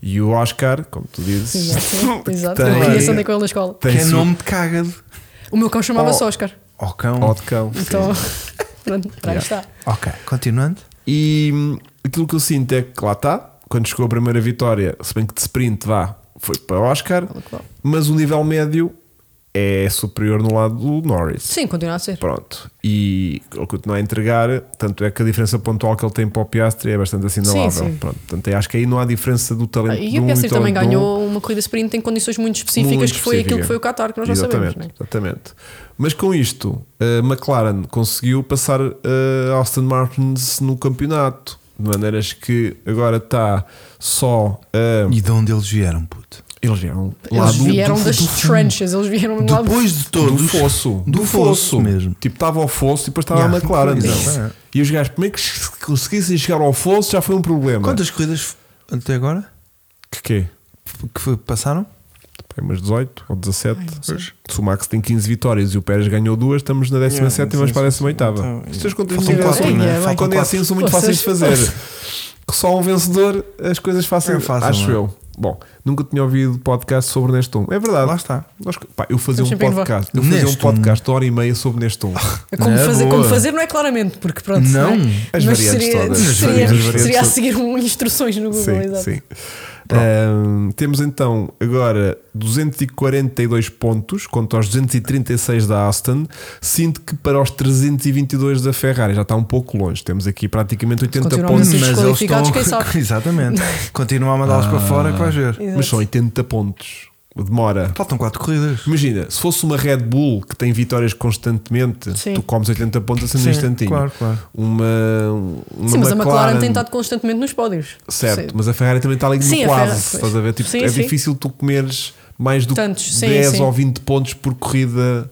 A: e o Oscar, como tu dizes,
C: Exato, sim, é. exato.
A: Tem-
C: Eu ia andei com ele na escola.
A: tem
B: que é
A: su-
B: nome de cagado.
C: O meu cão chamava-se
A: Oh.
C: Oscar.
B: Ó cão.
A: ó de cão. sim.
C: Então, pronto, para aí está.
B: Ok, continuando.
A: E hum, aquilo que eu sinto é que lá está, quando chegou a primeira vitória, se bem que de sprint vá, foi para o Oscar, mas o nível médio é superior no lado do Norris.
C: Sim, continua a ser.
A: Pronto, e ele continua a entregar, tanto é que a diferença pontual que ele tem para o Piastri é bastante assinalável.
C: Sim, sim.
A: Pronto, portanto, eu acho que aí não há diferença do talento
C: Ah, E
A: de
C: o
A: um
C: Piastri
A: talento
C: também
A: do outro.
C: ganhou uma corrida sprint em condições muito específicas,
A: Muito
C: que foi aquilo que
A: específica.
C: foi o Qatar, que nós já
A: exatamente,
C: sabemos. né?
A: Exatamente. Mas com isto, a McLaren conseguiu passar a Austin Martins no campeonato, de maneiras que agora está só a.
B: E de onde eles vieram, puto?
A: Eles vieram, lá
C: é? Eles
A: do- do-
C: vieram
A: do-
C: das
A: do-
C: trenches, eles vieram lá do
B: Depois de
A: do
B: todos.
A: fosso.
B: Do fosso mesmo.
A: Tipo, estava ao fosso e depois estava
B: Yeah.
A: a McLaren.
B: Pois é.
A: E os gajos, primeiro que se conseguissem chegar ao fosso já foi um problema.
B: Quantas corridas f- até agora
A: Que quê?
B: f- que foi- passaram?
A: Tem Umas 18 ou 17. Se o Max tem 15 vitórias e o Pérez ganhou duas, estamos na 17, mas
B: sim,
A: parece uma oitava.
B: Então,
A: Estas contas
B: Faltam
A: minhas-
B: quatro,
C: né? Faltam
A: Quando é
B: quatro.
A: assim, são muito fáceis
C: Vocês-
A: de fazer. Que Só um vencedor, as coisas fáceis.
B: É fácil,
A: acho
B: não é?
A: eu. Bom, nunca tinha ouvido podcast sobre Nestum. É verdade.
B: Lá está.
A: Nós- pá, eu fazia
C: Estamos
A: um
C: sempre a inovar.
A: podcast. Eu fazia um
B: Nestum.
A: podcast de hora e meia sobre Um. Nestum.
C: Como,
B: Na
C: fazer,
B: boa.
C: como fazer não é claramente, porque pronto.
B: Não.
C: né?
A: As
C: Mas
A: variantes
C: seria,
A: todas.
C: seria,
A: As variantes
C: seria a
A: todas.
C: seguir um, instruções no Google.
A: Sim,
C: exato.
A: sim. Ahm, temos então agora 242 pontos contra os 236 da Aston. Sinto que para os 322 da Ferrari já está um pouco longe. Temos aqui praticamente 80
C: Continuam a
A: pontos.
C: ser-
A: Mas,
C: desqualificados, quem sabe?
B: Exatamente. Continua a mandá-los para fora que vais ver.
C: Exato.
A: são 80 pontos. Demora.
B: Faltam quatro corridas.
A: Imagina, se fosse uma Red Bull que tem vitórias constantemente,
C: Sim.
A: tu comes 80 pontos assim num
B: Sim,
A: instantinho.
B: claro, claro.
A: Uma, uma
C: Sim, mas a McLaren tem estado constantemente nos pódios.
A: Certo,
C: Sim.
A: mas a Ferrari também está ali no
C: Sim, a
A: quase.
C: Ferrari, pois.
A: estás a ver? Tipo,
C: Sim,
A: é
C: sim.
A: difícil tu comeres mais do
C: Tantos,
A: que
C: sim,
A: 10
C: sim.
A: ou 20 pontos por corrida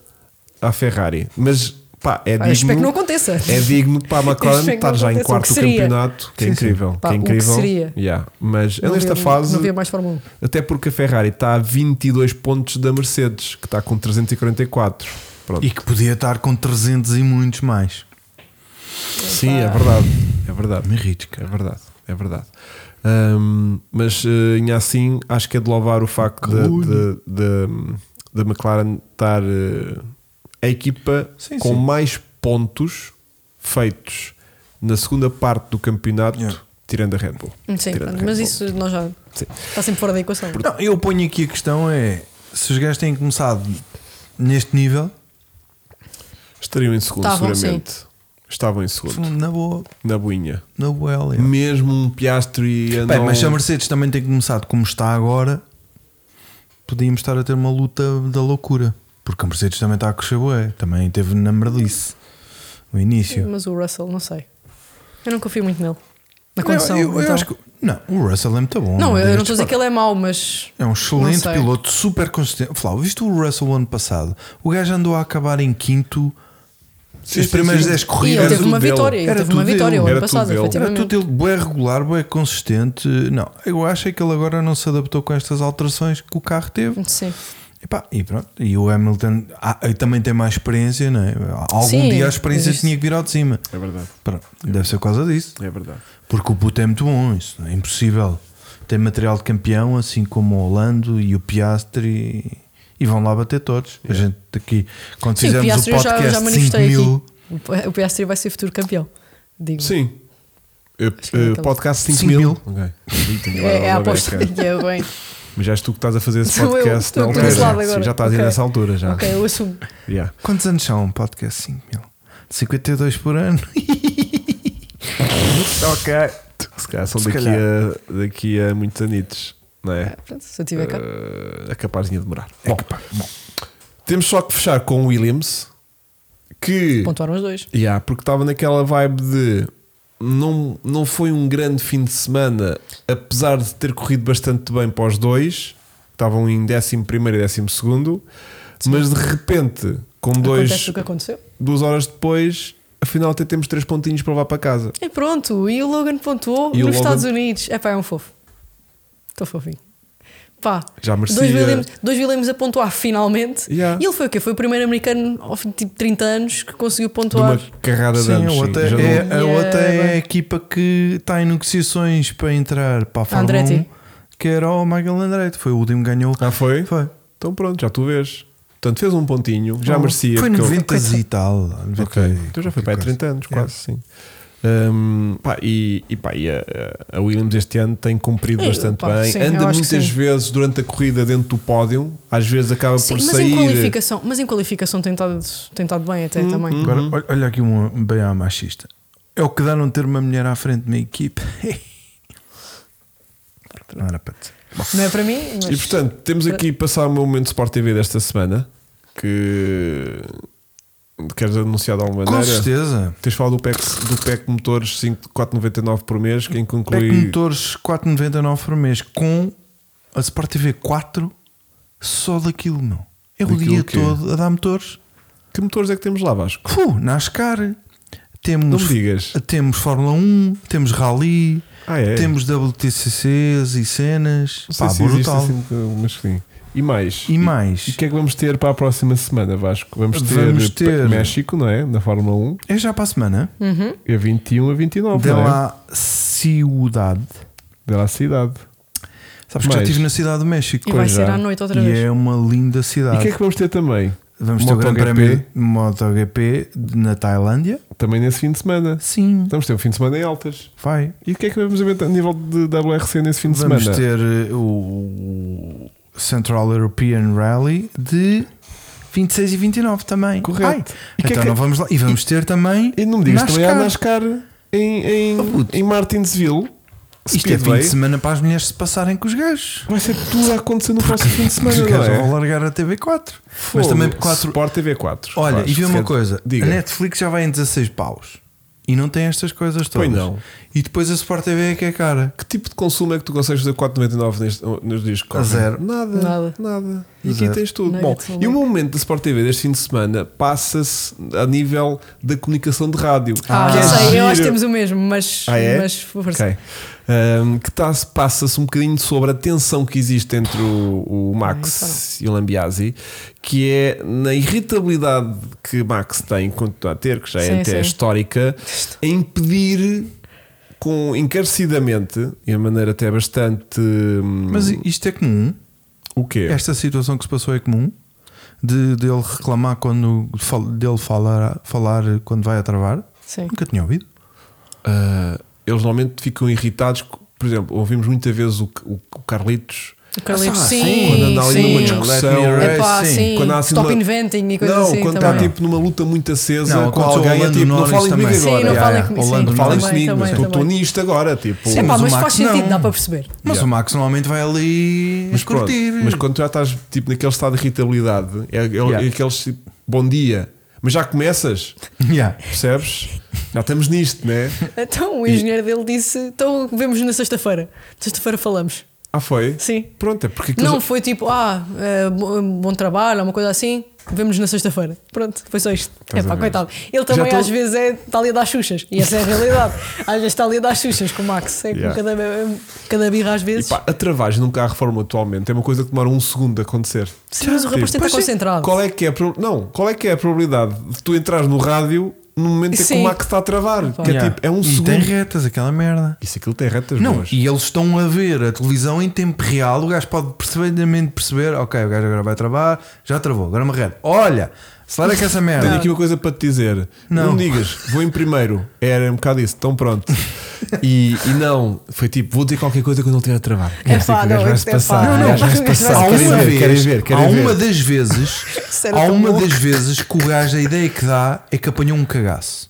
A: à Ferrari. Mas pá, é
C: Pá, Ah, eu espero que
A: digno.
C: não aconteça.
A: É digno para a
C: espero
A: McLaren
C: que
A: estar
C: não
A: já em
C: aconteça,
A: quarto
C: o
A: do
C: que seria.
A: campeoral. Que é
B: Sim, sim.
A: incrível.
C: Pá,
A: que é
C: o que
A: incrível.
C: seria.
A: Yeah. Mas é
C: Não
A: nesta
C: havia-
A: fase,
C: Não havia mais Fórmula 1.
A: até porque a Ferrari está a 22 pontos da Mercedes, que está com 344. Pronto.
B: E que podia estar com 300 e muitos mais.
A: Sim, é verdade. É verdade.
B: Me irrita, cara.
A: É verdade, é verdade. Um, mas eh, ainda assim, acho que é de louvar o facto da de, de- da McLaren estar eh, a equipa
B: Sim,
A: com
B: sim.
A: mais pontos feitos na segunda parte do campeonato,
B: Yeah.
A: tirando a Red Bull.
C: Sim,
A: Tirando a Red
C: mas
A: Bull.
C: isso nós já
A: Sim.
C: está sempre fora da equação.
B: Não, eu ponho aqui a questão é se os gajos têm começado neste nível,
A: Estariam em segundo,
C: Estavam,
A: seguramente. Estavam em segundo,
B: na boa,
A: na boinha.
B: na boa ela.
A: Mesmo um Piastro e
B: Bem,
A: andam-
B: mas se a Mercedes também tem começado como está agora, podíamos estar a ter uma luta da loucura. Porque a Mercedes também está a crescer bué, também teve na merdice o início.
C: Mas o Russell, não sei. Eu não confio muito nele.
B: Não,
C: Na condição.
B: eu- eu
C: então.
B: acho que- não, o Russell é muito bom.
C: Não, eu não estou a dizer
B: Desculpa.
C: que ele é mau, mas.
B: É um excelente
C: sei.
B: piloto, super consistente. Flávio, viste o Russell ano passado? O gajo andou a acabar em quinto
A: Sim,
B: as
A: sim,
B: primeiras
A: sim.
B: 10
A: Era
C: E ele
B: corridas.
C: teve
A: tudo
C: uma
A: dele.
C: vitória. Ele
B: Era
C: teve uma
B: tudo
C: vitória
B: dele.
C: o
A: Era
C: ano
A: tudo
C: passado,
A: dele.
B: Era tudo
C: efetivamente.
B: dele, bué regular, bué consistente. Não, eu acho é que ele agora não se adaptou com estas alterações que o carro teve.
C: Sim.
B: E, pá, e pronto, e o Hamilton ah, e também tem mais experiência, não é? Algum
C: Sim,
B: dia a experiência
C: mas isso-
B: tinha que vir ao de cima.
A: É verdade,
B: Pronto, deve ser por causa disso.
A: é verdade.
B: Porque o puto é muito bom, isso é impossível. Tem material de campeão, assim como o Orlando e o Piastri, e, vão lá bater todos.
A: É.
B: A gente aqui, quando
C: Sim, o
B: fizemos o
C: Piastri eu já,
B: podcast
C: já
B: 5
C: manifestei
B: mil,
C: aqui. O Piastri vai ser futuro campeão. Digo.
A: Sim. Eu-
C: Acho que é
A: eh,
C: aquele-
A: podcast 5
B: Cinco
A: mil.
B: mil.
A: Ok.
C: É, é a aposta
A: Cara.
C: que é bem.
A: Mas já és tu que estás a fazer esse
C: Sou eu,
A: podcast.
C: estou
A: não
C: desse
A: é?
C: lado
A: Sim,
C: agora.
A: já estás aí
C: Ok.
A: nessa altura já.
C: ok, eu assumo.
A: Yeah.
B: quantos anos são um podcast 5 mil? 52 por ano. É
A: Ok. Se calhar são
B: Se
A: daqui,
B: calhar.
A: A, daqui a muitos anitos, não é?
C: Ah, pronto, se eu tiver cá.
A: Eh, é capaz de demorar.
B: É
A: Bom,
B: que, pá, bom.
A: temos só que fechar com o Williams, que
C: Pontuaram os dois.
A: Yeah, porque estava naquela vibe de não, não foi um grande fim de semana, apesar de ter corrido bastante bem para os dois, estavam em 11 e 12, mas de repente, com dois,
C: Acontece o que aconteceu.
A: duas horas depois, afinal até temos três pontinhos para levar para casa.
C: E pronto, e o Logan pontuou
A: E o
C: nos
A: Logan-
C: Estados Unidos. É pá, é um fofo. Estou fofinho. Pá,
A: Já merecia. ah.
C: dois Williams, dois Williams a pontuar finalmente.
A: Yeah.
C: E ele foi o quê? Foi o primeiro americano ao fim de tipo 30 anos que conseguiu
A: De uma
C: pontuar.
A: carrada de
B: Sim,
A: anos.
B: a
A: sim.
B: outra,
A: Já não-
B: é,
C: não-
B: a outra é
C: Yeah,
B: a
C: bem.
B: equipa que está em negociações para entrar para a Fórmula
C: Andretti.
B: 1, que era o Michael Andretti. Foi o último que ganhou.
A: Ah, foi?
B: Foi.
A: Então pronto, já tu vês. Portanto, fez um pontinho, já
B: Oh,
A: merecia.
B: Foi
A: porque ele-
B: 90 e tal.
A: Ok,
B: 90 e
A: então já foi
B: qualquer
A: para aí
B: coisa.
A: 30 anos,
B: Yeah.
A: quase, sim. Um, pá, e, e, pá, e a, a Williams este ano tem cumprido
B: É,
C: Eh,
A: bastante
C: pá,
A: bem.
C: sim, eu
A: Anda
C: acho que
A: muitas
C: sim.
A: vezes durante a corrida dentro do pódio, às vezes acaba
C: Sim,
A: por
C: mas
A: sair.
C: em qualificação, mas em qualificação tem estado, tem estado bem até
A: Hum,
C: também.
B: Agora,
A: Uhum.
B: olha- olha aqui um bem à machista. É o que dá não ter uma mulher à frente na equipe. não era para dizer.
C: Não é para mim, mas
A: E portanto, temos
B: Uh,
A: aqui passar o meu momento Sport TV desta semana que queres anunciar de alguma
B: Com
A: maneira.
B: certeza.
A: Tens falado do PEC, do PEC Motores 5 4,99 por mês, quem
B: Pack
A: conclui.
B: motores 4,99 por mês com a Sport TV 4 só daquilo, meu. É o
A: Daquilo
B: dia
A: quê?
B: todo a dar motores.
A: Que motores é que temos lá, Vasco?
B: Fu, NASCAR.
A: Não
B: Temos,
A: me digas.
B: temos Fórmula 1, temos Rally,
A: Ah, é?
B: temos WTCCs e cenas.
A: Não sei
B: Pá,
A: se existe
B: brutal.
A: assim, mas sim. E mais?
B: E mais?
A: E o que é que vamos ter para a próxima semana, Vasco? Vamos ter,
B: Vamos ter-
A: México, não é? Na Fórmula 1,
B: É já para a semana.
C: Uhum.
A: é 21 a 29,
B: De
A: não é?
B: La Ciudad.
A: Dela cidade.
B: Sabes que já
A: Mais?
B: estive na Cidade do México.
C: e vai
A: já.
C: ser à noite outra
B: E
C: vez.
B: é uma linda
A: E o
B: cidade.
A: que é que vamos ter também?
B: Vamos ter o Grande
A: MotoGP?
B: Prémio de MotoGP de- na Tailândia.
A: Também nesse fim de semana.
B: Sim,
A: Vamos ter um fim de semana em altas.
B: vai.
A: E o que é que vamos ver a nível de WRC nesse fim de
B: Vamos
A: semana?
B: ter eh, o o Central European Rally de 26 e 29 também.
A: Correto.
B: Ai,
A: E que é
B: então
A: que-
B: não vamos lá. E vamos ter também.
A: E não me digas, também há
B: NASCAR.
A: NASCAR em, em,
B: Oh, puto.
A: em Martinsville.
B: Isto é fim
A: Speedway.
B: de semana para as mulheres se passarem com os gajos.
A: Vai ser tudo a acontecer no próximo fim de
B: Os
A: semana, não
B: gajos vão
A: é?
B: largar a TV4.
A: Fogo.
B: Mas também por 4
A: Sport TV 4.
B: Olha,
A: Vasco,
B: e vê uma
A: certo?
B: coisa:
A: Diga.
B: a Netflix já vai em 16 paus e não tem estas coisas todas.
A: Pois não.
B: E depois a Sport TV é que é cara.
A: Que tipo de consumo é que tu consegues fazer 4,99 neste- nos dias que
B: A zero.
A: Nada, nada.
C: Nada. é
A: E aqui
B: Zero.
A: tens tudo.
C: Nugget
A: Bom,
C: only.
A: e o meu momento da Sport TV deste fim de semana passa-se a nível da comunicação de rádio.
C: Ah,
A: Que
C: já
A: é
C: sei, eu
A: giro.
C: acho que temos o mesmo, mas,
A: Ah, é?
C: mas por favor.
A: Ok. Ahm, que tá- passa-se um bocadinho sobre a tensão que existe entre o, o Max e o Lambiasi, que é na irritabilidade que Max tem, continua a ter, que já é
C: Sim,
A: até
C: sim.
A: histórica, a impedir com encarecidamente e a maneira até bastante. hum,
B: Mas isto é comum?
A: o quê?
B: Esta situação que se passou é comum? De, de ele reclamar quando. fal- dele falar, falar quando vai a travar?
C: Sim.
B: Nunca tinha ouvido.
A: Ah, eles normalmente ficam irritados. co- Por exemplo, ouvimos muitas vezes o, o- o Carlitos.
C: O Carlitos,
B: Ah,
C: sim.
B: sim,
A: quando anda ali
C: sim.
A: numa discussão.
B: Let me rest.
C: É pá,
B: Sim.
C: sim.
A: Quando há assim
C: Stop
A: uma-
C: inventing e coisas
A: não,
C: assim.
A: quando está
C: também.
A: tipo numa luta muito acesa,
B: Não,
A: quando
B: com o
A: alguém é
B: Lando
A: tipo, não
B: Norris
A: falem comigo
B: também.
A: agora.
C: Sim, não
A: Yeah,
C: falem
A: yeah.
C: comigo,
A: Ou
C: sim.
A: Lando, falem
C: Também,
A: comigo,
C: também,
A: estou estou
C: também.
A: nisto agora. Tipo,
C: É
B: Mas
C: pá,
B: o
C: mas faz
B: Max
C: sentido,
B: não.
C: dá para perceber.
B: Mas
A: Yeah.
B: o Max normalmente vai ali
A: mas, pronto,
B: curtir.
A: mas quando já estás tipo, naquele estado de irritabilidade, é, é,
B: Yeah.
A: é aqueles tipo, bom dia, mas já começas,
B: Yeah.
A: percebes? já estamos nisto, né?
C: Então o engenheiro dele disse: Então vemos na sexta-feira. Sexta-feira falamos.
A: Ah, foi?
C: Sim.
A: Pronto, é porque aquilo
C: Não foi tipo, ah, eh, bo- bom trabalho, ou uma coisa assim, vemos na sexta-feira. Pronto, foi só isto. É
A: a
C: pá,
A: ver.
C: coitado. Ele também
A: tô-
C: às vezes é, está ali a dar xuxas. E essa é a realidade. às vezes está ali a dar xuxas com o Max. É
A: Yeah.
C: com cada, cada birra às
A: E
C: vezes.
A: pá, a travagem num carro reforma atualmente é uma coisa que demora um segundo a acontecer.
C: Sim, mas o
A: Tipo,
C: rapaz tenta
A: pois é,
C: concentrado.
A: Qual é que é a, prob- não, qual é que é a probabilidade de tu entrares no rádio no momento em que o
C: Sim.
A: Max está a travar? Que é,
B: Yeah.
A: tipo, é um
B: e
A: segundo.
B: tem retas, aquela merda.
A: Isso aquilo tem retas
B: Não,
A: boas.
B: e eles estão a ver a televisão em tempo real. O gajo pode perfeitamente perceber: ok, o gajo agora vai travar, já travou, agora é uma reta. Olha, acelera que essa
A: Tenho
B: merda.
A: aqui uma coisa para te dizer. Não,
B: Não.
A: digas, vou em primeiro. Era um bocado isso, então pronto. E, e não, foi tipo, vou dizer qualquer coisa quando ele estiver a travar.
C: É
A: Quer dizer
C: pá,
A: que o gajo
C: não,
A: vai-se
C: é pá.
A: passar,
C: Não,
A: o
C: não,
A: um gajo vai-se
C: o gajo
A: passar.
B: Há
C: vai-se
A: Querem
B: uma
A: ver,
B: vez,
A: querem ver, querem
B: há
A: ver.
B: uma das vezes,
C: Isso era
B: há
C: tão
B: uma
C: louco.
B: das vezes que o gajo, a ideia que dá é que apanhou um cagaço.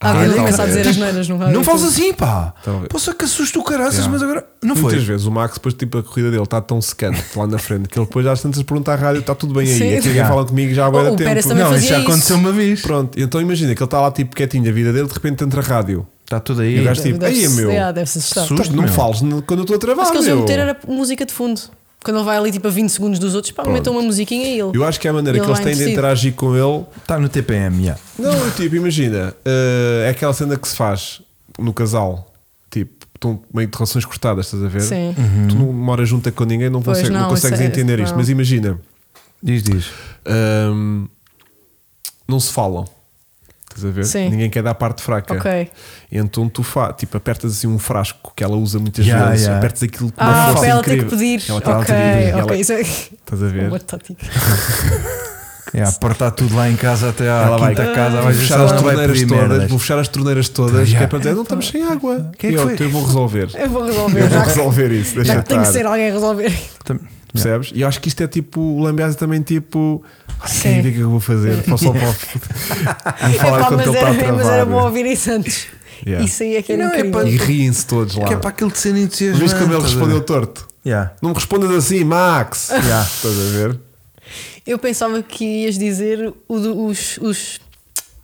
C: Ah,
A: Ah,
C: ele
A: então,
C: começa a dizer
A: tipo,
C: as neiras no rádio.
B: Não faz assim, pá.
A: Talvez.
B: Poxa, que assusta o caraças,
A: Então, Yeah.
B: mas agora. Não
A: Muitas
B: foi.
A: vezes o Max, depois, tipo, a corrida dele está tão secante lá na frente que ele depois às tantas pergunta à rádio: está tudo bem aí?
C: Sim.
A: É que alguém
B: Já.
A: fala comigo já há bué
C: Oh,
A: de
C: o
A: tempo.
C: Pérez também
B: Não, isso
C: fazia
B: já
C: isso.
B: aconteceu uma vez.
A: Pronto, então imagina que ele está lá, tipo, quietinho, a vida dele, de repente entra a rádio.
B: Está Tá tudo
A: E o
B: aí.
A: gajo tipo,
C: Deve-se-
A: "Ei, meu,
C: yeah, Deve-se assustar. Então,
B: Susto,
A: não
B: meu.
A: fales no- quando eu estou a travar.
C: Mas que eles iam
A: meu."
C: meter era música de fundo. Quando ele vai ali tipo a 20 segundos dos outros, pá, metam uma musiquinha e ele.
A: Eu acho que é a maneira
C: Ele
A: que eles
C: lá
A: têm de
C: investido.
A: interagir com ele
B: Está Tá no TPM, yeah.
A: Não, eu, tipo, imagina, eh, é aquela cena que se faz no casal, tipo, estão meio de relações cortadas, estás a ver?
C: Sim.
A: Tu
B: Uhum.
A: não moras junta com ninguém, não,
C: Pois
A: consegue- não
C: não,
A: consegues
C: isso é-
A: entender isto,
C: não.
A: mas imagina,
B: Diz, diz.
A: ahm, não se falam. Estás a ver?
C: Sim.
A: Ninguém quer dar a parte fraca.
C: Ok.
A: Então tu fa tipo, apertas assim um frasco que ela usa muitas
B: Yeah,
A: vezes,
B: yeah.
A: apertas aquilo com uma
C: Ah,
A: força
C: para ela ter
A: incrível.
C: que pedir.
A: Ela está a
C: ok,
A: pedir, ela-
C: ok. Isso é
A: Estás a
C: uma
A: ver?
C: tática.
B: É, apertar tudo lá em casa até à
A: Ela vai
B: quinta casa, vai
A: vou fechar
B: fechar
A: as
B: ela vai
A: torneiras
B: pedir
A: todas,
B: merdas.
A: vou fechar as torneiras todas,
B: Já.
A: que é para dizer, não estamos sem água.
B: Que é que
A: eu,
B: foi?
A: eu vou resolver.
C: Eu vou resolver.
A: Eu vou
C: já que-
A: resolver isso, deixa
C: já que tem que
A: estar.
C: ser alguém a resolver.
B: Tam-
A: Percebes? E eu acho que isto é tipo, o Lambiase também tipo, ai,
C: Sim.
A: quem vê o que é que eu vou fazer? Posso só para o- Vou falar
C: Epá,
A: quando
C: É mas,
A: ele está a
C: era, mas é era
A: travar.
C: bom ouvir isso antes.
A: Yeah.
C: Isso aí é que era
B: Não, é
C: incrível.
B: para-
A: E riem-se todos lá.
B: Que é para aquele de ser entusiasmante.
A: Vês como ele
B: estás a
A: respondeu
B: ver?
A: torto?
B: Yeah.
A: Não me respondas assim, Max! Estás a ver?
C: Eu pensava que ias dizer o do- os, os,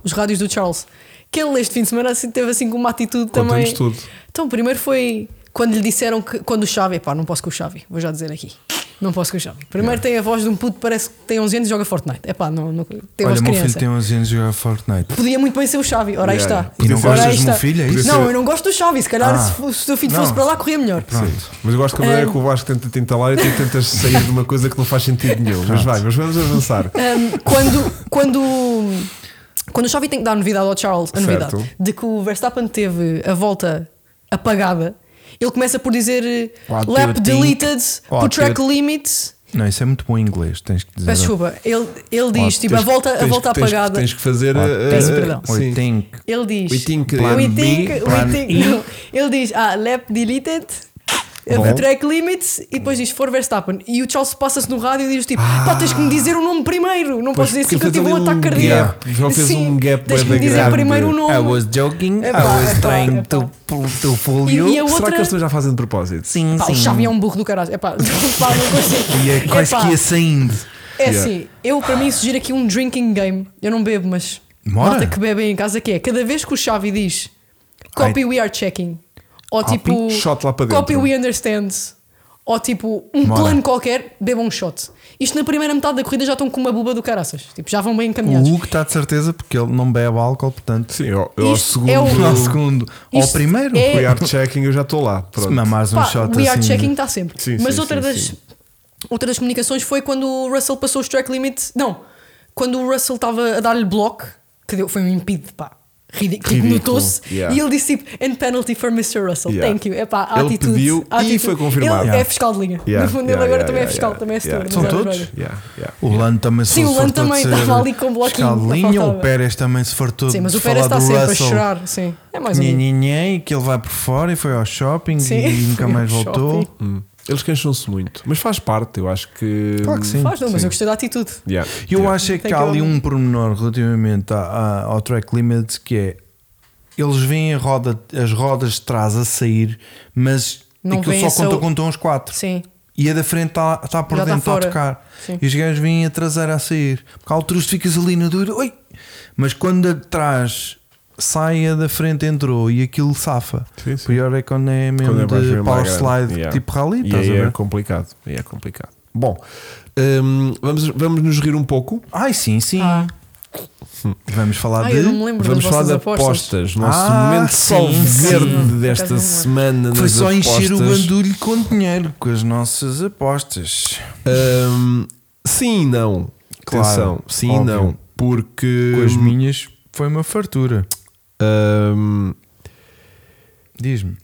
C: os rádios do Charles. Que ele este fim de semana assim, teve assim com uma atitude
A: Conta-nos
C: também.
A: tudo.
C: Então, primeiro foi quando lhe disseram que. Quando o Xavi. Pá, não posso com o Xavi, vou já dizer aqui. Não posso com o Xavi. Primeiro tem a voz de um puto que parece que tem 11 anos e joga Fortnite. É pá, não, não, tem voz
B: Olha,
C: de
B: o meu filho
C: criança.
B: tem 11 anos e joga Fortnite.
C: Podia muito bem ser o Xavi, ora aí
A: Yeah,
C: está.
A: yeah. E não
C: Ora, aí
A: gostas um
B: do meu
C: está.
B: filho, é isso?
C: Não, eu não gosto do Xavi, se calhar
B: Ah.
C: se fo- se o teu filho
B: Não.
C: fosse para lá corria melhor.
B: Pronto.
A: Mas eu gosto que a maneira
C: Ah.
A: que o Vasco tenta te entalar e tu tentas sair de uma coisa que não faz sentido nenhum. Mas vai, mas vamos avançar.
C: Um, quando, quando, quando o Xavi tem que dar a novidade ao Charles, a novidade
A: Certo.
C: de que o Verstappen teve a volta apagada, ele começa por dizer eh,
B: What do you
C: lap
B: think?
C: deleted,
B: What do
C: put track
B: you-
C: limit.
B: Não, isso é muito bom em inglês, tens que dizer.
C: Peço desculpa, ele, ele diz, tipo, a
A: Tens-
C: volta, a
A: tens-
C: volta
A: tens-
C: apagada.
A: Tens que fazer.
B: Ah,
A: eh,
C: Peço
A: eh,
C: perdão.
A: sim.
B: Oi, think.
C: Ele diz.
A: We think,
C: we
A: plan B,
C: think, we
B: plan
C: think-
B: E.
C: não. Ele diz, ah, lap deleted. eh,
A: Bom.
C: Track limits e depois diz for Verstappen. E o Charles passa-se no rádio e diz tipo: Pá, tens que me dizer o nome primeiro. Não posso dizer assim que
A: Ah. porque
C: eu tive
A: fez
C: um
A: ali um
C: ataque cardíaco.
A: gap, já fez
C: Sim,
A: um gap
C: Tens que
A: bué
C: me
A: da
C: dizer
A: grande.
C: primeiro o nome.
B: joking,
C: Epá, epá, epá.
B: to pull
C: E- e a
A: Será
C: outra-
A: que eles também já fazem de propósito?
B: Sim,
C: Pá, o Xavi é um burro do caralho. Epá, pá, não consigo.
B: E é quase
C: Epá,
B: que ia saindo.
C: É
A: Yeah.
C: assim, eu para mim sugiro aqui um drinking game. Eu não bebo, mas
B: Bora.
C: malta que bebe em casa que é. Cada vez que o Xavi diz copy we are checking, ou
B: Copy,
C: tipo
A: shot lá para dentro.
C: copy we understand, ou tipo um
B: Bora.
C: plano qualquer, bebam um shot. Isto na primeira metade da corrida já estão com uma buba do caraças. Tipo, já vão bem
B: O
C: encaminhados.
B: Hugo está de certeza porque ele não bebe álcool, portanto.
A: Sim, eu, eu ao
C: Isto
A: segundo.
C: é o-
B: Ao
C: Não,
B: segundo, ao
C: Isto
B: primeiro,
C: é-
A: We are checking, eu já estou lá.
B: se
A: Pronto.
B: mamares um
C: Pá,
B: shot
C: we
B: assim.
C: are checking está sempre.
A: Sim,
C: Mas
A: sim,
C: outra,
A: sim,
C: das,
A: sim.
C: outra das comunicações foi quando o Russell passou os track limits. Não, quando o Russell estava a dar-lhe bloco, que deu, foi um impede, pá. ridículo,
A: Ridículo,
C: notou-se.
A: yeah.
C: E ele disse tipo, and penalty for Mr. Russell,
A: Yeah.
C: thank you. Epá, a
A: Ele
C: atitude,
A: pediu
C: a
A: e
C: atitude.
A: foi confirmado.
C: Ele é
A: Yeah.
C: fiscal de linha.
A: Yeah,
C: No fundo,
A: yeah,
C: ele agora
A: yeah,
C: também é
A: yeah,
C: fiscal,
A: yeah,
C: também é
A: yeah.
C: steward.
B: São
C: mas é
B: todos?
C: verdade.
A: Yeah, yeah.
B: O Lano também se
C: Sim, o
B: fartou
C: Lano
B: de
C: também
B: ser
C: estava ali com um bloquinho,
B: fiscal de
C: não
B: linha,
C: faltava.
B: o Pérez também se fartou
C: Sim, mas
B: de
C: o Pérez
B: falar
C: está
B: do
C: sempre a
B: Russell.
C: chorar. Sim, é mais um.
B: Nhenhenhen, e que ele vai por fora e foi ao shopping
C: Sim,
B: e
C: foi
B: nunca
C: ao
B: mais voltou.
C: shopping.
A: Hum. Eles queixam-se muito, mas faz parte, eu acho que.
B: Claro que sim.
C: Faz não, mas
A: Sim.
C: eu gostei da atitude.
A: Yeah,
B: Eu
A: yeah.
B: acho é que
C: Tem
B: há
C: que
B: ali
C: eu-
B: um pormenor relativamente à- à- ao track limits que é eles veem a roda, as rodas de trás a sair, mas
C: Não
B: aquilo
C: veem
B: só conta
C: só o-
B: com tons 4
C: Sim.
B: e a da frente está tá por
C: Já tá
B: dentro a
C: fora.
B: tocar.
C: Sim.
B: E os gajos vêm a traseira a sair. Porque há alturas que ficas ali na dúvida, oi! Mas quando a de trás sai, a da frente entrou e aquilo safa.
A: Sim, sim.
B: Pior é quando é mesmo
A: Quando é mais
B: de
A: bem
B: power
A: mais
B: slide,
A: grande. Yeah.
B: tipo rally,
A: E
B: estás
A: aí
B: a ver?
A: é complicado. aí é complicado. Bom, hum, vamos, vamos nos rir um pouco.
B: Ai, sim, sim.
C: Ah.
B: Vamos falar
C: Ah,
B: de.
C: eu não me lembro
A: Vamos
C: das
A: falar
C: vossas
A: de
C: apostas.
A: apostas. Nosso
B: Ah,
A: momento sol
B: sim, sim.
A: verde
C: Por acaso
A: desta
C: não me lembro.
A: semana.
B: Foi
A: nas
B: só encher o
A: apostas.
B: bandulho com dinheiro com as nossas apostas.
A: Hum, sim e não.
B: Claro,
A: Atenção, sim e
B: óbvio.
A: não. Porque
B: Com as minhas foi uma fartura.
A: hum,
B: Diz-me.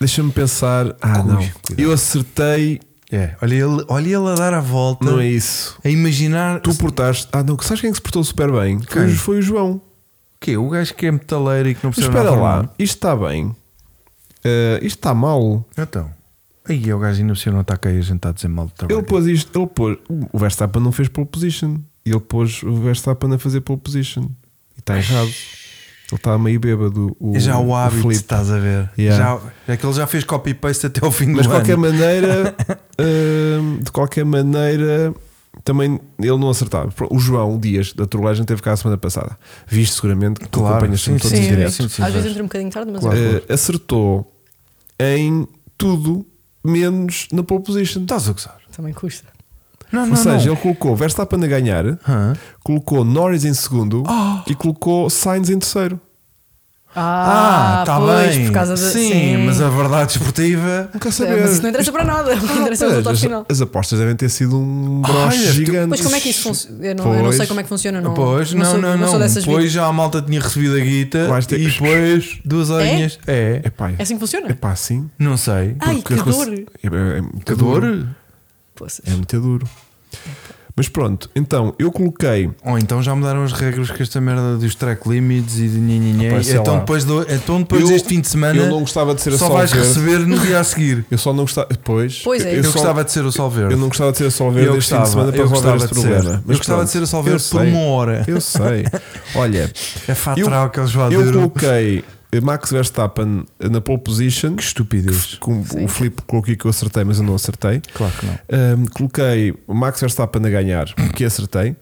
A: deixa-me pensar. Ah,
B: Ui,
A: não.
B: cuidado.
A: Eu acertei.
B: É, olha ele, olha ele a dar a volta,
A: Não é isso.
B: a imaginar.
A: Tu portaste. Ah, não. Sabes quem é que se portou super bem? Foi,
B: Quem?
A: o- foi o João.
B: O quê? O gajo que é metaleiro e que não
A: Mas
B: precisa
A: espera
B: nada
A: lá.
B: arrumar?
A: Isto está bem. Ah, isto está mal.
B: Então. Aí o gajo ainda por cima não está cá e a gente está a dizer mal do trabalho.
A: Ele pôs isto, ele pôs. O Verstappen não fez pole position. E ele pôs o Verstappen a fazer pole position. E está errado. Ele está meio bêbado. O,
B: É já o hábito,
A: Felipe.
B: estás a ver.
A: Yeah.
B: Já, é que ele já fez copy-paste até ao fim
A: Mas de
B: do
A: qualquer
B: ano.
A: maneira, hum, de qualquer maneira, também ele não acertava. O João Dias da trollagem teve cá a semana passada. Viste seguramente que tu
B: Claro,
A: acompanhas É sempre
B: sim,
A: todos
C: Sim,
A: os
B: sim,
A: diretos.
B: sim, sim,
C: às
B: sim.
C: vezes entra um bocadinho tarde, mas
B: Claro.
C: é.
A: Eh, acertou em tudo menos na pole position.
B: Estás a gozar.
C: também custa.
B: Não,
A: Ou
B: não,
A: seja,
B: não.
A: ele colocou Verstappen a ganhar,
B: Hã? Oh.
A: colocou Norris em segundo e colocou Sainz em terceiro.
C: Ah,
B: tá
C: pois, por causa da.
B: sim, mas a verdade esportiva.
A: Não quer
C: É,
A: saber.
C: mas isso não interessa para nada. O que interessa é
A: Pois,
C: o resultado
A: as,
C: final.
A: as apostas devem ter sido um
B: Ai,
A: broche
B: é, tu-
A: gigante.
C: Mas como é que isso funciona? Eu, não- eu não
A: Pois.
C: sei como é que funciona, não.
B: Pois, não,
C: sou-
B: não,
C: não
B: não.
C: sou dessas
B: Depois
C: vidas.
B: já a malta tinha recebido a guita
A: Vais ter
B: e
A: que- é-
B: depois duas horinhas. É?
A: Epá,
C: É assim que funciona?
A: epá, sim.
B: Não sei.
C: Ai,
A: Porque
C: que
A: cons-
C: dor.
A: É, é, é muito
B: Que
A: duro.
B: dor?
C: Poças.
A: É muito duro. Mas pronto, então eu coloquei.
B: Ou então já mudaram as regras com esta merda dos track limits e de nhenhenhen.
A: Rapaz, sei
B: Então
A: lá.
B: depois, do, então depois
A: Eu-
B: deste fim de semana
A: eu não gostava de ser a
B: só
A: sol
B: vais
A: verde.
B: receber no dia a seguir.
A: Eu só não gostava. Pois,
C: Pois é.
A: eu,
B: Eu,
A: só-
B: gostava de ser o Sol Verde.
A: eu não gostava de ser a sol
B: Eu
A: verde este fim de semana para
B: eu
A: resolver
B: gostava
A: este
B: de ser.
A: problema.
B: Eu gostava de ser a Sol Verde por um uma hora.
A: Eu sei. Olha,
B: É fatral que eles vão
A: eu
B: dizer.
A: coloquei Max Verstappen na pole position.
B: Que estupidez.
A: Com, o Filipe colocou aqui que eu acertei, mas eu não acertei.
B: Claro que não.
A: Ahm, coloquei Max Verstappen a ganhar, que acertei.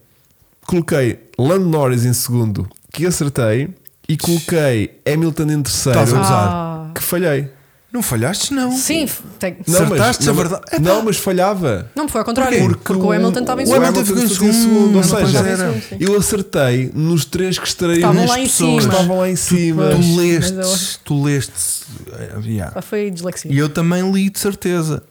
A: Coloquei Lando Norris em segundo, que acertei. E coloquei Hamilton em terceiro,
B: Estás a gozar.
C: Ah.
A: que falhei.
B: Não falhaste, não.
C: Sim, f- tem-
A: Não, mas-
B: Acertaste a
A: não, mas,
B: verdade. Epá.
A: Não, mas falhava.
C: Não, foi ao contrário.
A: Porquê?
C: Porque, o Hamilton estava em
A: o
B: O
C: segundo.
B: Hamilton ficou em
A: ficou em
B: segundo.
A: segundo, ou
B: não
A: seja,
B: era.
C: Sim, sim.
A: Eu acertei nos três que estariam
C: Estavam
A: nas
C: lá em
A: pessoas
C: cima.
A: que estavam lá em cima.
B: Tu
C: mas
B: leste, tu leste. eh, yeah.
C: Ah, Foi dislexia.
B: E eu também li de certeza.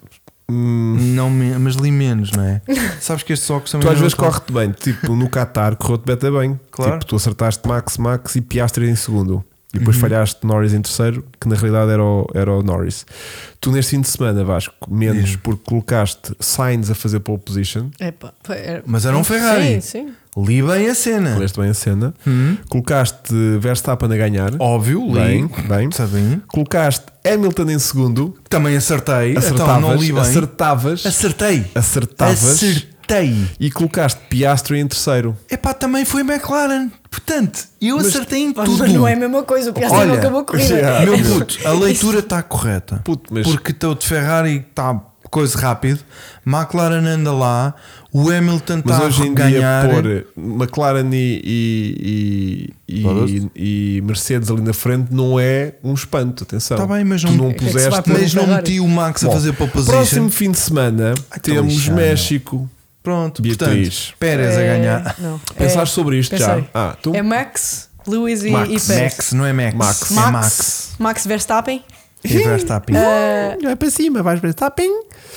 A: Hum,
B: Não me- mas li menos, não é? Sabes que estes óculos também.
A: tu às
B: não é
A: vezes
B: são-
A: corre-te bem, tipo no Qatar correu-te beta bem.
B: Uhum. Claro.
A: Tipo, tu acertaste Max, Max e Piastri em segundo. E
B: Uhum.
A: depois falhaste Norris em terceiro, que na realidade era o, era o Norris. Tu neste fim de semana, Vasco, menos
B: Diz-me.
A: porque colocaste Sainz a fazer pole position,
C: Epá, foi- era-
B: Mas era um Ferrari.
C: Sim, sim.
B: Li bem a cena.
A: leste bem a cena,
B: Uhum.
A: colocaste Verstappen a ganhar,
B: Óbvio,
A: bem,
B: li.
A: bem.
B: Sabem?
A: colocaste Hamilton em segundo,
B: Também acertei. Então
A: acertavas,
B: não li bem.
A: acertavas,
B: Acertei.
A: acertavas
B: Acertei.
A: e colocaste Piastri em terceiro.
B: Epá, também foi McLaren. Portanto, eu acertei em
C: Mas
B: tudo.
C: Não é a mesma coisa. O Piastri não
B: Olha,
C: acabou a corrida.
A: yeah.
B: Meu puto, a leitura está correta.
A: Puto, mas-
B: Porque teu de Ferrari está coisa rápido, McLaren anda lá, o Hamilton
A: Mas
B: está tá a
A: hoje em
B: ganhar.
A: dia pôr McLaren e, e- e-
B: Foda-se.
A: e- e Mercedes ali na frente não é um espanto, atenção.
B: Tá bem, mas
A: Tu
B: não-
A: não
B: é
C: que se vai
A: puseste.
C: pôr um
B: mas não
C: Ferrari.
B: meti o Max
A: Bom,
B: a fazer pole position.
A: Próximo fim de semana
B: Ai, que
A: temos
B: lixado.
A: México.
B: Pronto,
A: Beatriz.
B: portanto, Pérez a
C: É,
B: ganhar.
C: Não.
A: Pensaste
C: É-
A: sobre isto já?
C: pensei.
A: Ah, tu-
C: É Max, Lewis e,
A: Max.
C: e Pérez.
B: Max, não é Max.
A: Max.
B: É
C: Max,
B: Max.
C: Max Verstappen,
B: E Verstappen.
C: Eh,
A: Tá, Não é para cima, vais para Tapping.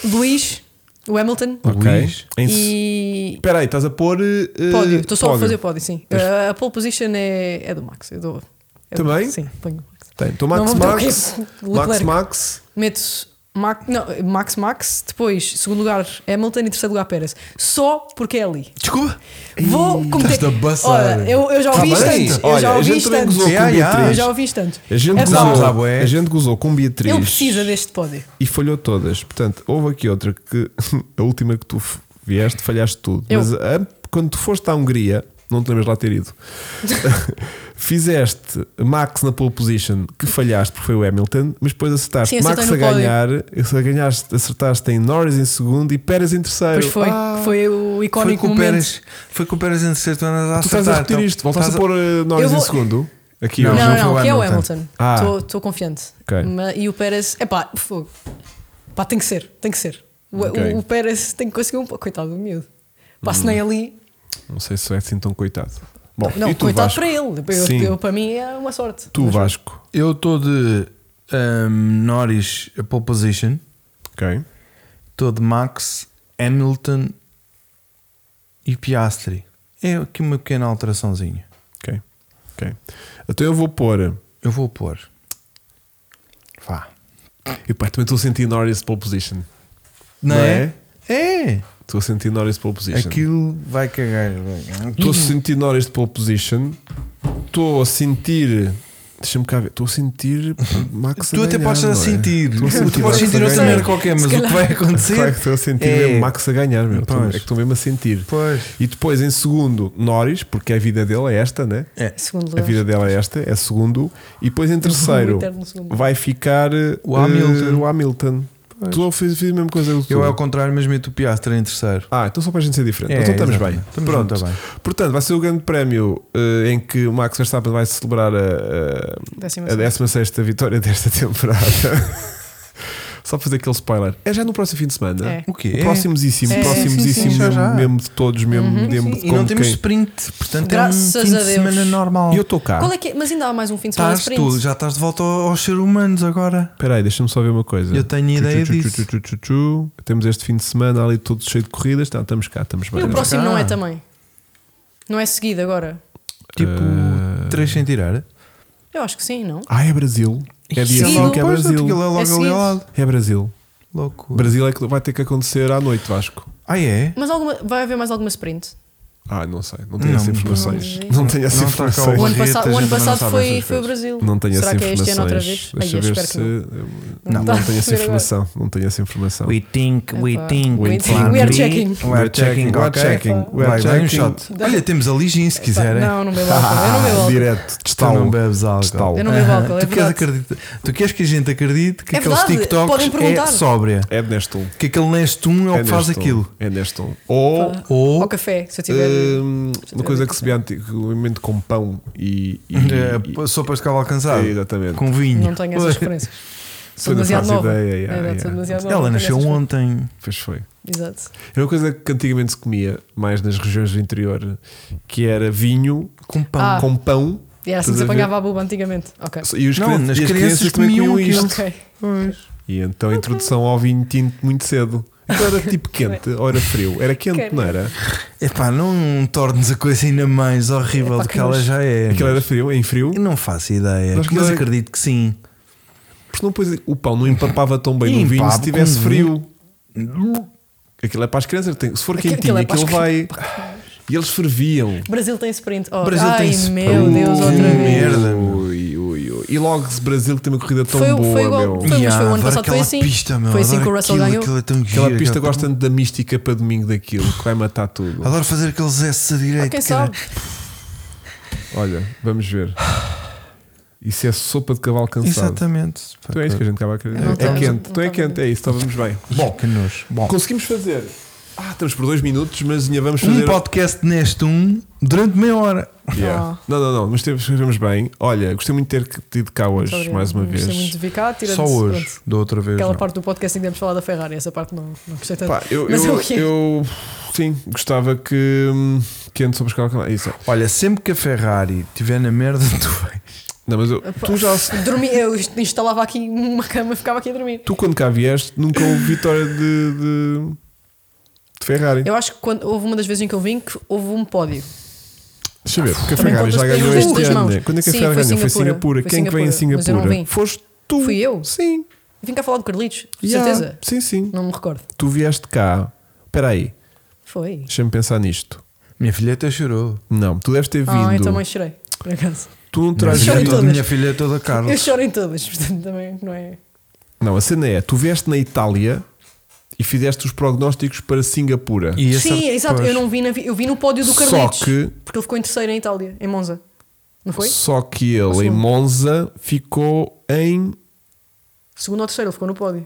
C: Luís o Hamilton.
B: Luís.
A: Em-
C: E.
A: Espera aí, estás a pôr. eh,
C: Pódio, estou só
A: É pódio. É
C: a fazer pódio, sim. Uh, a pole position é, é do Max. Eu dou, é do-
A: Também?
C: Sim, ponho o Max.
A: Tem. Então,
C: Não
A: Max,
C: vou meter o quê?
A: Max, Max,
C: Leclerc.
A: Max.
C: Meto Max, não, Max Max, depois, segundo lugar, Hamilton e terceiro lugar, Pérez. Só porque é ali.
B: Desculpa.
C: Vou cometer.
B: estás-te a passar.
C: Olha, eu, eu já ouvi
B: Tá bem.
C: instantes. Eu
A: Olha,
C: já
A: a
C: ouvi
A: gente também
C: instantes. É,
A: gozou
B: Yeah,
A: com
B: yeah.
A: Beatriz.
C: Eu já ouvi instantes.
A: A gente,
C: Pessoal,
B: Usámos à
A: gozou,
B: bué.
A: a gente gozou com Beatriz
C: É Ele precisa deste pódio.
A: e falhou todas. Portanto, houve aqui outra que a última que tu f- vieste, falhaste tudo.
C: Eu.
A: Mas a- quando tu foste à Hungria, não te lembras lá ter ido, fizeste Max na pole position, que falhaste porque foi o Hamilton, mas depois acertaste
C: Sim, acertei
A: Max a
C: no pódio.
A: ganhar, a ganhaste, acertaste em Norris em segundo e Pérez em terceiro.
C: Pois foi,
A: Ah,
C: foi o
B: Foi
C: icónico
B: com o
C: momento.
B: Pérez. Foi com o Pérez em terceiro. Tu andas a
A: Tu estás a
B: acertar,
A: repetir
B: então.
A: isto, voltaste
B: Estás
A: a pôr eh, Norris
C: Eu
A: em
C: vou-
A: segundo. Aqui
C: Não,
B: Não,
A: hoje.
B: não
C: não,
B: foi o
C: que é o
B: Hamilton.
C: Hamilton.
A: Ah.
C: Estou confiante.
A: Ok.
C: Ma- e o Pérez, é pá, fogo. Pá, tem que ser, tem que ser. O,
A: Ok.
C: o- o Pérez tem que conseguir um pouco. Coitado do miúdo. Pá, se nem ali.
A: Não sei se é assim tão coitado. Bom,
C: Não,
A: e tu,
C: coitado
A: Vasco?
C: para ele. Eu-
A: Sim.
C: eu- para mim é uma sorte.
A: Tu,
C: Mas-
A: Vasco.
B: Eu estou de ahm, Norris a pole position.
A: Ok.
B: Estou de Max, Hamilton e Piastri. É aqui uma pequena alteraçãozinha.
A: Ok. Ok. Então eu vou pôr.
B: Eu vou pôr. Vá.
A: E pá, também estou a sentir Norris pole position. Não
B: Não, é? É.
A: Estou a sentir Norris pole position.
B: Aquilo vai cagar.
A: Estou a sentir Norris pole position. Estou a sentir. Deixa-me cá ver. Estou a sentir Max
B: Tu
A: a
B: até
A: ganhar,
B: podes
A: não
B: estar
A: é?
B: a sentir.
A: Estou a
B: Tu podes
A: Max a
B: sentir outra
A: ganhar.
B: merda qualquer, mas
C: Se
B: o que
C: calhar.
B: vai
A: Claro
B: acontecer.
A: que Estou a sentir
B: É.
A: mesmo Max a ganhar, meu. Estou- É
B: Pois.
A: que estou mesmo a sentir.
B: Pois.
A: E depois, em segundo, Norris, porque a vida dele é esta, né?
B: É.
C: Segundo
A: A
C: lugar.
A: vida dela é esta, é segundo. E depois, em terceiro,
C: eterno segundo.
A: vai ficar eh,
B: O Hamilton.
A: o Hamilton. Tu fiz, fiz a mesma coisa que tu.
B: Eu é ao contrário, mas meto o Piastri em terceiro.
A: Ah, então só para a gente ser diferente.
B: É,
A: então estamos
B: exatamente.
A: bem.
B: Estamos
A: Pronto.
B: muito bem.
A: Portanto, vai ser o grande prémio eh, em que o Max Verstappen vai celebrar a,
C: Décima
A: a, a 16 vitória desta temporada. Só para fazer aquele spoiler. É já no próximo fim de semana.
C: É.
B: O quê?
A: O próximosíssimo,
C: É,
A: próximosíssimo,
B: sim, sim.
A: mesmo,
B: Já, já.
A: mesmo de todos, mesmo
C: Uhum.
A: mesmo de
B: E não
A: como
B: temos
A: quem-
B: sprint, portanto
C: Graças
B: é um fim
C: a
B: de
C: Deus.
B: semana normal.
A: E eu estou cá.
C: Qual é que é? Mas ainda há mais um fim de semana
B: Estás
C: de
B: tu,
C: sprint.
B: já estás de volta ao- aos seres humanos agora.
A: Espera aí, deixa-me só ver uma coisa.
B: Eu tenho ideia disso.
A: disso. Temos este fim de semana ali todo cheio de corridas. Tá, estamos cá, estamos bem.
C: E o
B: Bem,
C: próximo
B: cá.
C: não é também. Não é seguido agora.
B: Tipo,
A: Eh,
B: 3 sem tirar.
C: Eu acho que sim, não?
A: Ah, é Brasil. É dia
C: Sim.
A: 5, é
B: Pois, aquilo
A: Brasil.
B: é logo
C: É
B: ali
C: seguido.
B: ao lado.
A: É Brasil.
B: Loucura.
A: Brasil é que vai ter que acontecer à noite, Vasco.
B: Ah, é?
C: Mas alguma, vai haver mais alguma sprint?
A: Ah, não sei, não tenho
B: Não,
A: essas informações.
C: não sei.
A: Não tenho essas
B: Não está cá
A: informações.
B: Pois,
C: o ano,
B: a
C: passa-
B: gente
C: o ano
B: ainda não
C: passado
B: sabe
C: foi,
B: essas
C: foi o
B: coisas.
C: Brasil.
A: Não tenho
C: Será
A: essa
C: que é este ano outra
A: informações.
C: vez?
A: Deixa
C: Ai, eu
A: ver
C: espero
A: se.
C: que não.
A: Não,
C: Não.
A: não
C: Tá.
A: tenho essa
C: Espera agora.
A: informação. Não tenho essa informação.
B: think,
C: Epá. We think.
B: plan
C: We are
B: B.
C: checking.
B: We are checking,
A: We are
B: ok.
A: checking. We are
B: Vai, vai um
A: checking.
B: shot. Olha, temos ali gin se quiserem.
C: Não, não bebo álcool. Eu não bebo álcool.
A: Direto, um.
B: Tu não
A: testalo.
B: bebes
A: Testalo.
B: álcool.
C: Eu não bebo álcool, é
B: tu, queres
C: verdade.
B: acreditar- tu queres que a gente acredite que
C: É
B: aqueles
C: verdade,
B: TikToks
C: podem perguntar.
B: é sóbria.
A: É de Nestum.
B: Que aquele Nestum é o
A: É
B: que faz
A: Nestum.
B: aquilo.
A: É Nestum. Ou.
B: Ou
C: Ao café, se eu tiver.
A: hum, Uma
C: tiver
A: coisa
C: de
A: que se vê antigamente com pão e. e-
B: eh, sopas de cavalo alcançado.
A: e- Exatamente.
B: Com vinho.
C: Não tenho essas referências.
A: Tu
C: Sou
A: não
C: demasiado
A: fazes
C: nova.
A: ideia, yeah,
C: É verdade,
A: yeah.
C: sou demasiado nova,
B: Ela
C: não tenho
B: nasceu
C: essas
B: ontem.
A: Pois foi.
C: referências. Exato.
A: Era uma coisa que antigamente se comia mais nas regiões do interior, que era vinho
B: Com pão.
C: Ah.
A: com pão.
C: E era
A: Estás
C: assim que se
A: a ver?
C: apanhava a buba antigamente. Ok.
A: E os
B: Não,
A: crianças,
B: nas
A: e as
B: crianças
A: crianças também
B: comiam
A: comiam isto.
B: aquilo.
C: Ok.
A: E então a introdução ao vinho tinto muito cedo. Então era tipo quente, ou era frio. Era quente,
C: Quero.
A: não era?
B: Epá, não tornes a coisa ainda mais horrível
C: Epá,
B: do que,
C: que
B: ela
C: nojo.
B: já é.
A: Aquilo era frio, em frio.
B: Eu não faço ideia,
A: Mas
B: mas,
A: não é-
B: acredito que sim.
A: Porque não pôs, o pão não empapava tão bem
B: E
A: no vinho se
B: empapa
A: tivesse
B: com
A: frio. Aquilo é para as crianças. tem- Se for
C: Aquilo-
A: quentinho,
C: aquilo é para
A: aquilo,
C: as
A: vai. E eles ferviam.
C: Brasil tem sprint. Oh,
B: Brasil
C: ai,
B: tem sprint.
C: meu Deus,
B: Uh,
C: outra
B: que
C: vez.
B: merda, meu.
A: Ui, ui, ui. E logo se Brasil que tem uma corrida tão
C: Foi-
A: boa,
C: foi igual-
A: meu.
C: foi- mas o ano
B: adoro
C: passado
B: aquela
C: foi assim.
B: Pista, meu,
C: Foi assim
B: adoro
C: que o Russell
B: aquilo,
C: ganhou.
B: Aquilo é tão
A: Aquela
B: giro,
A: pista
C: tá
B: aquela-
A: gosta tanto da mística para domingo daquilo, que vai matar tudo.
B: Adoro fazer aqueles S a direita.
C: Quem
B: caralho.
C: sabe?
A: Olha, vamos ver. Isso é sopa de cavalo cansado.
B: Exatamente.
A: Então é isso que a gente estava a querer
C: Eu não
A: dizer. É
C: estava- não
A: quente, então é
C: estava-
A: quente, é isso, então vamos bem.
B: Bom, que nojo. Bom,
A: Conseguimos fazer. Ah, estamos por dois minutos, mas ainda vamos fazer.
B: um podcast neste um durante meia hora.
A: Yeah.
C: Oh.
A: Não, não, não, mas temos- escrevemos bem. Olha, gostei muito de ter tido cá hoje,
C: Obrigada.
A: mais uma
C: Gostei
A: vez.
C: muito de vir cá, tirando
B: Só hoje,
C: pronto,
B: da outra vez.
C: Aquela
B: não.
C: parte do podcast em que devemos falar da Ferrari, essa parte não, não gostei tanto.
A: Pá, eu,
C: Mas é
A: eu,
C: o que é.
A: eu, sim, gostava que, hum, que antes sobre escalar o canal. Isso. é.
B: Olha, sempre que a Ferrari estiver na merda, tu vais.
A: Não, mas eu- tu já
C: Dormi, eu instalava aqui uma cama e ficava aqui a dormir.
A: Tu, quando cá vieste, nunca houve vitória de, de, de Ferrari.
C: Eu acho que quando, houve uma das vezes em que eu vim que houve um pódio.
A: Deixa eu ver, porque a
C: Também
A: Ferrari já
C: contas
A: ganhou
C: pelas
A: este
C: duas
A: ano.
C: mãos.
A: né? Quando é que a
C: Sim,
A: Ferrari
C: foi
A: ganhou? Foi Singapura.
C: Singapura.
A: Quem é que vem em
C: Foi Singapura, mas eu não
A: Singapura?
C: vim.
A: Foste tu.
C: Fui eu?
A: Sim.
C: Vim cá falar do Carlitos, de
A: Ya,
C: certeza.
A: Sim, sim.
C: Não me recordo.
A: Tu vieste cá. Espera aí,
C: Foi.
A: deixa-me pensar nisto.
B: Minha filha até chorou.
A: Não, tu deves ter vindo.
C: Ah, então mais chorei, por acaso.
A: Tu não
B: Minha
A: terás
C: Chorei
B: filha,
A: vindo.
B: toda,
C: todas.
B: minha filha é toda
C: Eu
B: Carlos.
C: choro em todas, portanto também não é.
A: Não, a cena é: tu vieste na Itália e fizeste os prognósticos para Singapura.
B: E essa-
C: Sim, exato.
B: pois.
C: Eu não vi, na vi- eu vi no pódio do
A: Só
C: Carlitos.
A: que-
C: Porque ele ficou em terceiro em Itália, em Monza. Não foi?
A: Só que ele em
C: segundo.
A: Monza ficou em.
C: Segundo ou terceiro, ele ficou no pódio.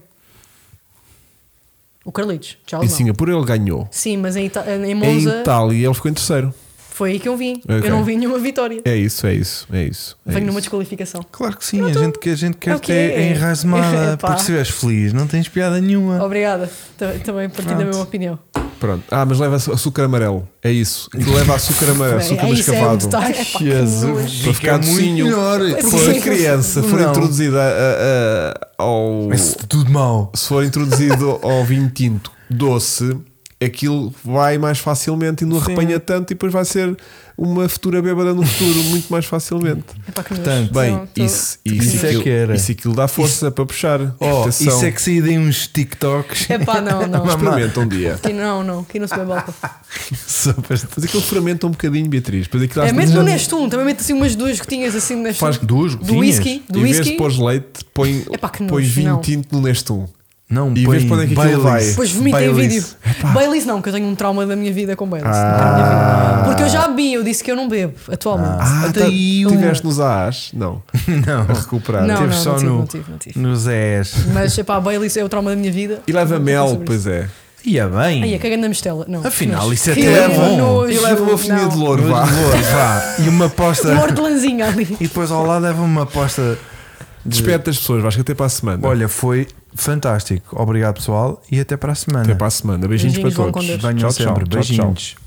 C: O Carlitos,
A: Em
C: Charles. não.
A: Singapura ele ganhou.
C: Sim, mas em, Ita- em
A: Em
C: Monza
A: Itália ele ficou em terceiro.
C: foi aí que eu vim.
A: Ok.
C: Eu não vi nenhuma vitória.
A: É isso, é isso, é isso. É
C: Venho
A: isso.
C: numa desqualificação.
B: Claro que sim, a gente, que a gente quer
C: É o
B: ter
C: quê?
B: é enrasmada.
C: Epá.
B: porque se estiveres feliz, não tens piada nenhuma.
C: Obrigada. Ta- Também partilho da
B: Pronto.
C: mesma opinião.
A: Pronto. Ah, mas leva açúcar amarelo. É isso. Tu leva açúcar amarelo,
C: Bem,
A: açúcar
C: é isso, é um
A: mascavado.
C: detalhe. Epá, que nojo.
A: Para ficar docinho.
C: Porque
A: Porque
C: Sim.
A: se a criança for
B: Não.
A: introduzida a- a- ao.
B: Mas tudo mau.
A: Se for introduzido ao vinho tinto doce, aquilo vai mais facilmente e não
B: Sim.
A: arrepanha tanto e depois vai ser uma futura bêbada no futuro, muito mais facilmente.
C: Epá, que nojo.
B: Portanto,
A: Bem,
C: Não, tô-
A: isso,
C: tô
A: isso,
B: Isso é
A: aquilo,
B: que era.
A: isso aquilo dá força para puxar.
B: Oh,
A: Atenção.
B: isso é que saí de uns TikToks
C: Epá, não, não.
A: Experimenta um dia.
C: Aqui não, não. Aqui não se bebe álcool. É,
B: só para estar-
A: Mas aquilo fermenta um bocadinho, Beatriz. Depois aquilo
C: É,
A: às
C: mete
A: tantas
C: no
A: já-
C: Nestum, também mete assim umas duas gotinhas assim no Nestum.
A: Faz
B: duas
C: do
B: gotinhas?
C: whisky, do
A: Em vez de
C: whisky.
A: pôr leite, põe,
C: Epá, que nojo,
A: põe vinho
C: não.
A: tinto no um. Nestum.
B: Não,
A: E
B: põe
A: vês para onde é que aquilo
B: Baileys.
A: vai?
C: Depois vomita em
B: Baileys.
C: vídeo. Baileys não, que eu tenho um trauma da minha vida com Baileys.
A: Ah.
C: Porque eu já bebi, eu disse que eu não bebo atualmente.
A: Ah,
B: Até
A: tá,
B: aí um-
A: tiveste nos AAs? Não.
B: Não,
A: A recuperar.
C: Não,
B: teve
C: não,
B: só
C: não tive,
B: no,
C: não tive, não tive.
B: nos Zés.
C: Mas epá, Baileys é o trauma da minha vida.
A: E leva
C: Não
A: mel,
C: sobre isso.
A: pois é.
B: Ia bem.
C: Ai, a cagando na mistela. Não,
B: Afinal,
C: nojo.
B: isso até
C: Que
B: é bom.
C: nojo,
A: E leva uma folhinha
C: não.
A: de
B: Dois
A: louro,
B: de
A: vá.
B: louro, vá. E uma aposta.
C: Uma hortelãzinha ali.
B: E depois ao lado leva uma aposta.
A: Despede as pessoas, vais que até para a semana.
B: Olha, foi fantástico. Obrigado, pessoal. E até para a semana.
A: até para a semana. Beijinhos,
C: Beijinhos,
A: para
C: vão com
A: todos.
C: Deus.
B: Venham
A: Tchau,
B: sempre.
A: tchau.
B: Beijinhos.